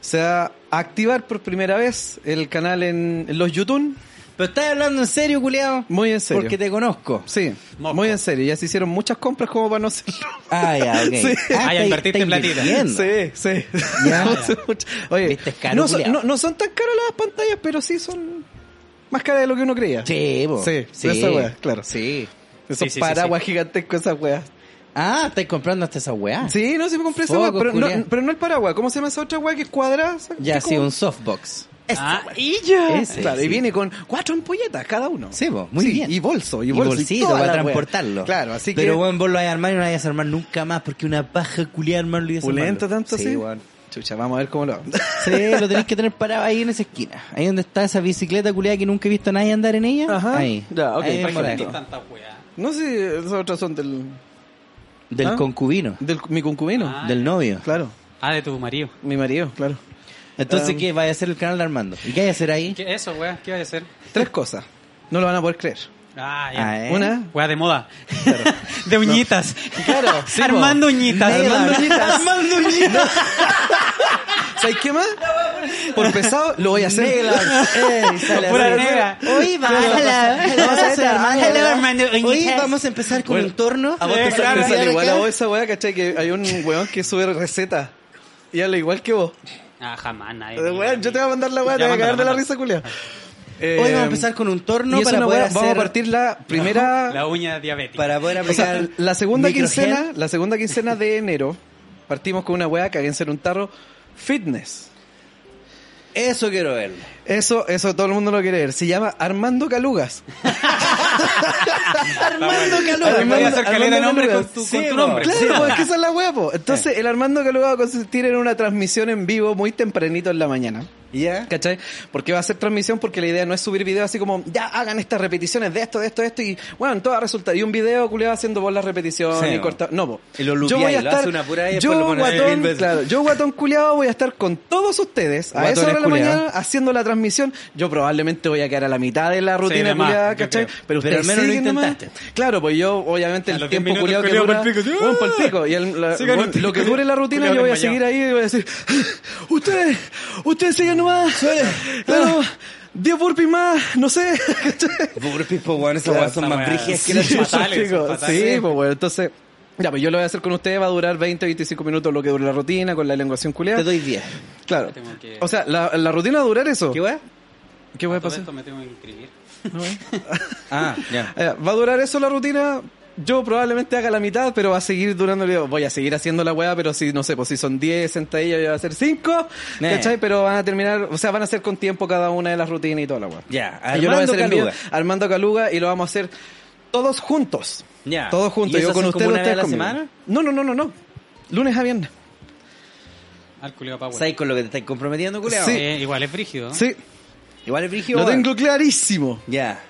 S3: Se va a activar por primera vez el canal en en los YouTube.
S2: Pero estás hablando en serio, culiado.
S3: Muy en serio.
S2: Porque te conozco.
S3: Sí,
S4: Mosco.
S3: muy en serio. Ya se hicieron muchas compras como para no hacerlo.
S2: Ah, ya, ok.
S3: Sí.
S4: Ah,
S2: Ah,
S4: ya
S2: está-
S4: invertiste
S2: está
S4: en platita.
S2: invirtiendo.
S3: Sí, sí.
S2: Ya.
S3: Oye,
S2: Viste, es caro,
S3: no, son,
S2: culiao.
S3: no- no son tan caras las pantallas, pero sí son más caras de lo que uno creía.
S2: Sí, po.
S3: Sí, esa weá, claro.
S2: Sí.
S3: Esos
S4: Sí, sí, sí,
S3: paraguas gigantescos, esas weas.
S2: Ah, estáis comprando hasta esa weá.
S3: Sí, no, sí me compré esa
S2: Ah. Foco,
S3: wea, pero no,
S2: culiao.
S3: pero no el paraguas. ¿Cómo se llama esa otra wea que es cuadrada? esa- que
S2: Ya,
S3: es
S2: sí,
S3: como-
S2: un softbox.
S4: Ah, y
S3: Ya.
S2: Ese,
S3: claro, y
S2: sí.
S3: viene con cuatro ampolletas cada uno.
S2: Sí, po, muy bien.
S3: Y bolso, y,
S2: Y
S3: bolso.
S2: bolsito
S3: toda
S2: para
S3: la wea.
S2: transportarlo.
S3: Claro, así que...
S2: Pero bueno, vos lo vas a armar y no lo vas a armar nunca más porque una paja culiada armarlo y desarmarlo.
S3: Pulento tanto
S2: sí,
S3: así.
S2: weón.
S3: Chucha, vamos a ver cómo lo hago.
S2: Sí, lo tenés que tener parado ahí en esa esquina. Ahí donde está esa bicicleta culiada que nunca he visto a nadie andar en ella.
S3: Ajá.
S2: Ahí.
S3: Ya, ok,
S2: Ahí
S4: ¿Para
S2: mismo
S4: qué
S2: la
S4: tenéis
S2: dejo.
S4: tanta weá?
S3: No sé, esas otras son del,
S2: Del
S3: ¿Ah?
S2: concubino,
S3: del mi concubino.
S4: Ah,
S2: del novio.
S3: Claro,
S4: Ah, de tu marido.
S3: mi marido, claro.
S2: Entonces, ¿qué? ¿Vaya a hacer el canal de Armando? ¿Y qué hay a hacer ahí?
S4: Um, ¿Qué- eso, weá? ¿Qué vas a hacer?
S3: Tres cosas. No lo van a poder creer.
S4: Ah,
S2: Ah,
S4: ya.
S2: ¿eh?
S3: Una,
S4: Weá de moda. de uñitas.
S3: Claro, sí, po.
S4: Armando uñitas.
S3: Neda.
S4: Armando uñitas.
S3: Armando Uñitas. ¿Sabes qué más? Por pesado, lo voy a hacer.
S4: Pura negra.
S2: Hoy vamos, vamos a hacer Armando.
S4: Hello, Armando.
S2: Hoy vamos a empezar con
S3: Bueno,
S2: un torno.
S3: A vos te
S4: Eh, claro.
S3: sorprende
S2: Claro,
S3: igual a
S2: claro.
S3: vos esa weá, ¿cachai? Que hay un weón que sube recetas. Y habla igual que vos.
S4: Ah, jamás nadie.
S3: Eh, Weón, yo te voy a mandar la weá, te
S4: Ya, pues.
S3: voy a cagar de la
S4: mándala,
S3: risa, culia.
S2: Hoy
S3: eh,
S2: vamos a empezar con un torno para poder hacer...
S3: Vamos a partir la primera...
S4: La uña diabética.
S2: Para poder
S3: O sea,
S2: aplicar...
S3: la segunda
S2: microgel.
S3: quincena, la segunda quincena de enero, partimos con una weá, caguense en un tarro, fitness.
S2: Eso quiero verlo.
S3: Eso, eso todo el mundo lo quiere ver. Se llama Armando Calugas.
S2: Armando
S4: Ahora,
S2: Caluga.
S4: voy a hacer caleta de nombre con tu,
S2: Sí,
S4: con tu
S2: po.
S4: nombre.
S3: Claro, pues es que esa es la weá, po. Entonces, el Armando Calugas va a consistir en una transmisión en vivo muy tempranito en la mañana.
S2: ¿Ya?
S3: ¿Cachai? Porque va a ser transmisión porque la idea no es subir videos así como, ya hagan estas repeticiones de esto, de esto, de esto, y bueno, todo va a resultar. Y un video culiado haciendo por las repeticiones
S2: Sí,
S3: y
S2: no.
S3: corta. No, po.
S2: Y lo
S3: yo
S2: lupeáis,
S3: voy a
S2: lo
S3: estar.
S2: hace una pura y después
S3: yo,
S2: lo pones mil
S3: guatón,
S2: veces.
S3: claro, yo, guatón culiado, voy a estar con todos ustedes a esa hora de la
S2: Guatones culiao.
S3: mañana haciendo la transmisión. Yo probablemente voy a quedar a la mitad de la rutina
S4: de más,
S3: culiada,
S4: yo
S3: ¿cachai?
S4: creo.
S3: Pero
S2: Pero
S3: ustedes
S2: al menos lo
S3: siguen nomás.
S2: intentaste.
S3: Claro, pues yo, obviamente,
S4: A
S3: el
S4: los
S3: tiempo
S4: 10
S3: culiado
S4: minutos, culiao,
S3: que dura.
S4: pa'l pico, sí.
S3: Bueno, pa'l pico. Y el- la-
S4: Sigan
S3: bueno,
S4: el-
S3: lo que dure la rutina,
S4: culiao
S3: yo voy a
S4: desmayado.
S3: seguir ahí y voy a decir, "Ah, ustedes, ustedes sigan nomás. Claro, 10 burpees más, no sé.
S2: Burpees, po, weón. Esas
S3: Claro,
S2: weas son
S4: esa
S2: más
S4: wea.
S2: brígidas
S4: Sí.
S2: que la
S4: son
S2: chucha.
S4: fatales,
S3: chicos.
S4: son fatales.
S3: Sí, pues bueno, entonces, ya, pues yo lo voy a hacer con ustedes, va a durar 20, 25 minutos lo que dure la rutina, con la elenguación
S2: Te
S3: culiada.
S2: doy 10.
S3: Claro.
S4: Tengo que-
S3: O sea, la, la rutina va a durar eso.
S2: ¿Qué wea?
S3: ¿Qué voy a
S4: Todo
S3: pasar?
S4: esto me tengo que inscribir.
S2: Ah, ya.
S3: Eh, va a durar eso la rutina. Yo probablemente haga la mitad, pero va a seguir durando. el video. Voy a seguir haciendo la weá, pero si, no sé, pues si son 10 sentadillas, yo voy a hacer 5.
S2: Eh.
S3: ¿Cachai? Pero van a terminar, o sea, van a hacer con tiempo cada una de las rutinas y toda la weá.
S2: Ya. ah,
S3: Y yo lo voy a
S2: Armando
S3: hacer en vivo,
S2: Caluga.
S3: Armando Caluga y lo vamos a hacer todos juntos.
S2: Ya.
S3: Todos juntos.
S2: ¿Y
S3: Yo
S2: eso
S3: con
S2: hacen como
S3: ustedes,
S2: una vez
S3: ustedes
S2: a la
S3: conmigo.
S2: semana?
S3: No, no, no, no, no. Lunes a viernes.
S4: Al culiao pa'
S2: ¿Sabes con lo que te estáis comprometiendo, culeado?
S3: Sí.
S4: Eh, igual es brígido.
S2: Ah.
S4: ¿no?
S3: Sí,
S2: Igual es brígido.
S3: lo
S2: weón.
S3: tengo clarísimo.
S2: Ya.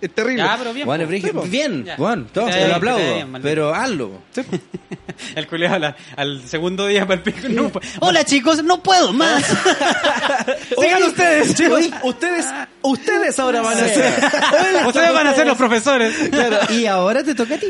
S3: Es terrible.
S4: Ya, pero bien.
S2: Igual es
S4: po.
S2: brígido.
S3: Sí, po.
S2: Bien,
S4: Ya.
S2: weón. Todo,
S4: Está
S2: te lo
S4: bien, está
S2: aplaudo.
S4: bien, maldito.
S2: Pero hazlo. po.
S4: El culiao al, al segundo día para el pico. no pues. pu- Hola chicos, no puedo más.
S3: Oigan ustedes, chicos. Ustedes, ustedes ahora van a hacer.
S4: Ustedes van a ser los profesores.
S2: Y ahora te toca a ti.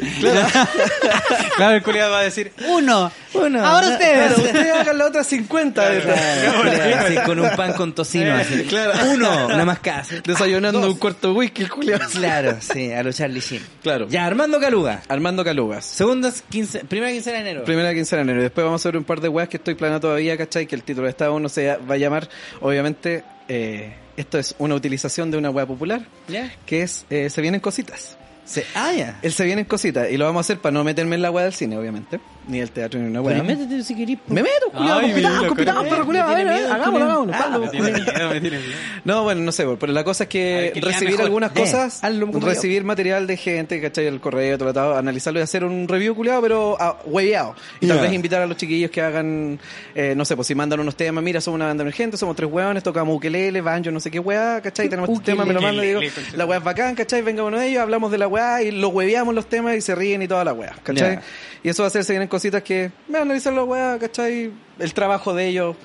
S4: Claro, el culiao va a decir uno.
S2: Bueno,
S4: Ahora ustedes.
S3: Ah, Claro, ustedes hagan la otra 50 de
S2: Claro, culiao, así, con un pan con tocino. así. Uno, nada más casa.
S3: Desayunando un cuarto de whisky, Julio.
S2: Claro, sí, a lo Charlie Sheen.
S3: Claro.
S2: Ya, Armando Caluga.
S3: Armando Calugas.
S2: Segundas, quince, primera quincena de enero.
S3: Primera quincena de enero. Y Después vamos a ver un par de weas que estoy planeando todavía, ¿cachai? Que el título de esta uno se va a llamar, obviamente, eh, esto es una utilización de una wea popular,
S2: ¿Ya?
S3: que es eh, Se vienen cositas.
S2: Se, ah, ya.
S3: El Se vienen cositas. Y lo vamos a hacer para no meterme en la wea del cine, obviamente. Ni el teatro, ni una wea.
S2: Pero métete si querís. po.
S3: pues. Me meto, culiao,
S4: Ay,
S3: compitamos,
S4: mira,
S3: compitamos,
S4: loco.
S3: perro culiao, a ver, a ver, hagámoslo, hagámoslo.
S4: Me
S3: hazlo.
S4: tiene miedo, me tiene miedo.
S3: No, bueno, no sé, bol, pero la cosa es
S4: A
S3: que
S4: ver, que te
S3: recibir
S4: queda mejor.
S3: algunas
S2: Eh,
S3: cosas,
S2: hazlo como
S3: recibir material de gente, ¿cachai? El correo, tratado, analizarlo y hacer un review culiado, pero ah, hueveado. Y tal
S2: Ya.
S3: vez invitar a los chiquillos que hagan, eh, no sé, pues si mandan unos temas, mira, somos una banda emergente, somos tres hueones, tocamos ukelele, banjo, no sé qué hueá, ¿cachai? Tenemos este tema, me lo mandan y digo,
S4: Ukelele, concha.
S3: la hueá es bacán, ¿cachai? Venga uno de ellos, hablamos de la hueá y lo hueveamos los temas y se ríen y toda la hueá, ¿cachai?
S2: Ya.
S3: Y eso va a hacer, se vienen cositas que, me van a analizar la hueá, ¿cachai? El trabajo de ellos,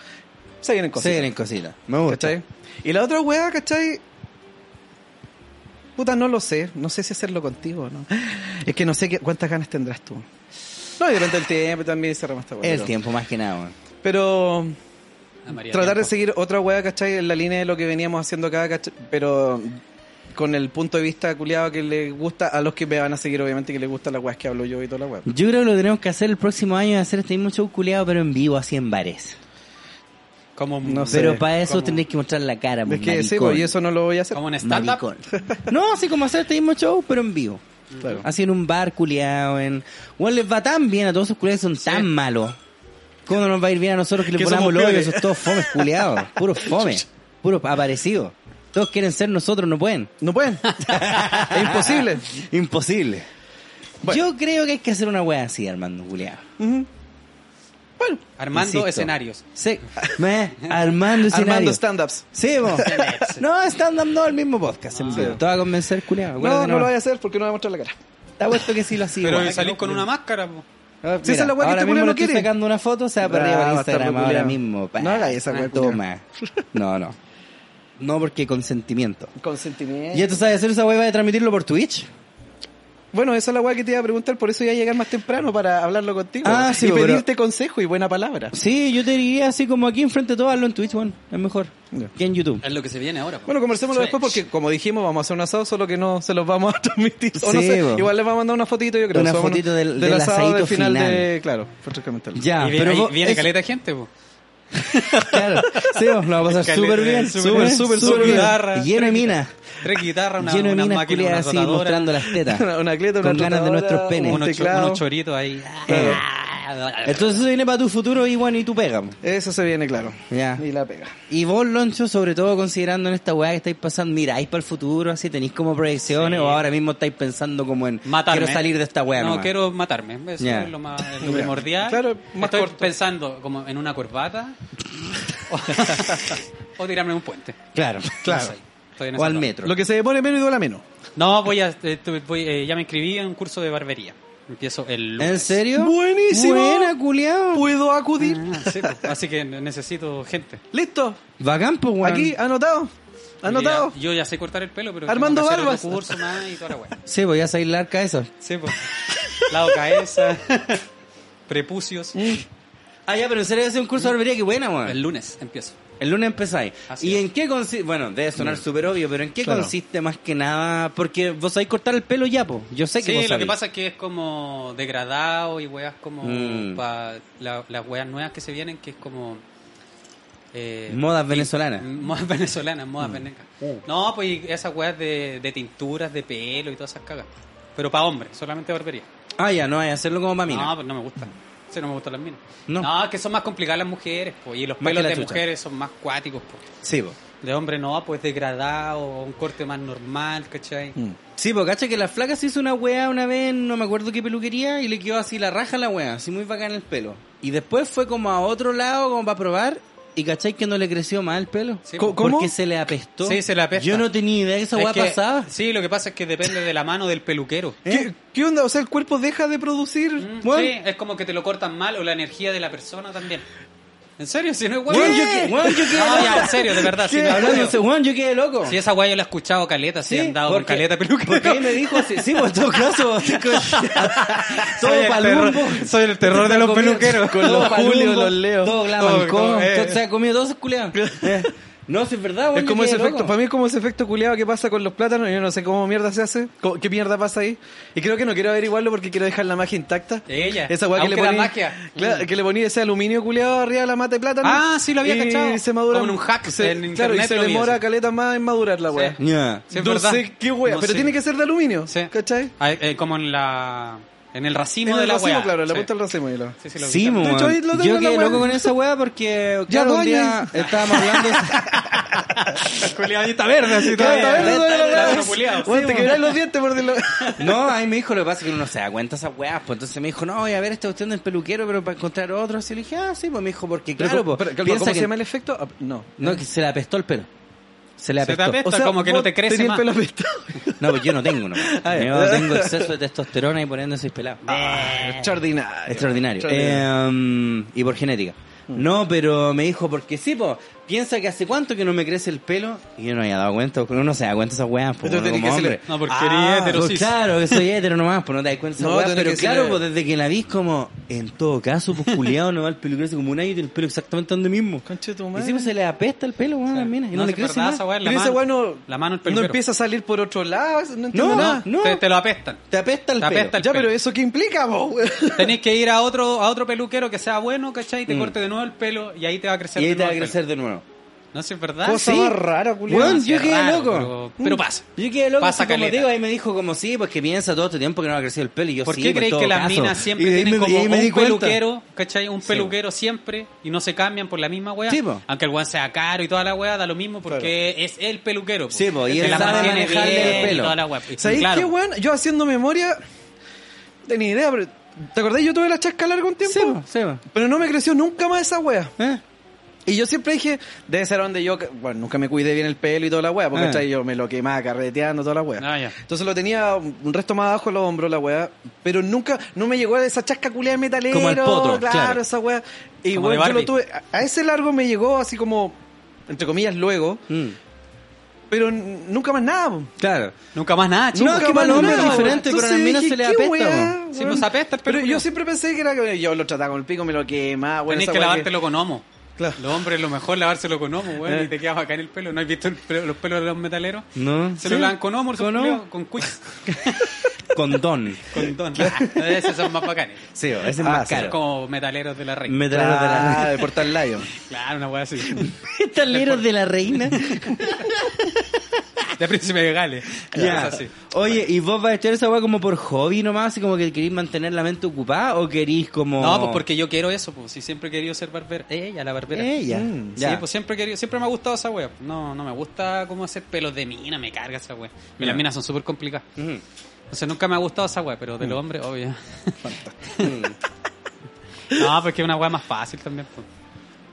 S3: se vienen
S2: Se
S3: cositas.
S2: vienen cositas. Me gusta.
S3: ¿Cachai? Y la otra weá, ¿cachai? Puta, no lo sé. No sé si hacerlo contigo o no. Es que no sé qué, cuántas ganas tendrás tú. No, y durante el tiempo también cerramos esta weá.
S2: El
S3: pero-
S2: tiempo, más que nada, weón.
S3: Pero
S4: Ah, María,
S3: tratar de
S4: tiempo.
S3: seguir otra weá, ¿cachai? En la línea de lo que veníamos haciendo acá, ¿cachai? Pero con el punto de vista culiado que le gusta a los que me van a seguir, obviamente, que les gusta las weas que hablo yo y toda la weá.
S2: Yo creo que lo que tenemos que hacer el próximo año es hacer este mismo show culiado, pero en vivo, así en bares.
S4: Como,
S3: No sé.
S2: Pero para eso
S4: como-
S2: tenéis que mostrar la cara,
S3: Es que sí,
S2: maricón.
S3: pues, y eso no lo voy a hacer.
S4: como un stand-up.
S2: Maricón. No, así como hacer este mismo show, pero en vivo.
S3: Claro. Ah,
S2: Así en un bar culiado, en... Bueno, les va tan bien a todos esos culiados que son tan malos. ¿Cómo no nos va a ir bien a nosotros que le
S3: Que
S2: ponamos
S3: somos
S2: el hoyo?
S3: peores.
S2: Esos todos fomes culiados. Puros fomes. Puros aparecidos. Todos quieren ser nosotros, no pueden.
S3: No pueden. es imposible.
S2: Imposible.
S3: Bueno.
S2: Yo creo que hay que hacer una wea así, Armando culiado.
S3: Ujú. Bueno,
S4: Armando
S2: Insisto.
S4: escenarios.
S2: Sí. Me, Armando
S3: armando
S2: escenario.
S3: stand-ups.
S2: Sí, vos. No, están dando el mismo podcast. en
S4: Ah.
S2: vivo. Te voy a convencer, culiado.
S3: No, no, lo voy a hacer porque no voy a mostrar la cara.
S2: Te apuesto que sí lo hacía.
S4: Pero
S2: igual.
S4: salís con una máscara. po.
S2: Ah,
S3: Si esa es la weá que
S2: ahora mismo
S3: este culiao
S2: le
S3: no
S2: estoy
S3: quiere.
S2: sacando una foto, o sea, para
S3: Ah,
S2: arriba para
S3: bastardo
S2: Instagram ahora
S3: culiao.
S2: mismo. pa,
S3: No hagas esa weá,
S2: Toma. No, no. No, porque consentimiento.
S3: Consentimiento.
S2: ¿Y esto sabes hacer esa hueva de transmitirlo por Twitch?
S3: Bueno, esa es la weá que te iba a preguntar, por eso iba a llegar más temprano para hablarlo contigo.
S2: Ah, sí,
S3: y
S2: pero-
S3: pedirte consejo y buena palabra.
S2: Sí, yo te diría así como aquí enfrente de todo, hazlo en Twitch, weón. Es mejor. Que en YouTube.
S4: Es lo que se viene ahora. po.
S3: Bueno, conversémoslo
S4: Switch.
S3: después porque, como dijimos, vamos a hacer un asado, solo que no se los vamos a transmitir. O no
S2: Sí,
S3: sé,
S2: bo.
S3: igual les vamos a mandar una fotito, yo creo.
S2: Una
S3: Subamos una-
S2: fotito del- del asadito
S3: de... Claro, francamente.
S2: Ya,
S4: y viene,
S2: pero
S4: ahí-
S2: vos-
S4: viene
S2: es-
S4: caleta de gente. po.
S2: Claro, sí, vos, lo va a pasar
S4: Caleta,
S2: súper bien,
S4: súper, súper,
S2: súper, súper,
S4: súper
S2: súper
S4: guitarra.
S2: bien. Lleno de minas,
S4: Tres guitarras, una,
S2: lleno de
S4: una
S2: minas
S4: máquina, una
S2: culiadas así
S4: rotadora,
S2: mostrando este las tetas.
S3: Una- una cleta, una
S2: con ganas de
S3: rotadora,
S2: nuestros penes.
S3: un
S4: unos, cho-
S3: teclado.
S4: unos choritos ahí.
S2: Entonces eso viene para tu futuro y bueno, y tu pega. po.
S3: Eso se viene claro.
S2: Ya.
S3: Y la pega.
S2: Y vos, Loncho, sobre todo considerando en esta weá que estáis pasando, miráis para el futuro, así tenéis como proyecciones,
S4: Sí.
S2: o ahora mismo estáis pensando como en
S4: matarme.
S2: quiero salir de esta weá.
S4: No,
S2: nomás.
S4: quiero matarme. Eso
S2: Ya.
S4: es lo, más, es lo primordial.
S3: Claro, más
S4: Estoy
S3: corto.
S4: pensando como en una corbata o, o tirarme en un puente.
S2: Claro,
S4: No sé. Estoy en
S2: O
S4: esa
S2: al
S4: etapa.
S2: metro.
S3: Lo que se demore menos y duela menos.
S4: No, voy a, eh, tu- voy, eh, ya me inscribí en un curso de barbería. Empiezo el lunes.
S2: ¿En serio?
S3: Buenísimo.
S2: Buena, culiao.
S3: ¿Puedo acudir?
S4: Sí, pues, así que necesito gente.
S3: Listo.
S2: Bacán, pues, weón.
S3: Aquí, anotado. Anotado.
S4: Yo ya, yo ya sé cortar el pelo, pero
S3: Armando
S4: tengo que hacer
S3: Barbas.
S4: otro curso más y toda la wea.
S2: Sí, voy a salir la arca esa.
S4: Sí, pues. Lado cabeza, prepucios.
S2: Ah, ya, pero en serio, hace un curso de barbería, que buena, weón.
S4: El lunes empiezo.
S2: El lunes empezáis.
S4: Así
S2: ¿Y
S4: es. Mm.
S2: en qué consiste? Bueno, debe sonar súper obvio, pero ¿en qué consiste más que nada? Porque vos sabéis cortar el pelo ya, po. Yo sé que vos
S4: Sí, lo que
S2: sabéis.
S4: pasa es que es como degradado y weas como
S2: Mm.
S4: pa- la- las weas nuevas que se vienen, que es como... eh,
S2: Modas venezolanas.
S4: Modas venezolanas, modas venezolanas. No, pues y esas weas de, de tinturas, de pelo y todas esas cagas. Pero para hombres, solamente barbería.
S2: Ah, ya, no, hay hacerlo como para mí.
S4: No, pues no me gustan. Sí, no me gustan las minas.
S2: No.
S4: No, es que son más complicadas las mujeres, pues. Y los
S2: Más que
S4: pelos
S2: la
S4: de
S2: chucha.
S4: mujeres son más cuáticos, pues.
S2: Sí, po.
S4: De hombre no, pues degradado, un corte más normal, ¿cachai?
S2: Sí, po, cacha que la flaca se hizo una weá una vez, no me acuerdo qué peluquería, y le quedó así la raja a la weá, así muy bacán el pelo. Y después fue como a otro lado, como para probar, y cachai que no le creció más el pelo.
S4: Sí,
S3: Co- ¿Cómo?
S2: Porque se le apestó.
S4: Sí, se le apesta.
S2: Yo no tenía idea que esa
S4: Es
S2: weá
S4: que-
S2: pasaba.
S4: Sí, lo que pasa es que depende de la mano del peluquero.
S3: ¿Qué, qué onda? O sea, el cuerpo deja de producir.
S4: Mm,
S3: Bueno,
S4: Sí, es como que te lo cortan mal o la energía de la persona también. ¿En serio? Si no es
S2: Weón,
S4: guay.
S2: yo que- weón, yo que-
S4: No, ya, en serio, de verdad. Si,
S2: ¿Qué? Hablando, de ese weón, yo quedé loco.
S4: si esa guay yo la he escuchado caleta, si han dado con caleta peluquero.
S2: Porque ahí me dijo, sí, sí, pues en todo caso, así con- todo
S4: Soy el
S2: palumbo.
S4: terror- soy el terror de los peluqueros.
S2: Con
S3: los Julio,
S2: Julio,
S3: los Leo.
S2: Todo
S4: Todo,
S2: glamancón,
S4: todo, eh.
S2: todo- se ha comido todos esos culiados. Eh, No, si es verdad, güey.
S3: Es como ese efecto, para mí es como ese efecto culiado que pasa con los plátanos, yo no sé cómo mierda se hace, co- qué mierda pasa ahí. Y creo que no quiero averiguarlo porque quiero dejar la magia intacta.
S4: Ella.
S3: Esa weá que
S4: Aunque
S3: le
S4: la
S3: ponía,
S4: magia. Mm.
S3: Claro, que le ponía ese aluminio culiado arriba de la mata de plátano.
S4: Ah, sí, lo había
S3: y
S4: cachado.
S3: se madura.
S4: Como en un hack,
S3: se-
S4: en
S3: claro, y
S4: internet
S3: se
S4: lo vi
S3: demora
S4: ese.
S3: caleta más en madurar la weá.
S4: Sí. Sí, es
S3: no
S4: verdad.
S3: sé qué weá,
S4: No
S3: pero
S4: sé.
S3: tiene que ser de aluminio,
S4: Sí.
S3: ¿cachai?
S4: Ah, eh, como en la en el racimo
S3: En
S4: de
S3: el
S4: la
S3: racimo,
S4: weá.
S3: claro, en la
S4: Sí.
S3: punta del racimo. y la-
S4: Sí, sí, lo vi
S2: Sí, pues,
S4: también.
S3: De hecho, ahí lo
S2: weón.
S3: tengo
S2: Yo
S3: en la
S2: quedé
S3: weá.
S2: loco con esa weá porque,
S3: Ya,
S2: claro, un
S3: coño.
S2: día estábamos hablando.
S4: Culeado, está verde, así todo.
S3: Claro, está verde,
S4: Está-
S3: duele la
S4: está
S3: weá.
S4: todo culeado.
S3: Weón, te quebráis los dientes por decirlo.
S2: No, ahí me dijo, lo que pasa es que uno no se da cuenta de esas weas, pues entonces me dijo, no, voy a ver esta cuestión del peluquero, pero para encontrar otro, así le dije, ah, sí, pues me dijo, porque claro, pues,
S3: Pero, calma,
S2: piensa
S3: ¿Cómo
S2: que-
S3: se llama el efecto? Ah, No.
S2: No, que se le apestó el pelo. Se le
S4: Se te
S2: apestó.
S4: apesta, como que no
S3: vos
S4: te crece
S3: tenías
S4: más.
S3: el pelo apestado.
S2: No, pues yo no tengo, no.
S3: Ah, ya.
S2: Yo tengo exceso de testosterona y poniendo soy pelado.
S3: Extraordinario.
S2: Extraordinario. Eh, um, y por genética.
S3: Mm.
S2: No, pero me dijo, porque sí, po, piensa que hace cuánto que no me crece el pelo y yo no había dado cuenta, porque uno se da cuenta de esas weas, pues,
S3: Pero
S2: uno
S3: tenés
S2: como
S3: que
S2: hombre.
S3: decirle,
S4: No, porque eres hetero,
S2: pues
S4: cis.
S2: claro, que soy hétero nomás, pues no te das cuenta de esas
S3: No,
S2: weas,
S3: tenés
S2: pero
S3: que
S2: claro,
S3: decirle-
S2: pues desde que la vi como, en todo caso, pues culiado no va el peluquero hace como un año y tiene el pelo exactamente donde mismo.
S3: Conche tu
S2: Y
S3: madre.
S2: siempre se le apesta el pelo, weón, a las minas, y no, le
S4: si
S2: crece
S4: verdad,
S2: nada.
S4: esa weá es la
S3: Pero ese
S4: mano.
S3: bueno
S4: La mano el
S3: no
S4: peluquero.
S3: empieza a salir por otro lado, no entiendo
S2: No,
S3: nada.
S2: no.
S4: Te, te lo apestan.
S2: Te apesta el
S4: Te
S2: pelo.
S4: apesta el
S3: Ya,
S4: pelo.
S3: pero eso qué implica, vos.
S4: Tenés que ir a otro a otro peluquero que sea bueno, ¿cachai? Y te corte de nuevo el pelo y ahí te va a crecer
S2: Mm. Y ahí
S4: de
S2: te va
S4: nuevo
S2: a
S4: el
S2: crecer de nuevo.
S4: pelo. No, si es verdad.
S3: Cosa
S4: Ah, Sí.
S3: más rara, culiao.
S2: Weón,
S4: Sí,
S2: yo
S4: es
S2: quedé
S4: raro,
S2: loco.
S4: Pero, pero pasa.
S2: Mm. Yo quedé loco,
S4: Pasa
S2: así como
S4: caleta.
S2: te digo, ahí me dijo como sí, pues que piensa todo este tiempo que no ha crecido el pelo y yo
S4: ¿Por
S2: sí,
S4: qué
S2: pues,
S4: creéis
S2: todo
S4: que las
S2: caso.
S4: minas siempre
S2: Y ahí
S4: tienen
S2: me- y
S4: como
S2: ahí
S4: un
S2: me di cuenta.
S4: peluquero, ¿cachai? Un peluquero siempre y no se cambian por la misma weá?
S2: Sí, po.
S4: Aunque el weón sea caro y toda la weá, da lo mismo porque es el peluquero. po.
S2: Sí, po, y
S4: Te
S2: él
S4: la
S2: sabe
S4: mantiene
S2: manejarle
S4: bien
S2: el
S4: Y
S2: pelo.
S4: toda la weá. Y-
S3: ¿Sabéis
S4: claro,
S3: qué, weón? Yo haciendo memoria, no tenía idea, pero ¿te acordás? Yo tuve la chasca larga un tiempo.
S2: Sí, pues. po, sí, po.
S3: Pero no me creció nunca más esa wea.
S2: ¿Eh?
S3: Y yo siempre dije, debe ser donde yo, bueno, nunca me cuidé bien el pelo y toda la wea,
S2: Ah.
S3: porque ¿cachai? yo me lo quemaba carreteando toda la wea.
S4: Ah, ya.
S3: Entonces lo tenía un resto más abajo en los hombros la wea, pero nunca, no me llegó a esa chasca culia de metalero.
S2: Como al potro, claro.
S3: esa wea. Y
S4: Como
S3: bueno,
S4: de
S3: yo lo
S4: Barbie.
S3: tuve, a- a ese largo me llegó así como, entre comillas, luego,
S2: Mm,
S3: pero n- nunca más nada. po.
S2: claro.
S4: Nunca más nada, chico.
S2: Nunca
S3: Nunca
S2: que
S3: más
S2: para los
S3: nada,
S2: hombres es
S3: po.
S2: diferente,
S4: pues.
S2: pero a las minas
S3: Entonces dije,
S2: se les
S3: ¿qué
S2: apesta,
S3: wea,
S4: Sí,
S3: weón?
S4: pues apesta el pelo,
S3: Pero yo
S4: culiao.
S3: siempre pensé que era, yo lo trataba con el pico, me lo quemaba. bueno,
S4: Tenés Pues
S3: esa
S4: que
S3: wea
S4: lavártelo con homo.
S3: Claro.
S4: Los hombres lo mejor lavárselo con homo, weón,
S3: Eh.
S4: y te quedas acá en el pelo. ¿No has visto el pelo- los pelos de los metaleros?
S2: No.
S4: Se lo
S2: Sí.
S4: lavan con homo,
S2: Con
S4: con
S2: homo.
S4: con quiz,
S2: Condón.
S4: con don. Esos son más bacanes.
S2: Sí, pues, ese es
S3: Ah,
S2: más
S3: sí.
S4: Son
S2: caro.
S4: como metaleros de la reina.
S2: Metaleros de la
S3: Ah, de Portal Lion.
S4: Claro, una weá así.
S2: Metaleros de la reina.
S4: De príncipe de Gales.
S2: Ya.
S4: Cosas así.
S2: Oye, ¿y vos vas a estudiar esa weá como por hobby nomás? Así como que querís mantener la mente ocupada o querís como.
S4: No, pues porque yo quiero eso, pues si siempre he querido ser barbero. Ella, la barbera.
S2: Ella.
S3: Mm,
S4: Sí,
S2: ya.
S4: pues siempre he querido, siempre me ha gustado esa wea. No, no me gusta cómo hacer pelos de mina, me carga esa wea. Y
S2: Ya.
S4: las minas son súper complicadas.
S2: Ujú. Mm.
S4: Entonces nunca me ha gustado esa wea, pero de los hombres, obvio. no, porque es una wea más fácil también. pues.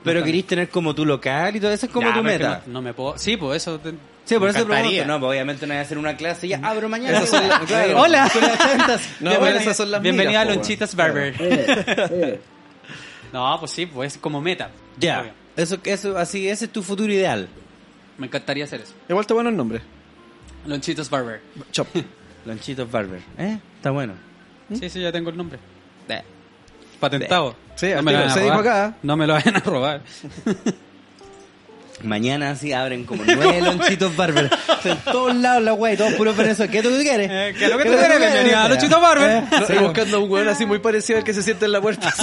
S2: Pero querís tener como tu local y todo eso es como
S4: Ya,
S2: tu
S4: pero es que
S2: meta.
S4: No, no me puedo. Sí, pues eso. te-
S2: Sí, por
S4: me
S2: eso te
S4: encantaría.
S2: pregunto. No, pues obviamente no voy a hacer una clase y ya abro mañana.
S3: Esas son las-
S2: Claro.
S4: Hola.
S2: Son las tantas.
S3: No,
S2: Ya,
S3: bueno,
S2: bueno,
S3: esas son las pues,
S4: Bienvenida a
S2: pues,
S3: miras, po,
S4: Lonchitas Barber. no, pues sí, pues es como meta.
S2: Ya.
S4: obvio.
S2: Eso, eso, así, ese es tu futuro ideal.
S4: Me encantaría hacer eso.
S3: Igual está bueno el nombre.
S4: Lonchitas Barber.
S3: Chop.
S2: Lonchitos Barber. ¿Eh? Está bueno.
S4: Sí, sí, ya tengo el nombre.
S2: Eh.
S4: Patentado.
S3: Sí,
S4: no me lo
S3: al
S4: van
S3: tiro,
S4: a
S3: se dijo
S4: robar.
S3: acá.
S4: No me lo vayan a robar.
S2: Mañana así abren como nueve lonchitos Barber. O sea, en todos lados la wea y todos puros venezolanos. ¿Qué es lo que tú quieres?
S4: Eh, ¿qué es lo que tú quieres? Bienvenido a Lonchitos Barber.
S2: Eh,
S3: Estoy buscando un weón así muy parecido al que se siente en la puerta.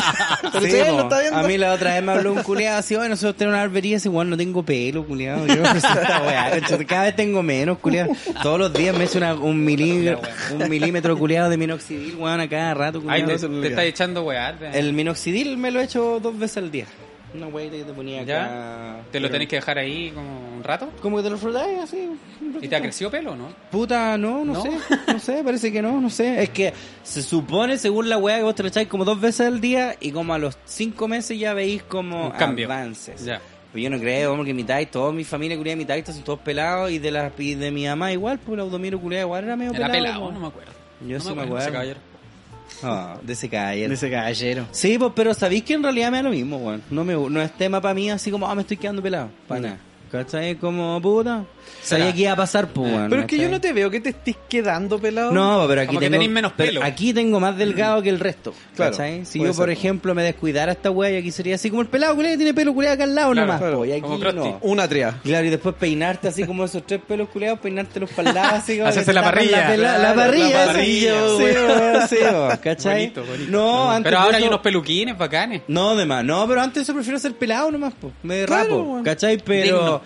S3: Pero
S2: sí,
S3: sí,
S2: po.
S3: lo está viendo.
S2: A mí la otra vez me habló un culiado así, bueno, nosotros tenemos una barbería, ese igual no tengo pelo, culiado. Yo me presento esta weá, concha, cada vez tengo menos, culiado. Todos los días me echo una- un milímetro, un milímetro culiado de minoxidil, weón, a cada rato,
S4: Ahí
S2: culiado.
S4: te, te estás echando weá. te-
S2: El minoxidil me lo he hecho dos veces al día. Una weita que te ponía acá.
S4: ¿Ya? ¿Te lo tenés que dejar ahí como un rato?
S2: Como que te lo frotáis así. un
S4: ¿Y te ha
S2: ratito.
S4: crecido pelo o no?
S2: Puta, no, no,
S4: ¿No?
S2: sé, no sé, parece que no, no sé. Es que se supone, según la weá, que vos te lo echáis como dos veces al día y como a los cinco meses ya veis como
S4: Un cambio.
S2: avances.
S4: Ya.
S2: Pero yo no creo, hombre, que mitad y toda mi familia culiada mitad y son todos pelados y de la y de mi mamá igual, pues el Audomiro culiado igual era medio
S4: Era
S2: pelado.
S4: pelado,
S2: po.
S4: no me acuerdo.
S2: Yo
S4: no
S2: sí me
S4: ese
S2: acuerdo.
S4: caballero.
S2: Ah, de ese caballero.
S3: ese caballero.
S2: Sí, pues, pero sabéis que en realidad me da lo mismo, weón. No, me, no es tema para mí así como, ah, me estoy quedando pelado. Para nada. ¿Cachai? Como, puta. Sabía
S4: Será.
S2: que iba a pasar, pues, weón.
S3: Pero es que yo
S2: ¿cachai?
S3: no te veo que te estés quedando pelado.
S2: No, pero aquí
S4: Como que
S2: tengo,
S4: tenéis menos
S2: pero
S4: pelo.
S2: aquí tengo más delgado que el resto.
S3: Claro,
S2: ¿cachai? Si
S3: puede
S2: yo, por
S3: ser.
S2: ejemplo, me descuidara esta wea, yo aquí sería así como el pelado culiado que tiene pelo culiado acá al lado
S4: Claro,
S2: nomás.
S4: claro,
S2: po, y aquí
S4: como Krusty.
S2: no.
S3: Una tría.
S2: Claro, y después peinarte así como esos tres pelos culeados, peinártelos para el lado, así como.
S4: Hacerte
S2: que
S4: la
S2: te tapan
S4: parrilla.
S2: La, pela- la
S4: Claro,
S2: parrilla.
S4: la parrilla,
S2: sí, weón, sí, weón, ¿cachai?
S4: Bonito, bonito.
S2: No, antes.
S4: Pero
S2: de
S4: ahora hay
S2: eso-
S4: unos peluquines bacanes.
S2: No, de más. No, pero antes yo prefiero ser pelado nomás, po. Me
S3: Claro,
S2: rapo,
S3: weón.
S2: ¿cachai? Pero.
S4: Digno.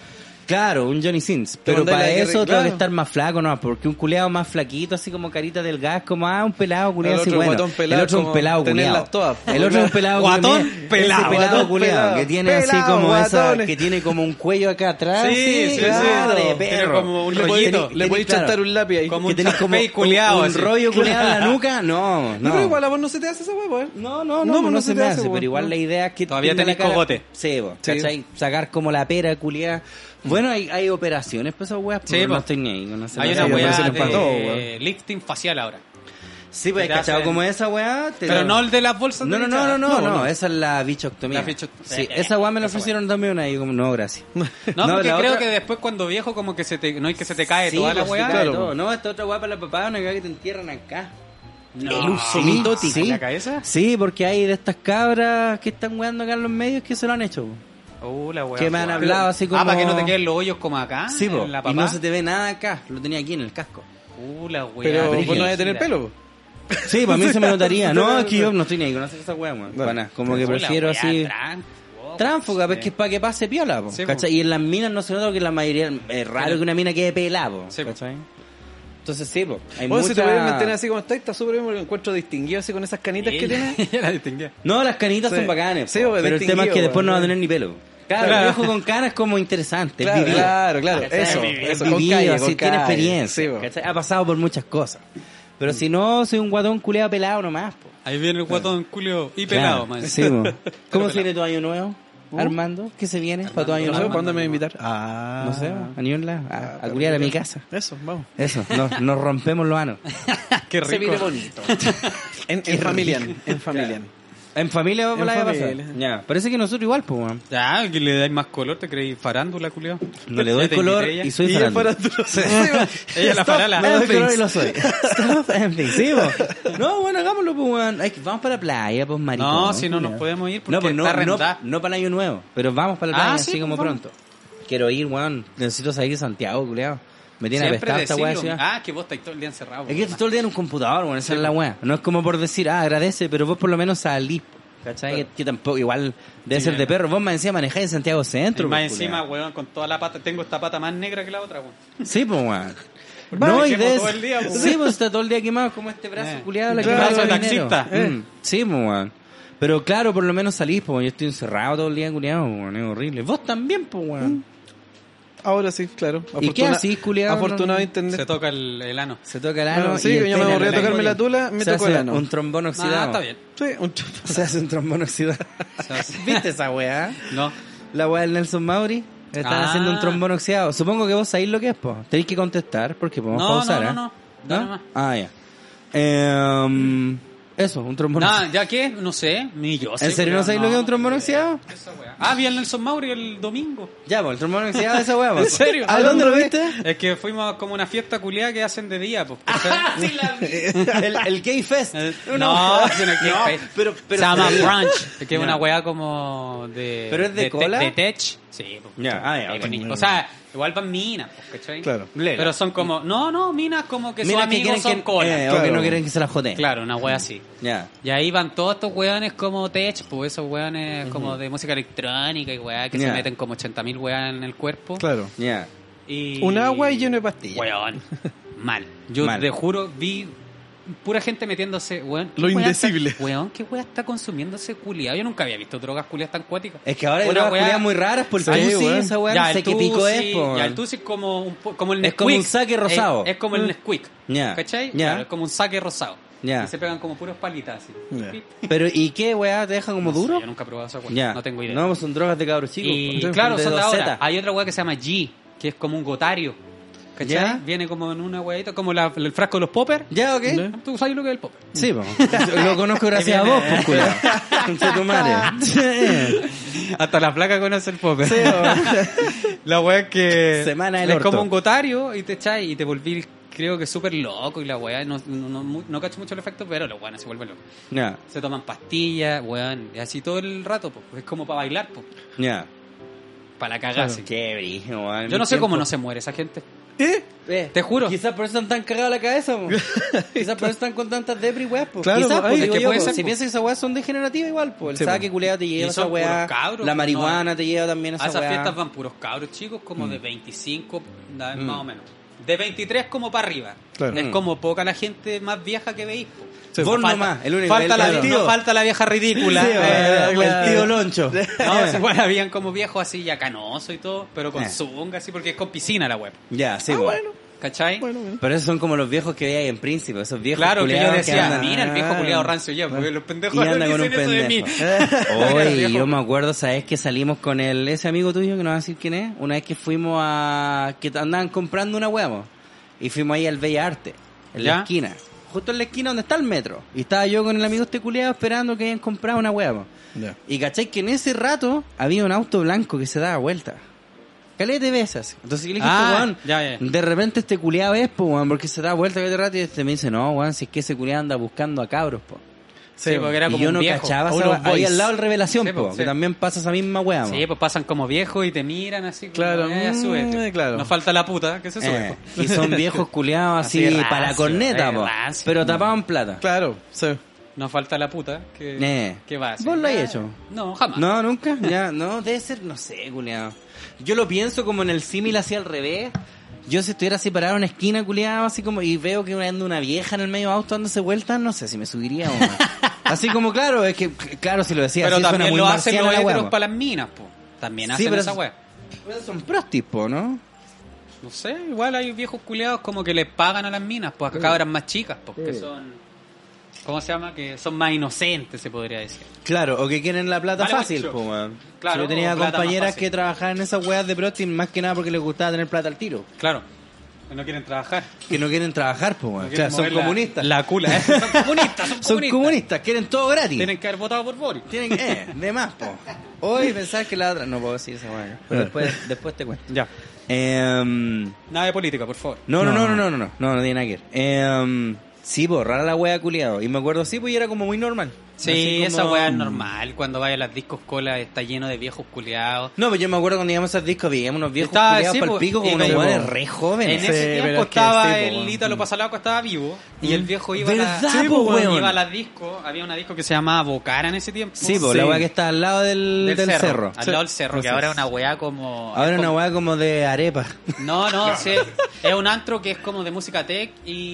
S2: Claro, un Johnny Sins. Pero
S3: mandáis
S2: para
S3: la
S2: eso tengo
S3: guerra,
S2: que
S3: claro.
S2: estar más flaco nomás, porque un culeado más flaquito, así como carita delgada, es como, ah, un pelado culeado
S3: El
S2: así
S3: otro
S2: bueno.
S3: guatón pelado,
S2: el otro es un
S3: como
S2: pelado
S3: tenerlas
S2: culeado.
S3: todas, po.
S2: El otro es un pelado
S4: Guatón
S2: culiao.
S4: pelado.
S2: Ese pelado
S3: Guatón
S2: culeado,
S3: pelado.
S2: que tiene así
S3: Pelado,
S2: como esa,
S3: guatones.
S2: que tiene como un cuello acá atrás.
S4: Ah, Sí, sí, sí.
S2: claro, de
S4: Tiene
S2: perro.
S4: como un
S2: Que
S3: Le
S2: tenés-
S3: podéis,
S4: rollito.
S2: tenés-
S3: le podéis
S2: claro,
S3: chantar un lápiz ahí.
S4: Como
S2: que
S4: un
S2: tenés como
S4: charpey culeado,
S2: un, un
S4: así.
S2: rollo culeado en la nuca. No,
S3: No,
S2: no.
S3: pero igual a vos no se te hace esa huevo, ¿eh?
S2: No, no,
S3: No,
S2: no, no,
S3: no
S2: se, me hace, pero igual la idea es que...
S4: Todavía
S2: tenga la
S4: tenés
S2: cara-
S4: cogote.
S2: Sí, vos,
S3: Sí.
S2: ¿cachai? Sacar como la pera culiada. Bueno, hay, hay operaciones para esas weas, pues, pero
S4: Mm. Sí,
S2: no
S4: po.
S2: estoy ni ahí. No sé,
S4: hay
S2: no
S4: una
S2: sé,
S3: wea
S4: weá
S2: operaciones
S4: de
S2: para todo.
S4: lifting facial ahora.
S2: Sí, pues,
S4: que te
S2: ¿cachado?
S4: hacen-
S2: Como esa wea... te
S4: Pero
S2: lo-
S4: no el de las bolsas
S2: No,
S4: de
S2: no, no, no, no,
S4: leche.
S2: no, esa es la bichoctomía.
S4: La bichoct-
S2: Sí,
S4: Eh, eh,
S2: esa weá me la
S4: esa
S2: ofrecieron también una y yo como, no, gracias.
S4: No, porque
S2: la
S4: creo
S2: otra-
S4: que después cuando viejo como que se te, no es que se te cae
S2: Sí,
S4: toda la
S2: pues,
S4: weá.
S2: se cae
S4: Claro.
S2: todo. No, esta otra weá para la papada, una weá que te entierran acá.
S4: No.
S2: El uso
S4: Sí,
S2: mitotic.
S4: ¿en la cabeza?
S2: Sí, porque hay de estas cabras que están weando acá en los medios que se lo han hecho. po.
S4: Uh, la weá.
S2: Que me han
S4: Pero-
S2: hablado así como-
S4: Ah, para que no te queden los hoyos como acá.
S2: Sí, po.
S4: Ah, en la
S2: y
S4: papá.
S2: no se te ve nada acá, lo tenía aquí en el casco.
S4: Uh, la weá.
S3: Pero
S2: brígido.
S3: vos no vas a tener pelo. pues. po.
S2: Sí, para mí se me notaría. No, es que yo no estoy ni ahí con hacer esa weá, weón.
S3: Dale.
S2: Pa' nada. Como que
S4: Uh, la
S2: prefiero
S4: weá,
S2: así.
S4: tran- wow,
S2: Tránfuga,
S4: sí.
S2: pues que es para que pase piola, po,
S4: Sí, po.
S2: ¿cachai? Y en las minas no se nota que la mayoría. Es raro que una mina quede pelada, po,
S4: Sí, po.
S2: ¿cachai? Entonces sí, po. Hay
S3: Vos si te
S2: mucha-
S3: voy a mantener así como está, está súper bien porque lo encuentro distinguido así con esas canitas que tiene.
S4: Ya la distinguía.
S2: No, las canitas
S3: Sí.
S2: son bacanes.
S3: Sí,
S2: po,
S3: po,
S2: pero el tema es que
S3: distinguido,
S2: después no va a
S3: weón.
S2: tener ni pelo. Claro,
S4: Claro.
S2: el viejo con canas es como interesante. es
S3: Claro,
S2: vivido.
S3: claro, claro.
S2: ¿Cachai?
S3: Eso,
S2: Es
S3: eso, con
S2: vivido,
S3: calle,
S2: así,
S3: con
S2: tiene
S3: calle.
S2: experiencia.
S3: Sí, po.
S2: ¿cachai? ha pasado por muchas cosas. Pero si no, soy un guatón culeado pelado nomás, po.
S4: Ahí viene el guatón culio y
S2: Claro,
S4: pelado, man.
S2: sí, po. ¿Cómo se viene tu año nuevo? Armando, ¿qué se viene para tu año
S3: No sé,
S2: nuevo?
S3: ¿cuándo me va a invitar? Ah.
S2: No sé, a ningún lado, a,
S4: Ah,
S2: a culiar a mi casa.
S3: Eso, vamos.
S2: Eso, nos, nos rompemos los anos.
S4: Qué rico.
S3: bonito. en, en familia, en familia.
S2: En familia vamos
S3: En
S2: la va a pasar.
S3: familia.
S2: Ya, parece que nosotros igual, pues, weón.
S4: Ya, que le dais más color, te creí farándula, culiao.
S2: No le doy
S4: Ya te
S2: color
S4: invité
S2: y
S4: ella.
S2: soy
S3: Y es
S2: farándula.
S3: farándula.
S4: Ella la farala.
S2: No doy color y lo soy. Stop and think. Sí, po. No, bueno, hagámoslo, pues, weón. Ay, que Vamos para la playa, pues, maricón.
S4: No, si no nos
S2: culiao.
S4: podemos ir porque
S2: No, pues no,
S4: está
S2: no,
S4: arrendada.
S2: no para el año nuevo, pero vamos para la
S4: Ah,
S2: playa
S4: sí,
S2: así como
S4: vamos.
S2: pronto. Quiero ir, weón. Necesito salir de Santiago, culiao. Me tiene
S4: Siempre
S2: apestado esta weá de
S4: decirlo.
S2: ciudad.
S4: Ah, que vos estáis todo el día encerrado.
S2: Es que
S4: weón.
S2: estoy todo el día en un computador, bueno, esa es la weá. No es como por decir, ah, agradece, pero vos por lo menos salís. ¿Cachai? Que, que tampoco, igual debe
S4: Sí,
S2: ser de
S4: bien.
S2: perro. Vos más encima manejáis en Santiago Centro.
S4: Y más
S2: pues,
S4: encima,
S2: culiao.
S4: weón, con toda la pata, tengo esta pata más negra que la otra, weón.
S2: Sí, pues, weón.
S4: Vale,
S2: No, y
S4: quemo
S2: des...
S4: todo el día, pues.
S2: Sí, pues está todo el día quemado, como este brazo
S4: Eh.
S2: culiado, la
S4: Claro,
S2: quemada
S4: brazo
S2: de
S4: de
S2: dinero.
S4: taxista. Eh.
S2: Mm, Sí, pues, weón. Pero claro, por lo menos salís, pues, yo estoy encerrado todo el día culiado, weón, es horrible. Vos también, pues,
S4: Mm.
S2: weón.
S3: Ahora sí, claro.
S2: ¿Y qué
S3: Afortuna- este-
S2: hacís, culiao?
S3: Afortunado
S2: No, no.
S3: entender.
S4: Se toca el, el ano.
S2: Se toca el ano.
S3: Bueno, sí,
S2: y el
S3: que yo me
S2: pene,
S3: aburrí de
S2: la
S3: tocarme
S2: coña.
S3: la tula, me
S2: Se
S3: tocó
S2: hace
S3: el ano.
S2: Un trombón oxidado.
S4: Ah, está bien.
S3: Sí, un chup-
S2: Se hace un trombón oxidado.
S4: Se hace-
S2: ¿Viste esa weá?
S4: No.
S2: La weá del Nelson Mauri. Están
S4: Ah.
S2: haciendo un trombón oxidado. Supongo que vos sabéis lo que es, po. Tenéis que contestar porque podemos
S4: No,
S2: pausar,
S4: no,
S2: ¿eh?
S4: no, no. Dale más.
S2: Ah, ya. Em, eso, un trombón
S4: Nada,
S2: oxidado.
S4: ¿ya qué? No sé, ni yo. sé,
S2: ¿En serio
S4: weón,
S2: no sabéis lo que es un trombón
S4: no sé.
S2: oxidado?
S4: Esa weá. Ah, vi al Nelson Mauri el domingo.
S2: Ya, pues, el trombón oxidado de esa weá, po.
S4: ¿En serio?
S2: ¿A dónde lo viste?
S4: Es que fuimos a como una fiesta culiada que hacen de día, pues. ¿cachai?
S2: el, el Gay Fest.
S4: Eh,
S2: Una
S4: No,
S2: weá.
S4: es una que-
S2: pero, pero
S4: se llama
S2: sería.
S4: brunch, que es una weá como de.
S2: ¿Pero es de
S4: te-
S2: cola?
S4: De tech. Sí, pues,
S2: Ya, ah, ya,
S4: ahí
S2: ok.
S4: bonito. O sea, igual van minas, pues, ¿cachai?
S3: Claro.
S2: Lela.
S4: Pero son como. No, no, minas como que
S2: Mira
S4: son
S2: que
S4: amigos,
S2: quieren
S4: son
S2: que,
S4: cola.
S2: eh, o que
S3: Claro.
S2: no quieren que se la joteen.
S4: Claro, una weá así.
S2: Ya.
S4: Y ahí van todos estos weones como tech, pues esos weones como de música electrónica y weá que
S2: Ya.
S4: se meten como 80.000 weá en el cuerpo.
S3: Claro.
S2: Ya.
S4: Y...
S3: Un agua y lleno de pastillas.
S4: Weón. Mal. Yo
S2: Mal.
S4: te juro, vi pura gente metiéndose, weón. ¿qué
S3: Lo
S4: weá
S3: indecible.
S4: está- weón, ¿qué weá está consumiendo ese culiado? Yo nunca había visto drogas culiadas tan cuáticas.
S2: Es que ahora hay
S4: Una
S2: unas
S4: weá-
S2: culiadas muy raras porque
S3: Sí,
S2: el sí,
S3: weón.
S2: esa weá
S4: Ya,
S2: no sé
S4: el
S2: qué pico
S4: Tusi,
S2: es, po.
S4: Ya, el Tusi es como un, Mm. po- como el
S2: Es
S4: Nesquik. Eh,
S2: como un saque rosado.
S4: Es, es como el Nesquik.
S2: Ya.
S4: ¿Cachai?
S2: Ya.
S4: Claro, es como un saque rosado.
S2: Ya.
S4: Y se pegan como puras palitas así.
S3: Ya.
S4: Pip.
S2: Pero ¿y qué weá te deja como
S4: No sé,
S2: duro?
S4: Yo nunca he probado esa weá.
S2: Ya.
S4: No tengo idea.
S2: No, son drogas de cabros chicos.
S4: y
S2: po.
S4: claro,
S2: De
S4: son de ahora.
S2: 2Z.
S4: Hay otra weá que se llama G, que es como un gotario. ¿Cachai?
S2: Ya.
S4: Viene como en una weadita, como la- el frasco de los poppers.
S2: Ya, ok.
S4: ¿Tú sabes lo que es el popper?
S2: Sí, po. Lo conozco gracias a vos, pues, culiao. Concha tu madre.
S4: Hasta la placa conoce el popper. la weá es que.
S2: Semana del
S4: es
S2: orto.
S4: como un gotario y te echáis y te volví, creo que súper loco y la weá. No, no, no, mu- no cacho mucho el efecto, pero los weones se vuelven locos.
S2: Ya,
S4: Se toman pastillas, weón, y así todo el rato, po. es como para bailar, po.
S2: ya.
S4: para la cagada. así.
S2: Qué brillo, weón.
S4: Yo no sé
S2: Tiempo.
S4: cómo no se muere esa gente.
S2: Eh,
S4: Te juro.
S2: Quizás por eso están tan cagados la cabeza, po. Quizás por eso están con tantas debris, weá, po.
S3: Claro,
S2: Quizás,
S3: po,
S2: po,
S3: ay,
S2: digo
S4: es que
S2: yo,
S4: puede
S2: po.
S4: ser,
S2: Si
S4: po.
S2: piensas que esa weá son degenerativas igual, po. El
S3: Sí, po.
S2: saque culeado te lleva
S4: Y
S2: esa
S4: son
S2: weá.
S4: puros cabros,
S2: La
S4: no,
S2: marihuana te lleva también
S4: A
S2: esa
S4: esas
S2: weá.
S4: fiestas van puros cabros chicos, como de 25, da- más o menos. De 23 como para arriba.
S3: Claro.
S4: Es
S2: Mm.
S4: como poca la gente más vieja que veis. po.
S2: Sí,
S4: No
S2: vos
S4: falta-
S2: nomás, el único-
S4: Falta,
S2: el-
S4: la,
S2: el
S4: no
S2: tío.
S4: falta la vieja ridícula.
S2: Sí,
S4: eh,
S2: weón, el tío Loncho.
S4: no, se- bueno, habían como viejos así ya canoso y todo, pero con
S2: Eh.
S4: zunga así, porque es con piscina la web.
S2: Ya,
S4: Ah,
S2: sí, po.
S4: ¿Cachai?
S2: Pero esos son como los viejos que veía en Príncipe, esos viejos
S4: Claro, que yo
S2: culiados
S4: decía,
S2: andan- Ah,
S4: mira el viejo culiado rancio ya, porque los pendejos
S2: Y anda con
S4: dicen
S2: un
S4: eso de mí.
S2: pendejo. Oye, yo me acuerdo, ¿sabes que salimos con el, ese amigo tuyo que no va a decir quién es? Una vez que fuimos a. que andaban comprando una huevo. Y fuimos ahí al Bella Arte, en la
S4: ¿Ya?
S2: esquina. Justo en la esquina donde está el metro. Y estaba yo con el amigo este culiado esperando que hayan comprado una huevo.
S3: Ya.
S2: Y cachai que en ese rato había un auto blanco que se daba vuelta. Calete de veces. Entonces yo le dije,
S4: Ah,
S2: weón,
S4: ya, ya.
S2: de repente este culiado es, po, weón, porque se da vuelta caleta de rato y este me dice, no, weón, si es que ese culiado anda buscando a cabros, po.
S4: Sí, porque era
S2: y
S4: como
S2: yo
S4: un
S2: no
S4: viejo.
S2: cachaba esa
S4: Unos
S2: weá. Ahí
S4: boys.
S2: al lado el Revelación,
S4: Sí,
S2: po,
S4: po,
S2: que
S4: sí.
S2: también pasa esa misma weá, mo.
S4: Sí, pues pasan como viejos y te miran así. como,
S3: Claro,
S4: "Eh, ya
S3: mm,
S4: súbete".
S3: claro.
S4: No falta la puta que se sube. pues.
S2: Eh,
S4: po.
S2: y son viejos culiados así,
S4: Así rancio,
S2: para la corneta,
S4: eh,
S2: po.
S4: rancio.
S2: pero tapaban plata.
S3: Claro, sí.
S4: No falta la puta que,
S2: Eh.
S4: que va a hacer.
S2: ¿Vos lo has
S4: Ah,
S2: hecho?
S4: No, jamás.
S2: No, nunca. Ya, no, debe ser, no sé, culiado. Yo lo pienso como en el símil hacia el revés. Yo si estuviera así parado en una esquina, culiado, así como, y veo que anda una vieja en el medio auto dándose vueltas, no sé si me subiría o no. Así como, claro, es que, claro, si lo decía,
S4: pero
S2: así suena
S4: también
S2: muy
S4: lo hacen
S2: marciano
S4: los
S2: la
S4: héteros
S2: hueá,
S4: para las minas, po. También
S2: Sí,
S4: hacen
S2: pero
S4: esa
S2: es-
S4: weá.
S2: po. Son pros tipo, ¿no?
S4: No sé, igual hay viejos culiados como que les pagan a las minas, pues a cabras más chicas, porque pues, son ¿Cómo se llama? Que son más inocentes, se podría decir.
S2: Claro, o que quieren la plata
S4: Vale,
S2: fácil,
S4: macho.
S2: po, weón.
S4: Claro,
S2: yo tenía
S4: o plata más
S2: compañeras
S4: fácil.
S2: que trabajaban en esas weas de prostin más que nada porque les gustaba tener plata al tiro.
S4: Claro. No quieren trabajar.
S2: Que no quieren trabajar, po, weón.
S4: no quieren
S2: Claro, son
S4: mover la-
S2: comunistas.
S4: La cula, ¿eh? Son comunistas, son comunistas.
S2: Son comunistas, quieren todo gratis.
S4: Tienen que haber votado por Boris.
S2: Tienen, eh, de más, po. Hoy pensar que la otra. No puedo decir esa
S4: Eh.
S2: weá. Pero después, después te cuento.
S4: Ya.
S2: Em,
S4: Nada de política, por favor.
S2: No, no, no, no, no, no, no, no, no tiene nada que ver. Em, sí, po, rara la wea culiado. Y me acuerdo, sí, pues y era como muy normal. Así
S4: Sí,
S2: como- mm.
S4: esa weá es normal. Cuando vaya a las discos cola está lleno de viejos culeados.
S2: No, pero yo me acuerdo cuando íbamos a esos discos, veíamos unos viejos
S4: Estaba
S2: culiados
S4: así,
S2: pal
S4: po,
S2: pico como
S4: y
S2: unos
S4: no-
S2: weones re
S4: En
S2: jóvenes.
S6: Sí,
S4: ese
S6: pero
S4: tiempo
S6: es que
S4: estaba
S6: sí, po,
S4: el
S2: pues,
S6: weón.
S4: Ítalo Pasalaco, estaba vivo. Y el viejo iba a la...
S2: Mm. ¿Verdad,
S4: Sí,
S2: po,
S4: po,
S2: weón?
S4: Iba a las discos. Había una disco que se llamaba Bocara en ese tiempo.
S2: Sí, po, la weá que está al lado del, del cerro.
S4: Al lado del cerro, que ahora es una weá como...
S2: Ahora
S4: es
S2: una
S4: como-
S2: weá como de arepa.
S4: No, no, sí, es un antro que es como de música tech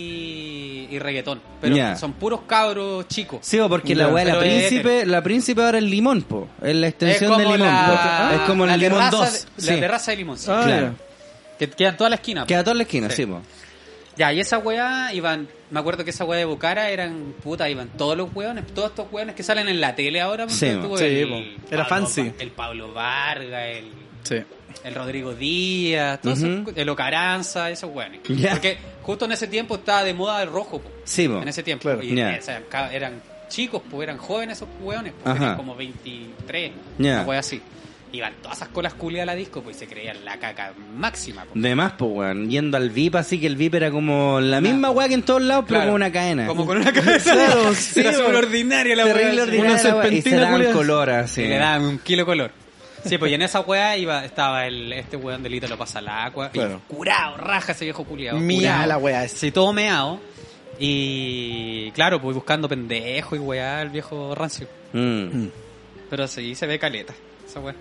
S4: y, y reggaetón. Pero
S2: Ya.
S4: son puros cabros chicos.
S2: Sí, po, porque la
S4: Ya.
S2: weá de la
S4: Pero es
S2: príncipe, la príncipe ahora es limón, po. Es la extensión
S4: es
S2: de
S4: como
S2: limón.
S4: la-
S2: po. Es como
S4: la
S2: el limón
S4: terraza
S2: 2.
S4: de- La
S2: sí.
S4: terraza de limón, sí.
S3: Ah,
S2: Claro.
S4: Que quedan toda la esquina.
S2: Queda toda la esquina, sí,
S4: Sí.
S2: po.
S4: Ya, y esa weá, iban, me acuerdo que esa weá de Bucara eran, puta, iban todos los weones, todos estos weones que salen en la tele ahora. porque
S2: Sí,
S4: estuvo
S3: sí,
S4: el
S3: po. Era
S4: Pablo-
S3: fancy.
S4: El Pablo Vargas, el,
S3: Sí.
S4: el Rodrigo Díaz, todos esos
S2: Ujú.
S4: cu- el Ocaranza, esos weones.
S2: Ya.
S4: Porque justo en ese tiempo estaba de moda el rojo, po.
S2: Sí, po.
S4: En ese tiempo.
S3: Claro.
S4: Y
S2: Ya.
S4: esa- ca- eran chicos, pues eran jóvenes esos weones, po,
S2: Ajá.
S4: tenían como 23,
S2: Ya.
S4: una weá así. Iban todas esas colas culiadas a la disco, pues y se creían la caca máxima, po.
S2: De más, po, weón. Yendo al VIP, así que el VIP era como la misma weá que en todos lados, pero
S4: Claro.
S2: con una cadena.
S4: Como con una cabeza.
S2: Claro, sí,
S4: Era
S2: weón.
S4: súper ordinaria la
S2: Terrible
S4: weá,
S2: ordinaria la
S3: Una
S2: weá. Y se
S3: serpentina,
S2: daban
S3: culiao.
S2: color así.
S4: sí. Y Le daban un kilo de color. Sí, pues y en esa weá iba, estaba el, este weón delito lo pasa al agua. y
S3: Claro.
S4: Curado, raja ese viejo culiado.
S3: Mira la weá esa.
S4: Sí, todo meado. Y claro, pues buscando pendejo y weá el viejo rancio.
S2: Mm.
S4: Pero sí, se ve caleta esa weá.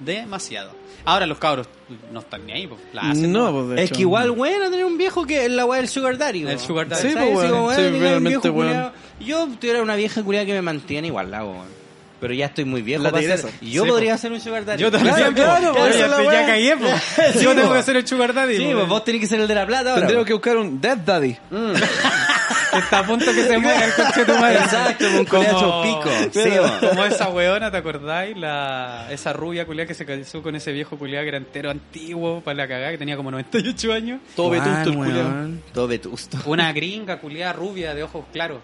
S4: Demasiado. Ahora los cabros no están ni ahí, pues la hacen.
S3: No, pues, de
S2: Es
S3: hecho,
S2: que igual, bueno, tener un viejo que es la weá del Sugar Daddy.
S4: mm. El
S2: weón.
S4: sugar daddy.
S2: ¿Sabes?
S3: Sí, pues,
S2: Así como,
S3: weón.
S2: weón,
S3: Sí,
S2: tener un
S3: realmente,
S2: viejo
S3: weón.
S2: culiao. Yo tuviera una vieja culiada que me mantiene igual, la hago, weón. Pero ya estoy muy viejo
S3: La
S2: para
S3: tigresa.
S2: hacer- y Yo
S3: Sí, pues.
S2: podría ser un Sugar Daddy.
S4: Yo también.
S2: Claro,
S3: claro,
S2: claro,
S3: pues,
S2: ya
S3: esa es
S2: estoy-
S3: la
S4: ya
S3: weá.
S4: caí, pues.
S2: Sí,
S4: Yo tengo
S2: po.
S4: que ser el sugar daddy.
S2: Sí,
S4: po.
S2: pues vos tenés que ser el de la plata ahora.
S3: Tendríamos
S2: weón.
S3: que buscar un Death Daddy.
S2: ¿Mm?
S4: Está a punto que se muera el coche de tu madre.
S2: Exacto, como un culiao chopico. Sí,
S4: Pero-
S2: po.
S4: como esa weona, ¿te acordáis? La, esa rubia culiá que se casó con ese viejo culiá que era entero antiguo, para la cagada, que tenía como 98 años.
S3: Todo
S2: Juan,
S3: vetusto el culiao.
S2: weón. Todo vetusto.
S4: Una gringa culiá rubia de ojos claros.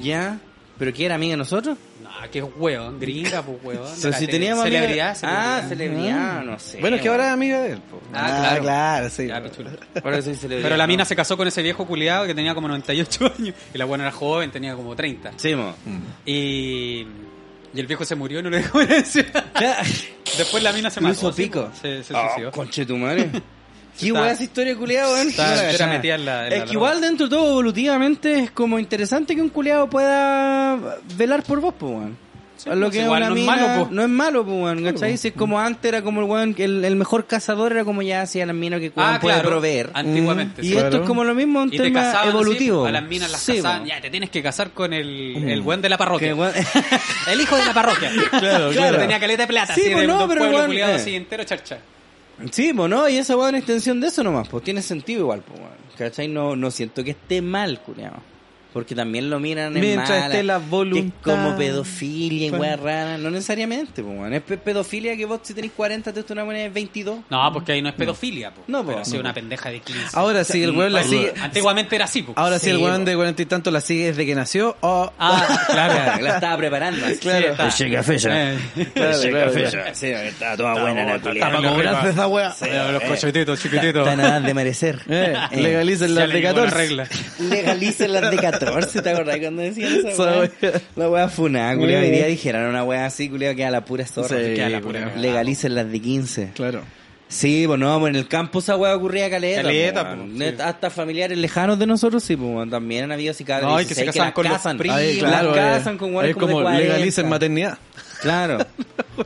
S2: ¿Ya? ¿Pero qué era amiga de nosotros?
S4: No, qué weón, gringa, pues weón. de
S2: Pero
S4: la
S2: si
S4: tele.
S2: teníamos amiga-
S4: celebridad,
S2: Ah,
S4: celebridad.
S2: celebridad, no sé.
S3: Bueno, es que
S2: weón.
S3: ahora es amiga de él. po.
S4: Ah, claro.
S3: sí.
S4: Ya, pichula.
S2: Ahora soy celebridad.
S4: Pero la mina
S2: ¿no?
S4: se casó con ese viejo culiado que tenía como 98 años. Y la buena era joven, tenía como 30.
S2: Sí, mo.
S4: Y, y el viejo se murió y no le dejó herencia. Después la mina se
S2: Lo
S4: mató.
S2: hizo
S4: sí,
S2: pico.
S4: po. Se, se
S2: Ah,
S4: suicidó.
S2: conche tu madre. Qué
S4: Está-
S2: weá esa historia culiado, weón.
S4: está
S2: No la
S4: entera
S2: cachaba.
S4: metida en la- en la
S2: Es que
S4: droga.
S2: igual dentro de todo evolutivamente es como interesante que un culiado pueda velar por vos, po, weón.
S4: Sí,
S2: lo
S4: pues,
S2: que
S4: igual
S2: una
S4: no es
S2: mina-
S4: malo, po.
S2: no es malo, po, weón, ¿cachai? Si es como antes era como el weón, el, el mejor cazador era como ya hacía las minas que weón, puede proveer.
S4: Ah,
S2: Mm,
S4: Antiguamente.
S2: Y
S4: sí.
S2: esto
S3: Claro.
S2: es como lo mismo en
S4: Y te
S2: tema
S4: casaban
S2: evolutivo.
S4: así, a las minas las
S2: Sí,
S4: casaban.
S2: po.
S4: Ya, te tienes que casar con el, el buen de la
S2: Que
S4: parroquia.
S2: weón-
S4: El hijo de la parroquia. claro,
S2: claro.
S4: Tenía caleta de plata.
S2: Sí,
S4: así,
S2: pues
S4: de
S2: no,
S4: un
S2: pero
S4: pueblo
S2: igual,
S4: culiado
S2: eh.
S4: así, entero charcha.
S2: Sí, pues no, y esa weá es una extensión de eso nomás, pues tiene sentido igual, pues weón. ¿Cachai? No, no siento que esté mal, culiao. Porque también lo miran en
S3: Mientras
S2: mala,
S3: esté la
S2: que
S3: voluntad.
S2: es como pedofilia y weá rara. No necesariamente, pues weón. Es pe- pedofilia que vos si tenés 40 te das una moneda de 22.
S4: No, porque ahí no es pedofilia, po.
S2: Mm. No, po.
S4: Pero sí
S2: No,
S4: una
S2: po.
S4: pendeja de 15.
S3: Ahora sí, el weón la
S4: Bueno,
S3: sigue.
S4: Antiguamente era así, po.
S3: Ahora sí, el
S2: Sí,
S3: weón
S2: po.
S3: de cuarenta y tanto la sigue desde que nació. Oh, O
S4: Ah, claro.
S2: Claro, la estaba preparando. así.
S4: Claro.
S2: Sí, está.
S4: Ese
S2: Eh.
S3: Claro,
S2: Ese
S3: claro,
S2: café, Sí, estaba toda buena la
S3: Está
S2: culiao.
S3: para cobrarse esa weá.
S4: Pero los cochetitos, chiquititos.
S2: eh, Está en edad de merecer.
S3: Eh,
S2: Eh.
S3: legalicen las de 14.
S4: regla.
S2: Legalicen las de 14, ¿te acordás cuando decían esa
S3: Esa
S2: weá?
S3: weá.
S2: La weá funada, culiao. Hoy día
S3: Mm.
S2: dijeran una weá así, culiao, queda la pura zorra.
S3: Sí,
S2: Queda la pura
S3: culiao.
S2: cagada. Legalicen las de 15.
S3: Claro.
S2: Sí, pues no, pues en el campo esa weá ocurría caleta.
S4: Caleta,
S2: po,
S4: po,
S2: weón.
S4: sí.
S2: Net- Hasta familiares lejanos de nosotros, sí, pues también han habido cicadas.
S4: No, y que se casan con los primos.
S3: Ahí,
S4: Sí,
S3: claro.
S2: las
S3: eh.
S2: casan con weones
S3: Es
S2: como de
S3: como
S2: 40.
S3: legalicen maternidad.
S2: Claro.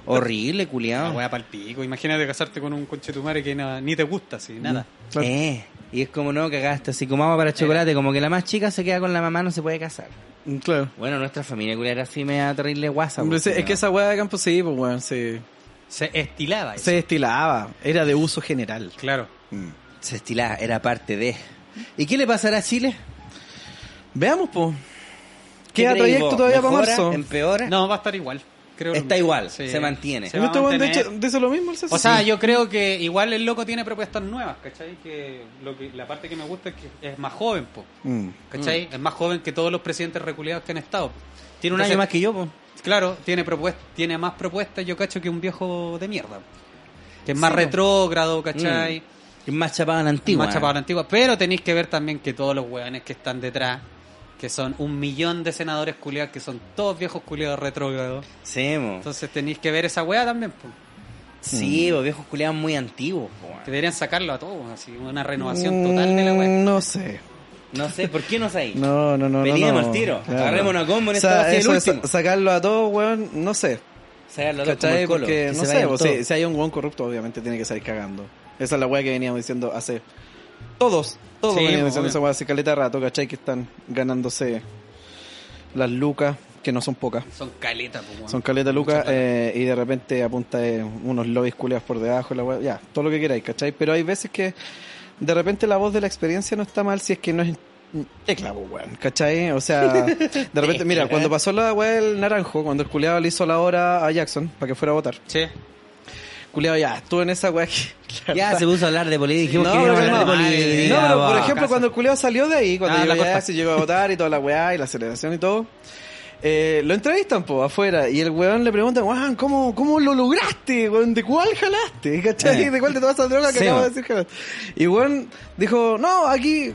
S2: Horrible,
S4: La
S2: culiao.
S4: wea pa'l pico. Imagínate casarte con un conchetumare que na- ni te gusta, así, nada.
S3: Claro.
S2: Eh, y es como no, cagaste, así como agua para chocolate, como que la más chica se queda con la mamá, no se puede casar.
S3: Mm, Claro.
S2: Bueno, nuestra familia culiao era así, me da terrible guasa. pues, po,
S3: Hombre, sí, Es
S2: culiao.
S3: que esa weá de campo sí, pues weón, se,
S4: Se estilaba eso.
S3: se destilaba. Era de uso general.
S4: Claro.
S2: Mm. Se estilaba, era parte de. ¿Y qué le pasará a Chile?
S3: Veamos, pues. Queda
S2: creéis
S3: trayecto
S2: vos?
S3: todavía para
S2: ¿Mejora? em,
S3: marzo.
S2: ¿Empeora?
S4: No, va a estar igual. Creo lo
S2: Eh. Está
S4: mismo.
S2: igual, se mantiene.
S4: se
S3: ¿En
S4: va
S3: este
S4: a
S3: momento
S4: mantener.
S3: dicho- dice lo mismo el César?
S4: O sea,
S3: Sí.
S4: yo creo que igual el loco tiene propuestas nuevas, ¿cachai? Que, lo que la parte que me gusta es que es más joven, po.
S3: Mm.
S4: ¿cachai? Es más joven que todos los presidentes reculeados que han estado.
S2: Tiene un
S4: Entonces,
S2: año más que yo, po.
S4: Claro, tiene propuestas, tiene más propuestas, yo cacho, que un viejo de mierda. Que es más retrógrado, ¿cachai?
S2: Es más chapada a la Mm. antigua. eh.
S4: más chapado a la antigua. Pero tenéis que ver también que todos los hueones que están detrás, que son un millón de senadores culiados, que son todos viejos culiados retrógrados.
S2: eh. Sí, mo.
S4: Entonces tenéis que ver esa hueá también, po.
S2: Sí, po, viejos culiados muy antiguos, po.
S4: Que deberían sacarlo a todos, así, una renovación total de la web.
S3: Mm, No sé.
S2: No sé, ¿por qué no sabéis?
S3: No, no, no.
S2: Peleemos
S3: no, no.
S2: al tiro.
S3: Claro.
S2: Agarrémonos a combo en
S3: O
S2: esta
S3: sea,
S2: base del
S3: eso de
S2: último.
S3: sa- sacarlo a todos, weón, no sé.
S2: O sea, los dos como
S3: ¿Cachai?
S2: el colo,
S3: Porque,
S2: que
S3: no
S2: se
S3: sé,
S2: vayan
S3: o
S2: todos.
S3: si, si hay un buen corrupto, obviamente tiene que salir cagando. Esa es la weá que veníamos diciendo hace. Todos, todos
S4: Sí,
S3: veníamos
S2: pues,
S3: diciendo
S4: obvio.
S3: esa weá hace caleta de rato, ¿cachai? Que están ganándose las lucas, que no son pocas.
S4: Son caletas, po, weón.
S3: Son caleta lucas eh, y de repente apunta eh, unos lobbies culeados por debajo, la weá, ya, todo lo que queráis, ¿cachai? Pero hay veces que de repente la voz de la experiencia no está mal si es que no es tecla, po, weón, ¿cachai? O sea, de repente, mira, cuando pasó la weá del naranjo, cuando el culeado le hizo la hora a Jackson para que fuera a votar,
S4: Sí.
S3: culeado ya, estuvo en esa weá que...
S2: Ya se puso a hablar de política. Dijimos que
S3: no,
S2: íbamos a
S3: pero
S2: hablar de
S3: calmado.
S2: política.
S3: No, pero por
S2: va.
S3: ejemplo, cuando el culeado salió de ahí, cuando
S4: Ah,
S3: llegó,
S4: la
S3: ya,
S4: corta.
S3: se llegó a votar y toda la weá y la celebración y todo, eh, lo entrevistan po, afuera y el weón le pregunta, Juan, ¿cómo, ¿cómo lo lograste? Weón? ¿De cuál jalaste? ¿Cachai?
S2: Eh.
S3: ¿De cuál de todas esas drogas que
S2: Sí,
S3: acabo de
S2: weón.
S3: decir jalaste? Y weón dijo, no, aquí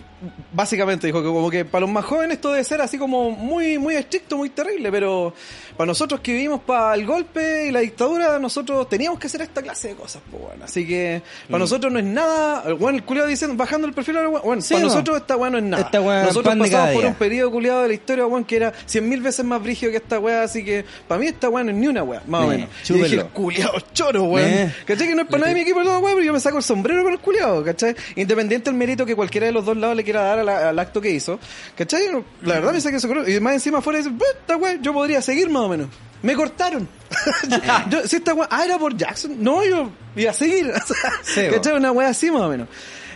S3: básicamente dijo que como que para los más jóvenes esto debe ser así como muy, muy estricto, muy terrible, pero para nosotros que vivimos para el golpe y la dictadura, nosotros teníamos que hacer esta clase de cosas, po, weón. Así que para
S2: Mm.
S3: nosotros no es nada, weón, el culiado diciendo, bajando el perfil, weón, bueno,
S2: Sí,
S3: para
S2: weón.
S3: nosotros esta weón no es nada.
S2: Esta weá,
S3: nosotros
S2: pan de
S3: pasamos
S2: cada
S3: por
S2: día.
S3: un periodo culiado de la historia, weón, que era 100.000 veces más brígido que esta weá, así que para mí esta weá no es ni una weá, más o
S2: Eh,
S3: menos. Y
S2: chúpenlo.
S3: dije, el culiado choro, weón.
S2: Eh.
S3: ¿Cachai? Que no es para nadie mi equipo, no, weón, pero yo me saco el sombrero con el culiado, ¿cachai? Independiente del mérito que cualquiera de los dos lados le quiera dar a la- al acto que hizo, ¿cachai? La verdad me saqué eso, y más encima fuera dice, esta weón, yo podría seguir más o menos. Me cortaron. Yo- si esta weá, ah, era por Jackson. No, yo iba a seguir. O sea,
S2: Sí, weón.
S3: ¿cachai? ¿Cachai? Una wea así más o menos.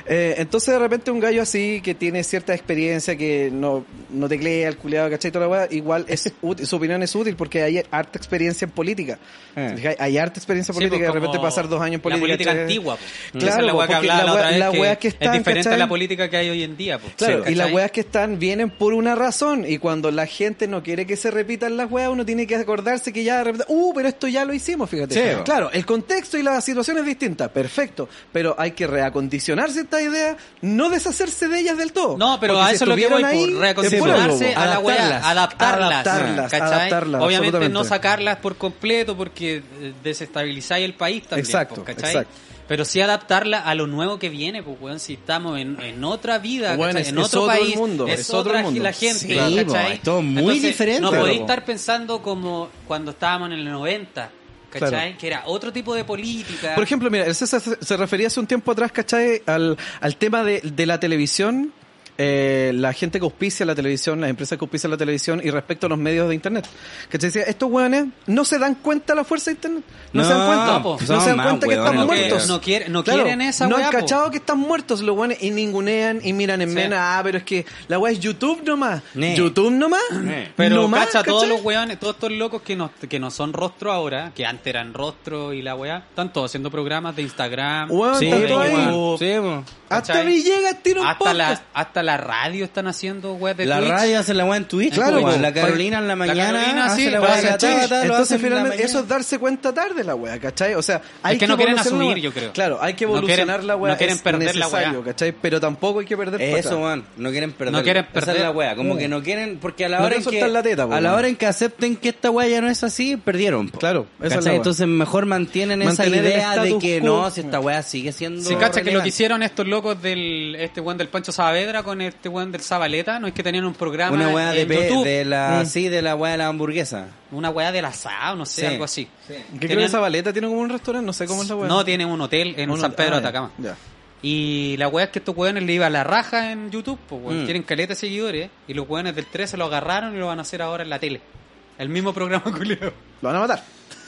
S3: Eh, entonces de repente un gallo así que tiene cierta experiencia, que no, no teclea el culiado, ¿cachai? Toda la wea, igual es útil, su opinión es útil porque hay harta experiencia en política.
S2: Eh.
S3: ¿Te fijas? Hay harta experiencia
S4: Sí,
S3: política y de
S4: pues,
S3: repente
S4: como
S3: pasar dos
S4: La
S3: años en política.
S4: política
S3: ¿cachai?
S4: antigua, po.
S3: Claro,
S4: Esa es la
S3: po,
S4: hueá que
S3: porque
S4: hablaba la
S3: la hueá-
S4: otra vez.
S3: la
S4: que
S3: hueá que están,
S4: es diferente a
S3: ¿cachai?
S4: la política que hay hoy en día, po.
S3: Claro,
S4: ¿cachai?
S3: y las weas que están vienen por una razón. Y cuando la gente no quiere que se repitan las weas, uno tiene que acordarse que ya de repente, uh, pero esto ya lo hicimos, fíjate.
S2: Sí.
S3: Claro, el contexto y la situación es distinta, perfecto. Pero hay que reacondicionar ciertas ideas, no deshacerse de ellas del todo.
S4: No, pero
S3: Porque
S4: a
S3: si
S4: eso es lo que voy,
S3: estuvieron ahí,
S4: por reacondicionarse
S3: es por algo,
S4: a la weá, adaptarlas,
S3: Adaptarlas,
S4: ¿cachai?
S3: adaptarlas,
S4: Obviamente
S3: absolutamente.
S4: no sacarlas por completo porque eh, desestabilizáis el país también,
S3: Exacto,
S4: po, ¿cachai?
S3: exacto.
S4: Pero sí adaptarla a lo nuevo que viene, pues, weón, si estamos en, en otra vida,
S3: Bueno,
S4: ¿cachai?
S3: es-
S4: en
S3: es
S4: otro,
S3: otro el
S4: país,
S3: mundo,
S4: es,
S3: es otro
S4: otra
S3: mundo.
S4: la gente,
S2: Sí,
S4: ¿cachai?
S2: po, es todo muy diferente,
S4: No
S2: po.
S4: podéis estar pensando como cuando estábamos en el 90, ¿cachai?
S3: Claro.
S4: Que era otro tipo de política.
S3: Por ejemplo, mira, el César se- se refería hace un tiempo atrás, ¿cachai? Al, al tema de, de la televisión, eh, la gente que auspicia la televisión, las empresas que auspician la televisión y respecto a los medios de Internet. ¿Cachai? Decía, estos hueones no se dan cuenta de la fuerza de Internet. No, se dan
S2: No,
S3: cuenta.
S4: po.
S3: No se
S2: Son
S3: dan
S2: más
S3: cuenta que
S2: hueones,
S3: están
S4: Como que
S3: muertos.
S4: no quiere- no quieren esa
S3: No
S4: hueá,
S3: han
S4: po.
S3: cachado que están muertos los hueones y ningunean y miran en
S4: Sí.
S3: mena. Ah, pero es que la hueá es YouTube nomás.
S2: Ne.
S3: YouTube nomás.
S2: Ne.
S4: Pero
S3: nomás,
S4: cacha, todos
S3: ¿cachai?
S4: los weones, todos estos locos que no, que no son rostro ahora, que antes eran rostro y la weá, están todos haciendo programas de Instagram. de
S3: Weón,
S2: Sí,
S3: tanto ahí.
S4: weón.
S2: po. Sí, po.
S3: Hasta
S4: ¿cachai?
S3: Villegas tiene un
S4: Hasta la,
S3: podcast.
S4: hasta la radio están haciendo weá de
S2: La
S4: Twitch.
S2: radio hace la weá en Twitch.
S3: Claro,
S2: po,
S3: po.
S2: la Carolina en la mañana.
S4: Carolina,
S2: hace
S4: sí,
S2: la weá
S4: pasa
S2: de la
S4: en Twitch.
S2: tarde, lo hace
S3: Entonces
S2: en la
S3: finalmente
S2: mañana.
S3: eso es darse cuenta tarde la wea, ¿cachai? O sea, hay
S4: Es que no quieren
S3: evolucionar la
S4: asumir,
S3: wea.
S4: yo creo.
S3: Claro, hay que
S4: No quieren-
S3: evolucionar la wea,
S4: no quieren
S3: es
S4: perder la wea.
S3: necesario, ¿cachai? Pero tampoco hay que perder para
S2: Eso,
S3: atrás.
S2: weón. No quieren perder.
S4: No quieren
S2: Esa
S4: perder. Uh.
S2: es la weá. Como que no quieren. Porque a la
S3: No
S2: hora,
S3: quieren
S2: en, que,
S3: soltar la teta, po,
S2: a la
S3: weón.
S2: hora en que acepten que esta weá ya no es así, perdieron. po.
S3: Claro, esa es la
S2: ¿Cachai?
S3: weá.
S2: Entonces mejor mantienen
S3: Mantener el
S2: esa idea de
S3: status
S2: que
S3: quo.
S2: no, si esta weá sigue siendo.
S4: Si cacha que lo que
S2: relevante.
S4: hicieron estos locos del este weón del Pancho Saavedra con este weón del Zabaleta, no es que tenían un programa
S2: Una weá de,
S4: en
S2: pe-
S4: YouTube,
S2: de la.
S3: Mm.
S2: Sí, de la weá de la hamburguesa.
S4: una weá del asado, no sé,
S2: Sí.
S4: algo así.
S3: ¿Qué
S4: Tenían-
S3: creo que esa baleta tiene como un restaurante? No sé cómo es la wea.
S4: No, tienen un hotel en
S3: Uno-
S4: San Pedro
S3: ah,
S4: de Atacama.
S3: Ya. ya.
S4: Y la weá es que estos weones le iba a la raja en YouTube, pues weón.
S2: Mm.
S4: Tienen caleta de seguidores. ¿eh? Y los weones del 13 lo agarraron y lo van a hacer ahora en la tele. El mismo programa culiao.
S3: Lo van a matar.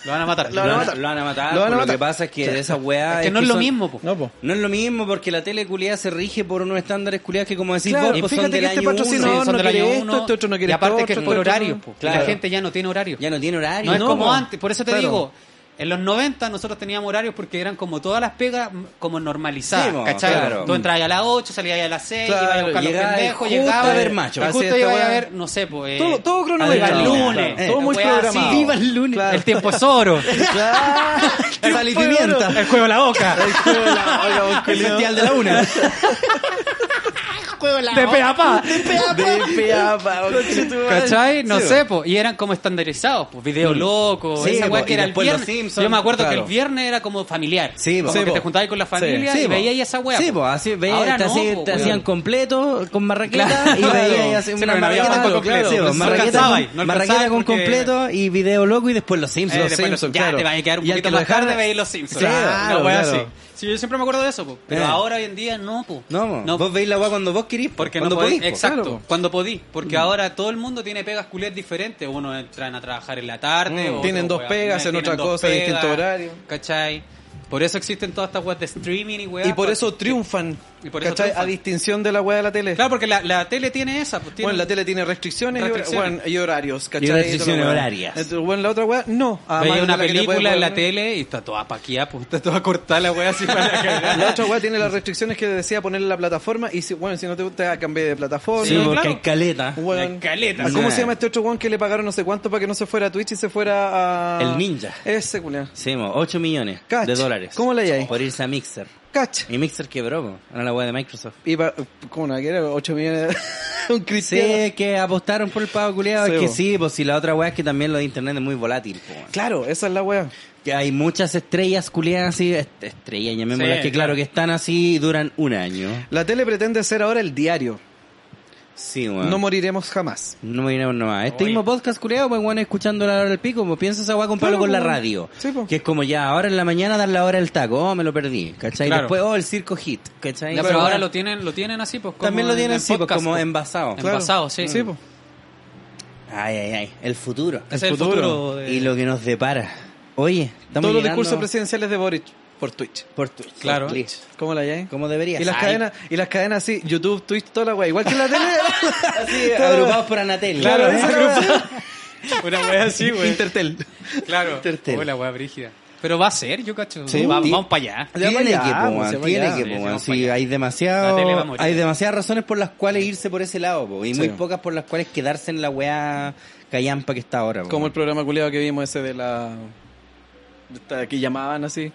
S4: Lo van a matar.
S3: Lo van a matar.
S2: Lo van a matar.
S3: Lo van
S2: pues,
S3: a
S2: Lo
S3: matar.
S2: que pasa es que de esa weá.
S4: Es que no es lo
S2: son-
S4: mismo, pues. po.
S3: No, po.
S2: No es lo mismo porque la tele culiada se rige por unos estándares culiados que, como decís
S3: Claro,
S2: vos, pues,
S3: fíjate
S2: son del
S3: que este
S2: año uno.
S4: Sí,
S3: patrocinador-
S2: Sí,
S4: son
S3: no
S4: del año
S3: quiere
S4: uno,
S3: esto, este otro no quiere
S4: Y aparte
S3: esto,
S4: que es
S3: este
S4: por
S3: otro
S4: horario,
S3: no.
S4: po.
S2: Claro.
S4: La gente ya no tiene horario.
S2: Ya no tiene horario.
S4: No es
S3: No,
S4: como
S3: po.
S4: antes, por eso te
S3: Claro.
S4: digo. En los 90 nosotros teníamos horarios porque eran como todas las pegas m- como normalizadas,
S2: Sí, po,
S4: ¿cachai?
S2: claro.
S4: Tú entrabas a las 8, salías a las 6,
S3: Claro,
S4: ibas a buscar los
S2: llegabas
S4: pendejos,
S2: justo
S4: llegabas
S2: a ver macho.
S4: y
S3: Así
S4: justo
S3: esta
S4: ibas
S3: weá.
S4: a ver, no sé, pues... eh,
S3: Todo, todo cronometrado.
S4: Viva el lunes. este
S2: Claro.
S3: Todo muy
S4: Weá, sí.
S3: programado.
S4: Viva el
S3: lunes.
S4: El tiempo es oro.
S3: Sal y pimienta.
S4: El juego de la boca.
S2: el mundial de la una.
S4: De pe a pa.
S3: De peapa,
S4: ¿Cachai? No sé, po. Y eran como estandarizados, pues video loco,
S2: Sí,
S4: esa
S2: po,
S4: weá que
S2: y
S4: era el
S2: después los
S4: viernes.
S2: Simpsons,
S4: Yo me acuerdo que
S2: claro.
S4: el viernes era como familiar.
S2: Sí, po.
S4: como
S2: Sí,
S4: que
S3: po.
S4: te juntabas con la familia
S2: Sí,
S4: y
S2: po.
S4: veías esa weá.
S2: Sí,
S4: po.
S2: pues así veía,
S4: Ahora
S2: te,
S4: no,
S2: hacía-
S4: po,
S2: te
S4: weón.
S2: hacían completo con marraqueta y
S3: Claro.
S2: veía así
S4: Sí,
S2: una
S4: pero no había
S2: marraqueta
S4: tampoco
S2: con
S4: completo,
S2: sí,
S4: pues,
S2: pues,
S4: no
S2: marraqueta
S4: alcanzaba
S2: con-
S4: ahí, no
S2: marraqueta
S4: alcanzaba
S2: con
S4: porque-
S2: completo y video loco y después los
S4: Eh,
S2: Simpsons.
S4: después
S2: sí.
S4: los- ya
S3: claro.
S4: te vas a quedar un
S3: Y al
S4: poquito
S3: que lo
S4: más tarde
S3: dejaran-
S4: veis los Simpsons.
S2: Claro,
S4: una weá
S3: claro.
S4: así. Sí, yo siempre me acuerdo de eso, po. Pero
S2: Eh.
S4: ahora hoy en día no, po.
S2: No, mo.
S4: no
S2: vos veis la weá cuando vos querís,
S4: Porque
S2: cuando
S4: no podí,
S2: po.
S4: exacto,
S3: claro, Mm. po.
S4: cuando podí, porque ahora todo el mundo tiene pegas culias diferentes, uno entran a trabajar en la tarde,
S3: Mm.
S4: o
S3: Tienen
S4: otro, weón,
S3: dos pegas, hacen
S4: tienen
S3: otra
S4: dos
S3: cosa,
S4: pegas,
S3: distinto horario.
S4: ¿Cachai? Por eso existen todas estas weas de streaming y weas.
S3: Y por
S4: pa-
S3: eso triunfan.
S4: Y por eso
S3: ¿cachai?
S4: triunfan.
S3: A distinción de la weá de la tele.
S4: Claro, porque la, la tele tiene esa, pues tiene...
S3: Bueno, la tele tiene restricciones, y hor-
S4: Restricciones.
S3: bueno, y horarios, ¿cachai?
S2: Y restricciones
S3: Toda la weá.
S2: horarias.
S3: Entonces, bueno, la otra weá, no. Además
S4: Veía
S3: de
S4: una
S3: la que te puedes
S4: película en la
S3: poner-
S4: tele y está toda paquía, pues está toda cortada la wea así para la cagada.
S3: La otra weá tiene las restricciones que decía ponerle la plataforma y si, bueno, si no te gusta, cambié de plataforma.
S2: Sí, porque
S4: claro.
S2: hay caleta.
S3: Weón.
S4: La caleta.
S3: ¿Cómo
S2: Sí.
S3: se llama este otro weón que le pagaron no sé cuánto para que no se fuera a Twitch y se fuera a.
S2: El ninja.
S3: Ese, culiao.
S2: Sí, 8 millones
S3: Cach.
S2: de dólares.
S3: ¿Cómo le halláis?
S2: Por irse a Mixer.
S3: Cacha.
S2: Y Mixer quebró, po. era la weá de Microsoft.
S3: Y pa- ¿Cómo no? Que era 8 millones de- Un
S2: Sí,
S3: cristiano.
S2: es que apostaron por el pago culiado.
S3: Sí,
S2: es que
S3: po.
S2: sí, pues si la otra weá es que también lo de internet es muy volátil. po.
S3: Claro, esa es la weá.
S2: Que hay muchas estrellas culiadas así, est- estrellas, llamémoslas,
S4: Sí,
S2: que claro
S4: claro.
S2: que están así y duran un año.
S3: La tele pretende ser ahora el diario.
S2: Sí, weón.
S3: No
S2: No,
S3: moriremos jamás.
S2: me viene nomás. Este
S4: Oye.
S2: mismo podcast culiado, pues bueno, escuchando la hora del pico, pues piensa esa weá compararlo
S3: Claro,
S2: con la
S3: po.
S2: radio.
S3: Sí,
S4: pues.
S3: po.
S2: Que es como ya, ahora en la mañana dar la hora del taco, oh, me lo perdí, ¿cachai?
S4: Claro.
S2: Después, oh, el circo hit, ¿cachai?
S4: Ya, pero
S2: Esa
S4: ahora
S2: weá-
S4: lo tienen, lo tienen así, pues como
S2: También lo
S4: en-
S2: tienen
S4: en
S2: así, pues,
S4: podcast,
S2: como
S4: pues.
S2: envasado.
S4: En- Envasado, sí.
S3: Sí, po.
S2: Ay, ay, ay, el futuro.
S4: Ese Es el futuro. de-
S2: Y lo que nos depara. Oye, estamos
S3: Todos los
S2: llegando
S3: discursos presidenciales de Boric por Twitch.
S2: por Twitch.
S4: Claro.
S2: Por Twitch.
S3: ¿Cómo la halláis?
S2: Como debería.
S3: Y las
S2: Ay,
S3: cadenas, y las cadenas así, YouTube, Twitch, toda la weá, igual que en la tele.
S2: así, agrupados por Anatel.
S3: Claro,
S2: ¿eh?
S3: esa weá.
S4: Una wea así, wey.
S3: Intertel.
S4: Claro.
S2: Intertel.
S4: Hola, wea brígida. Pero va a ser, yo cacho.
S2: Sí,
S4: Va-
S2: sí.
S4: vamos para allá.
S3: Ya
S2: Tiene
S3: vaya,
S2: que, po, weón,
S3: pues, ya
S2: tiene que,
S3: vaya.
S4: Sí,
S2: po,
S4: ya
S2: weón.
S4: vamos
S2: Sí,
S4: para allá. La tele va
S2: hay
S4: a
S2: demasiado,
S4: morir.
S2: hay demasiadas razones por las cuales irse por ese lado, po, y muy
S3: Sí.
S2: pocas por las cuales quedarse en la weá callampa que está ahora. po.
S3: Como el programa culiado que vimos ese de la. de esta que llamaban así.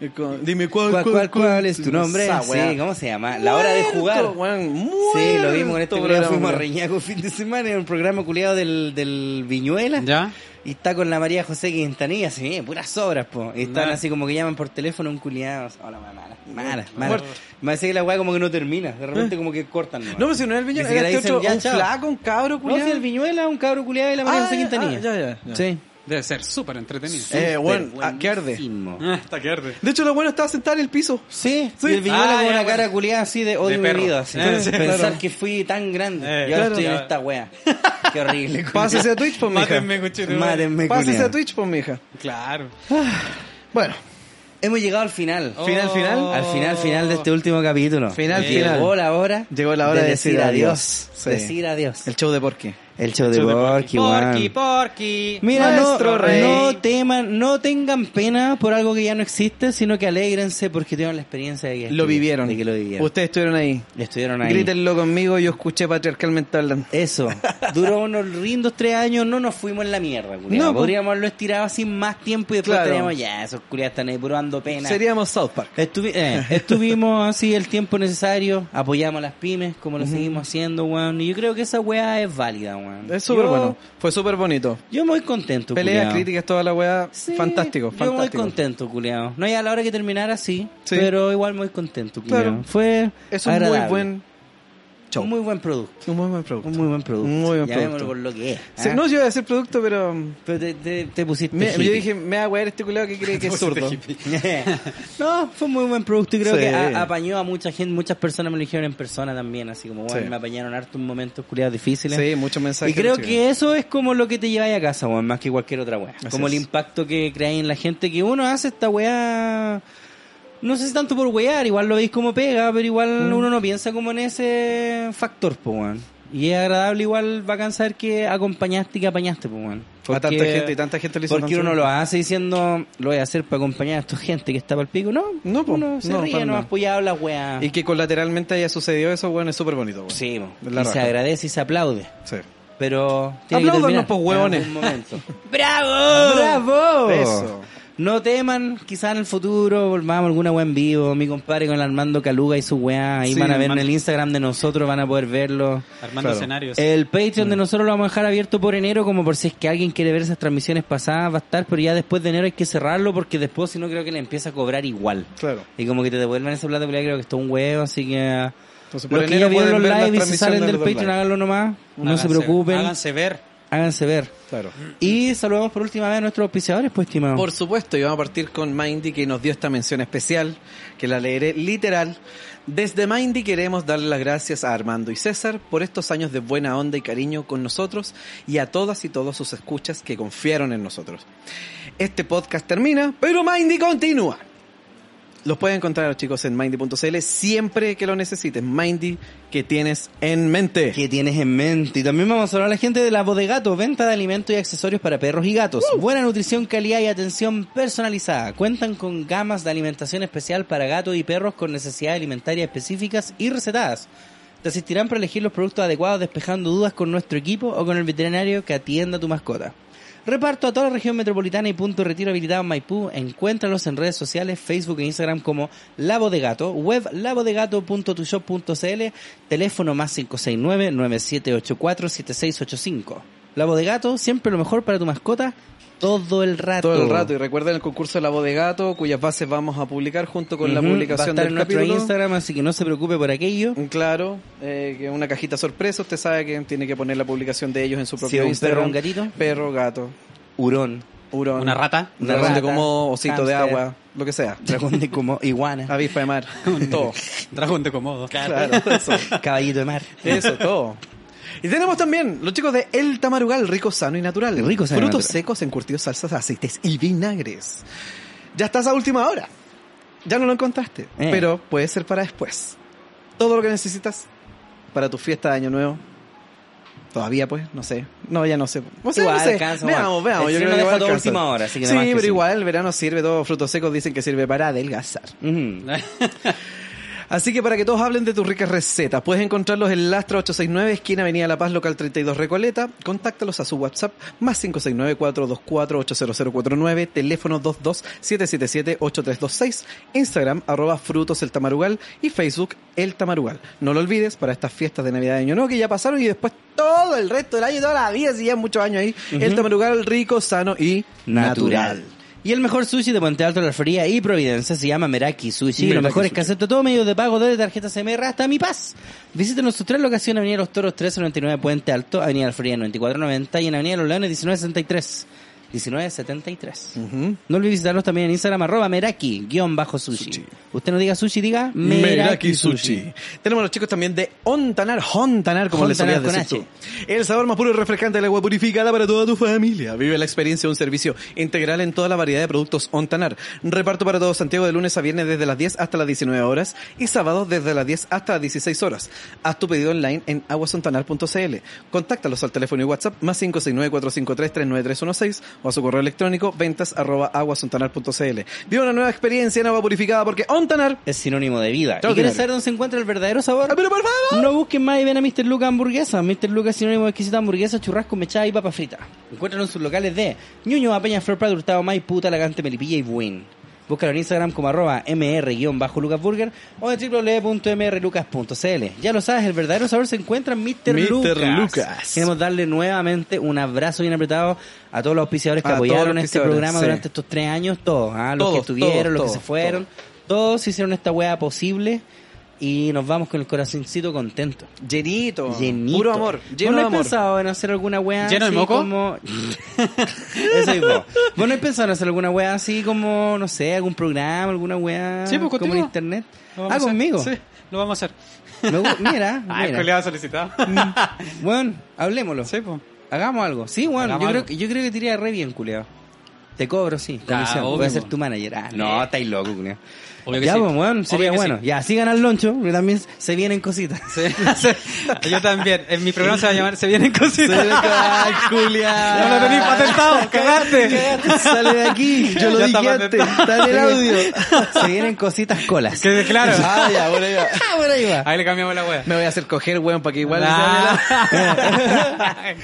S3: y con- Dime cuál,
S2: ¿Cuál, cuál, cuál es tu nombre?
S3: Esa weá.
S2: Sí, ¿cómo se llama? La hora de
S3: Muerto,
S2: jugar.
S3: weón,
S2: Sí, lo vimos en
S3: muerto
S2: este programa. Fuimos a
S3: weón.
S2: Reñaco fin de semana en un programa culiado del, del Viñuela.
S4: ¿Ya?
S2: Y está con la María José Quintanilla, así, eh, puras obras, po. Y están
S4: Nah.
S2: así como que llaman por teléfono a un culiado. Hola, mamá, mala, mala, mala.
S3: Muerto.
S2: Me parece que la weá como que no termina. De repente como que cortan. nomás.
S3: No, pero si no es el villano,
S2: Ni siquiera
S3: era este
S2: dicen,
S3: otro,
S2: ya,
S3: un
S2: chao.
S3: flaco, un cabro
S2: No,
S3: culiado.
S2: si el Viñuela, un cabro culiado y la María
S3: Ah,
S2: José
S3: ya,
S2: Quintanilla.
S3: ah, ya, ya, ya.
S2: Sí.
S4: Debe ser súper entretenido.
S3: Eh, bueno,
S2: Súper
S3: ah, que arde.
S2: este, buenísimo.
S4: Ah, Está que arde.
S3: De hecho, lo bueno estaba sentada en el piso.
S2: Sí,
S3: Sí.
S2: y el Viñuela
S4: Ah,
S2: con
S4: ya,
S2: una
S4: bueno.
S2: cara culiada así de odio
S4: De
S2: mi
S4: perro.
S2: vida. así.
S4: Eh, sí,
S2: Pensar
S3: Ah, claro.
S2: que fui tan grande.
S4: Eh,
S2: y ahora
S3: claro.
S2: estoy en
S4: Ya.
S2: esta weá. Qué horrible. culiao.
S3: Pásese a Twitch, pues, mija.
S4: Mátenme, cochino.
S2: Mátenme,
S3: Pásese
S2: culiao.
S3: a Twitch, pues, mija.
S4: Claro.
S3: Bueno,
S2: Hemos llegado al final.
S3: Final, final.
S2: Al final, final de este último capítulo.
S3: Final,
S2: Llegó
S3: final.
S2: la hora.
S3: Llegó la hora de decir adiós. Sí.
S2: Decir adiós.
S3: el show de Porky.
S2: El show de Borky,
S4: Porky,
S2: weón.
S4: porky.
S2: Mira,
S3: Nuestro
S2: no,
S3: rey.
S2: no teman, no tengan pena por algo que ya no existe, sino que alégrense porque tuvieron la experiencia de que
S3: Lo vivieron.
S2: De que lo vivieron.
S3: Ustedes estuvieron ahí.
S2: Estuvieron ahí.
S3: Grítenlo conmigo, yo escuché patriarcalmente hablando.
S2: Eso. Duró unos lindos tres años, no nos fuimos en la mierda, culiao.
S3: No, po.
S2: Podríamos haberlo estirado así más tiempo y después
S3: Claro.
S2: estaríamos ya, esos culiados están ahí probando pena.
S3: Seríamos South Park.
S2: Estuvi- eh, estuvimos así el tiempo necesario, apoyamos a las pymes como lo seguimos haciendo, weón. Y yo creo que esa weá es válida, weón.
S3: Es súper
S2: Yo-
S3: bueno. Fue súper bonito.
S2: Yo muy contento,
S3: Peleas,
S2: culiao.
S3: críticas, toda la weá.
S2: Sí, Yo
S3: fantástico,
S2: muy
S3: fantástico.
S2: contento, culiao. No, ya a la hora que terminara, sí.
S3: Sí.
S2: Pero igual muy contento, culiao.
S3: Claro.
S2: Fue
S3: Es un
S2: agradable.
S3: muy buen Chau.
S2: Un muy buen producto.
S3: Un muy buen producto.
S2: Un muy buen producto.
S3: Muy buen
S2: Llamémoslo
S3: producto.
S2: por lo que es.
S3: Sí,
S2: ¿ah?
S3: no, yo iba a decir producto, pero.
S2: Pero te, te- te pusiste
S3: me-
S2: hippie.
S3: yo dije, me va a wear este culeado que cree que es zurdo.
S2: no, fue un muy buen producto y creo
S3: Sí.
S2: que a- apañó a mucha gente. Muchas personas me lo dijeron en persona también, así como, bueno,
S3: Sí.
S2: me apañaron hartos momentos culiados difíciles.
S3: Sí, muchos mensajes.
S2: Y creo
S3: sí.
S2: que eso es como lo que te lleváis a casa, weón, más que cualquier otra weá.
S3: Así
S2: Como el
S3: es.
S2: impacto que creáis en la gente que uno hace esta weá. No sé si tanto por wear, igual lo veis como pega, pero
S3: Mm.
S2: igual uno no piensa como en ese factor, po, weón. Y es agradable igual va a cansar que acompañaste y que apañaste, po, weón.
S3: A tanta gente y tanta gente le hizo
S2: Porque
S3: tanto
S2: uno
S3: bien.
S2: lo hace diciendo, lo voy a hacer para acompañar a esta gente que está para el pico. No,
S3: No, po,
S2: uno se
S3: no,
S2: ríe,
S3: para
S2: no
S3: nada.
S2: apoyado la weá.
S3: Y que colateralmente haya sucedido eso, bueno, es súper bonito, weón.
S2: Sí, po.
S3: La
S2: y se
S3: raja.
S2: agradece y se aplaude.
S3: Sí.
S2: Pero tiene que
S3: Apláudanos,
S2: terminar
S3: pues, hueones.
S2: en algún momento. ¡Bravo!
S3: Oh.
S2: ¡Bravo!
S3: Eso.
S2: No teman, quizá en el futuro volvamos a alguna weá en vivo. Mi compadre con el Armando Caluga y su weá. Ahí
S4: Sí,
S2: van a ver en
S4: Armando.
S2: el Instagram de nosotros, van a poder verlo.
S4: Armando escenarios.
S2: El Patreon de
S3: Mm.
S2: nosotros lo vamos a dejar abierto por enero, como por si es que alguien quiere ver esas transmisiones pasadas, va a estar, pero ya después de enero hay que cerrarlo porque después, si no, creo que le empieza a cobrar igual.
S3: Claro.
S2: Y como que te devuelven esa plata, culiá, creo que esto es un huevo, así que.
S3: Entonces, por
S2: Los que
S3: enero
S2: ya vieron los
S3: pueden ver las
S2: live y se
S3: transmisiones
S2: salen
S3: de
S2: del
S3: los dos
S2: Patreon,
S3: live.
S2: háganlo nomás. No se
S4: Háganse-
S2: preocupen,
S4: Háganse ver.
S2: háganse ver.
S3: Claro.
S2: Y saludamos por última vez a nuestros auspiciadores, pues, estimado.
S3: Por supuesto, y vamos a partir con Mindy que nos dio esta mención especial, que la leeré literal. Desde Mindy queremos darle las gracias a Armando y César por estos años de buena onda y cariño con nosotros y a todas y todos sus escuchas que confiaron en nosotros. Este podcast termina, pero Mindy continúa. Los pueden encontrar los chicos en mindy.cl siempre que lo necesites. Mindy, que tienes en mente.
S2: ¿Qué tienes en mente? Y también vamos a hablar a la gente de la Bodegato, venta de alimentos y accesorios para perros y gatos. Buena nutrición, calidad y atención personalizada. Cuentan con gamas de alimentación especial para gatos y perros con necesidades alimentarias específicas y recetadas. Te asistirán para elegir los productos adecuados despejando dudas con nuestro equipo o con el veterinario que atienda tu mascota. Reparto a toda la región metropolitana y punto de retiro habilitado en Maipú. Encuéntralos en redes sociales, Facebook e Instagram como Labo de Gato, web labodegato.tushop.cl, teléfono más 569-9784-7685. Labo de Gato, siempre lo mejor para tu mascota, todo el rato.
S3: Todo el rato. Y recuerden el concurso de la voz de gato, cuyas bases vamos a publicar junto con la
S2: Ujú,
S3: publicación
S2: Va a estar
S3: del
S2: en nuestro
S3: capítulo.
S2: Instagram, así que no se preocupe por aquello.
S3: Claro, eh, que una cajita sorpresa. Usted sabe que tiene que poner la publicación de ellos en su propio
S2: Si es un
S3: Instagram.
S2: perro o un gatito,
S3: Perro, gato,
S2: hurón,
S3: hurón,
S4: Una rata.
S3: una
S2: Una
S3: rata
S2: rata,
S3: como osito de
S2: hámster.
S3: agua, lo que sea.
S2: dragón de como iguana,
S3: Avispa de mar, todo.
S4: Dragón de comodo.
S3: Claro, eso,
S2: caballito de mar.
S3: eso, todo. Y tenemos también los chicos de El Tamarugal, rico, sano y natural.
S2: Rico, sano y
S3: Frutos
S2: natural.
S3: secos encurtidos, salsas, aceites y vinagres. Ya estás a última hora. Ya no lo encontraste,
S2: Eh.
S3: pero puede ser para después. Todo lo que necesitas para tu fiesta de Año Nuevo. Todavía, pues, no sé. No, ya no sé. O sea,
S2: Igual
S3: no sé.
S2: alcanza,
S3: veamos,
S2: igual.
S3: veamos.
S2: El
S3: Yo
S2: frío
S3: creo
S2: no
S3: que
S2: deja
S3: igual
S2: todo
S3: alcanza.
S2: última hora, así que
S3: sí,
S2: nomás que
S3: pero
S2: sí.
S3: igual el verano sirve, todos frutos secos dicen que sirve para adelgazar.
S2: Ujú.
S3: Así que para que todos hablen de tus ricas recetas, puedes encontrarlos en Lastra 869, esquina Avenida La Paz, local 32 Recoleta. Contáctalos a su WhatsApp, más 569-424-80049, teléfono 22-777-8326, Instagram, arroba frutos el tamarugal y Facebook el tamarugal. No lo olvides para estas fiestas de Navidad de Año Nuevo que ya pasaron y después todo el resto del año, toda la vida, si ya muchos años ahí, el tamarugal rico, sano y natural.
S2: natural. Y el mejor sushi de Puente Alto, La Fría y Providencia se llama Meraki Sushi. Y lo
S3: Meraki
S2: mejor es
S3: Sushi.
S2: que acepta todo medio de pago desde tarjeta CMR hasta Mi Paz. Visítenos en sus tres locaciones, Avenida Los Toros 1399 Puente Alto, Avenida La Fría 9490 y en Avenida Los Leones 1963. 1973.
S3: Ujú.
S2: No olvides visitarnos también en Instagram, arroba Meraki, guión bajo sushi. Usted no diga sushi, diga Meraki,
S3: Meraki
S2: sushi.
S3: Sushi. Tenemos a los chicos también de Ontanar, Hontanar, como les
S2: Hontanar
S3: solías
S2: con
S3: decir tú. El sabor más puro y refrescante del agua purificada para toda tu familia. Vive la experiencia de un servicio integral en toda la variedad de productos Ontanar. Reparto para todo Santiago de lunes a viernes desde las 10 hasta las 19 horas y sábados desde las 10 hasta las 16 horas. Haz tu pedido online en aguasontanar.cl. Contáctalos al teléfono y WhatsApp más 569-453-39316 o a su correo electrónico ventas arroba aguasontanar.cl. Vive una nueva experiencia en agua purificada porque Ontanar
S2: Es sinónimo de vida.
S3: Extraordinario.
S2: ¿Y quieres saber dónde se encuentra el verdadero sabor?
S3: ¡Ah, pero por favor!
S2: No busquen más y ven a Mr. Luca Hamburguesa. Mr. Luca es sinónimo de exquisita hamburguesa, churrasco, mechada y papa frita. Encuentran en sus locales de Ñuño, Apeña, Flor Prado, Hurtado, Maipú, Talagante, Melipilla y Buin. Búscalo en Instagram como arroba mr-lucasburger o en www.mrlucas.cl. Ya lo sabes, el verdadero sabor se encuentra en Mr.
S3: Mr.
S2: Lucas.
S3: Lucas.
S2: Queremos darle nuevamente un abrazo bien apretado a todos los auspiciadores que
S3: A todos los
S2: apoyaron este
S3: auspiciadores,
S2: programa
S3: sí.
S2: durante estos tres años. Todos, ¿ah? los
S3: Todos,
S2: que estuvieron,
S3: todos,
S2: los que
S3: todos,
S2: se fueron. Todos hicieron esta weá posible. y nos vamos con el corazoncito contento.
S3: Llenito.
S2: Llenito.
S3: Puro amor. Lleno
S2: ¿Vos no
S3: de
S2: has
S3: amor.
S2: pensado en hacer alguna wea
S4: ¿Lleno de
S2: así
S4: moco?
S2: como... Eso mismo. ¿Vos no has pensado en hacer alguna wea así como, no sé, algún programa, alguna wea
S4: Sí, pues,
S2: como
S4: contigo.
S2: en internet?
S4: Lo vamos a
S2: Ah,
S4: hacer.
S2: conmigo.
S4: Sí, lo vamos a hacer.
S2: Me gu- mira, Mm.
S4: Ah, el
S2: mira.
S4: colega solicitado.
S2: Bueno, hablemoslo.
S4: sí, pues.
S2: Hagamos algo. Sí, bueno,
S4: Hagamos
S2: yo creo,
S4: algo.
S2: que, yo creo que te iría re bien, culeado. Te cobro, sí.
S4: Ya,
S2: Comisión. Voy
S4: obvio,
S2: a ser
S4: po.
S2: tu manager. Ah, no, estáis loco, culeado.
S4: Obvio que
S2: Ya,
S4: sí.
S2: pues, bueno,
S4: Obvio
S2: sería
S4: que
S2: bueno.
S4: sí.
S2: Ya, sigan al loncho, porque también se vienen cositas.
S4: Sí, sí. Yo también. En mi programa se va a llamar Se vienen cositas.
S2: ¡Ay,
S4: Ya me tenís patentado, cagaste.
S2: Sale de aquí. Yo lo
S4: Ya está
S2: dije antes.
S4: patentado.
S2: Está en el audio. Se vienen cositas colas.
S4: Que claro.
S2: Ah, ya, bueno, ahí va. Ah, bueno, ahí va.
S4: Ahí le cambiamos la wea.
S3: Me voy a hacer coger, weón, para que igual.
S4: Ah.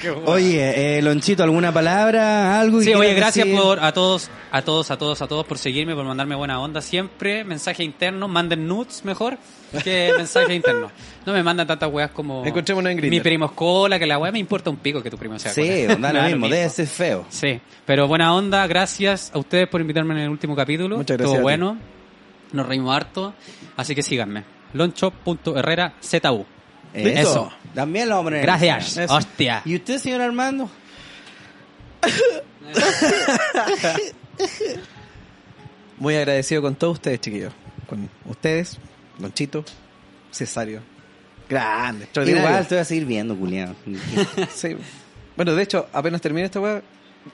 S4: Qué bueno.
S2: Oye, eh, Lonchito, ¿alguna palabra? ¿Algo? que
S4: Sí, oye,
S2: quieras
S4: gracias
S2: decir?
S4: por a todos, a todos, a todos, a todos por seguirme, por mandarme buena onda siempre. Mensaje interno, manden nudes mejor que mensaje interno. No me mandan tantas weas como
S3: Encontrémonos en Grindr.
S4: mi primo es cola, que la wea me importa un pico que tu primo sea
S2: Sí,
S4: cola.
S2: da lo
S4: Me
S2: mismo. Debe ser feo.
S4: Sí, pero buena onda, gracias a ustedes por invitarme en el último capítulo.
S3: Muchas gracias
S4: Estuvo
S3: a ti.
S4: bueno, nos reímos harto, así que síganme. loncho.herrerazu.
S2: Eh, Eso.
S4: Eso.
S2: También lo vamos a poner.
S4: Gracias,
S2: Eso.
S4: hostia.
S2: ¿Y usted, señor Armando?
S3: Muy agradecido con todos ustedes, chiquillos. Con ustedes, Lonchito, Cesario. Grande, extraordinario.
S2: Igual te voy a seguir viendo, culiado.
S3: Sí. Bueno, de hecho, apenas termine esta weá,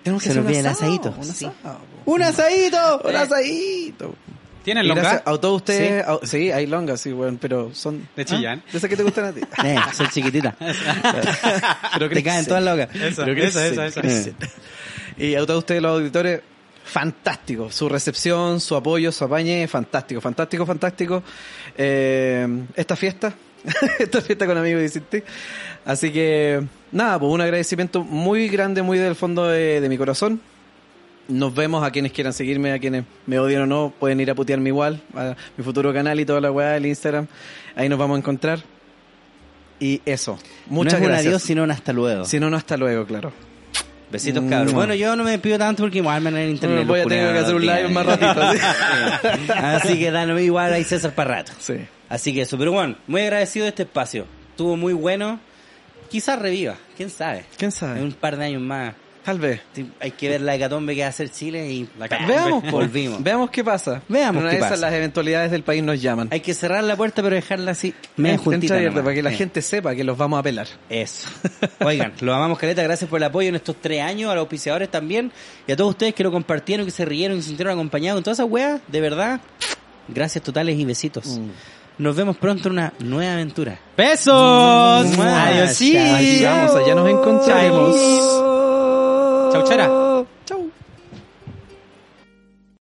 S3: tenemos que
S2: Se
S3: hacer
S2: nos
S3: un
S2: viene el
S3: asado,
S2: asadito,
S3: Un
S2: sí.
S3: asado.
S2: ¡Un asadito!
S3: Un asadito.
S4: ¿Tienen
S3: Y gracias
S4: longa?
S3: a todos ustedes. a- Eh. sí, hay longas, sí, weón, pero son.
S4: De Chillán.
S3: ¿Ah? De esas que te gustan a ti.
S2: Eh, soy chiquitita.
S3: pero
S2: Te caen todas locas.
S4: Esa,
S3: Pero
S4: esa,
S3: crecen,
S4: esa, esa.
S3: crecen. Y a todos ustedes, los auditores, fantástico. Su recepción, su apoyo, su apañe, fantástico, fantástico, fantástico. Eh, esta fiesta, esta fiesta con amigos hiciste. Así que, nada, pues un agradecimiento muy grande, muy del fondo de, de mi corazón. Nos vemos a quienes quieran seguirme, a quienes me odian o no, pueden ir a putearme igual, a mi futuro canal y toda la weá, el Instagram. Ahí nos vamos a encontrar. Y eso. Muchas
S2: no es
S3: gracias.
S2: un adiós, sino un hasta luego.
S3: Si no, no, hasta luego, claro.
S2: Besitos,
S3: Mm.
S2: cabros. Bueno, yo no me despido tanto porque igual me van a ir en internet.
S3: Bueno, voy
S2: los
S3: a tener que
S2: culiados,
S3: hacer un live
S2: tío.
S3: más ratito. ¿sí?
S2: Sí. Así que dan igual hay César para rato.
S3: Sí.
S2: Así que eso, pero bueno, muy agradecido de este espacio. Estuvo muy bueno. Quizás reviva, quién sabe.
S3: ¿Quién
S2: En un
S3: sabe?
S2: par de años más.
S3: Tal vez.
S2: Sí, Hay que ver la hecatombe que va a hacer Chile y
S4: La
S2: ¡pam!
S4: hecatombe.
S3: Veamos, po.
S2: volvimos.
S3: Veamos qué pasa.
S2: Veamos
S3: Una
S2: qué
S3: de esas
S2: pasa.
S3: las eventualidades del país nos llaman.
S2: Hay que cerrar la puerta pero dejarla así media
S3: Entra
S2: juntita.
S3: abierta
S2: nomás.
S3: para que la
S2: Sí.
S3: gente sepa que los vamos a pelar.
S2: Eso. Oigan, los amamos, Caleta. Gracias por el apoyo en estos tres años, a los auspiciadores también, y a todos ustedes que lo compartieron, que se rieron, que se sintieron acompañados con todas esas weas. De verdad, gracias totales y besitos. Nos vemos pronto en una nueva aventura.
S4: ¡Besos!
S2: Mua.
S4: ¡Adiós!
S2: Chao.
S3: Aquí vamos, allá nos encontraremos.
S4: ¡Chauchera!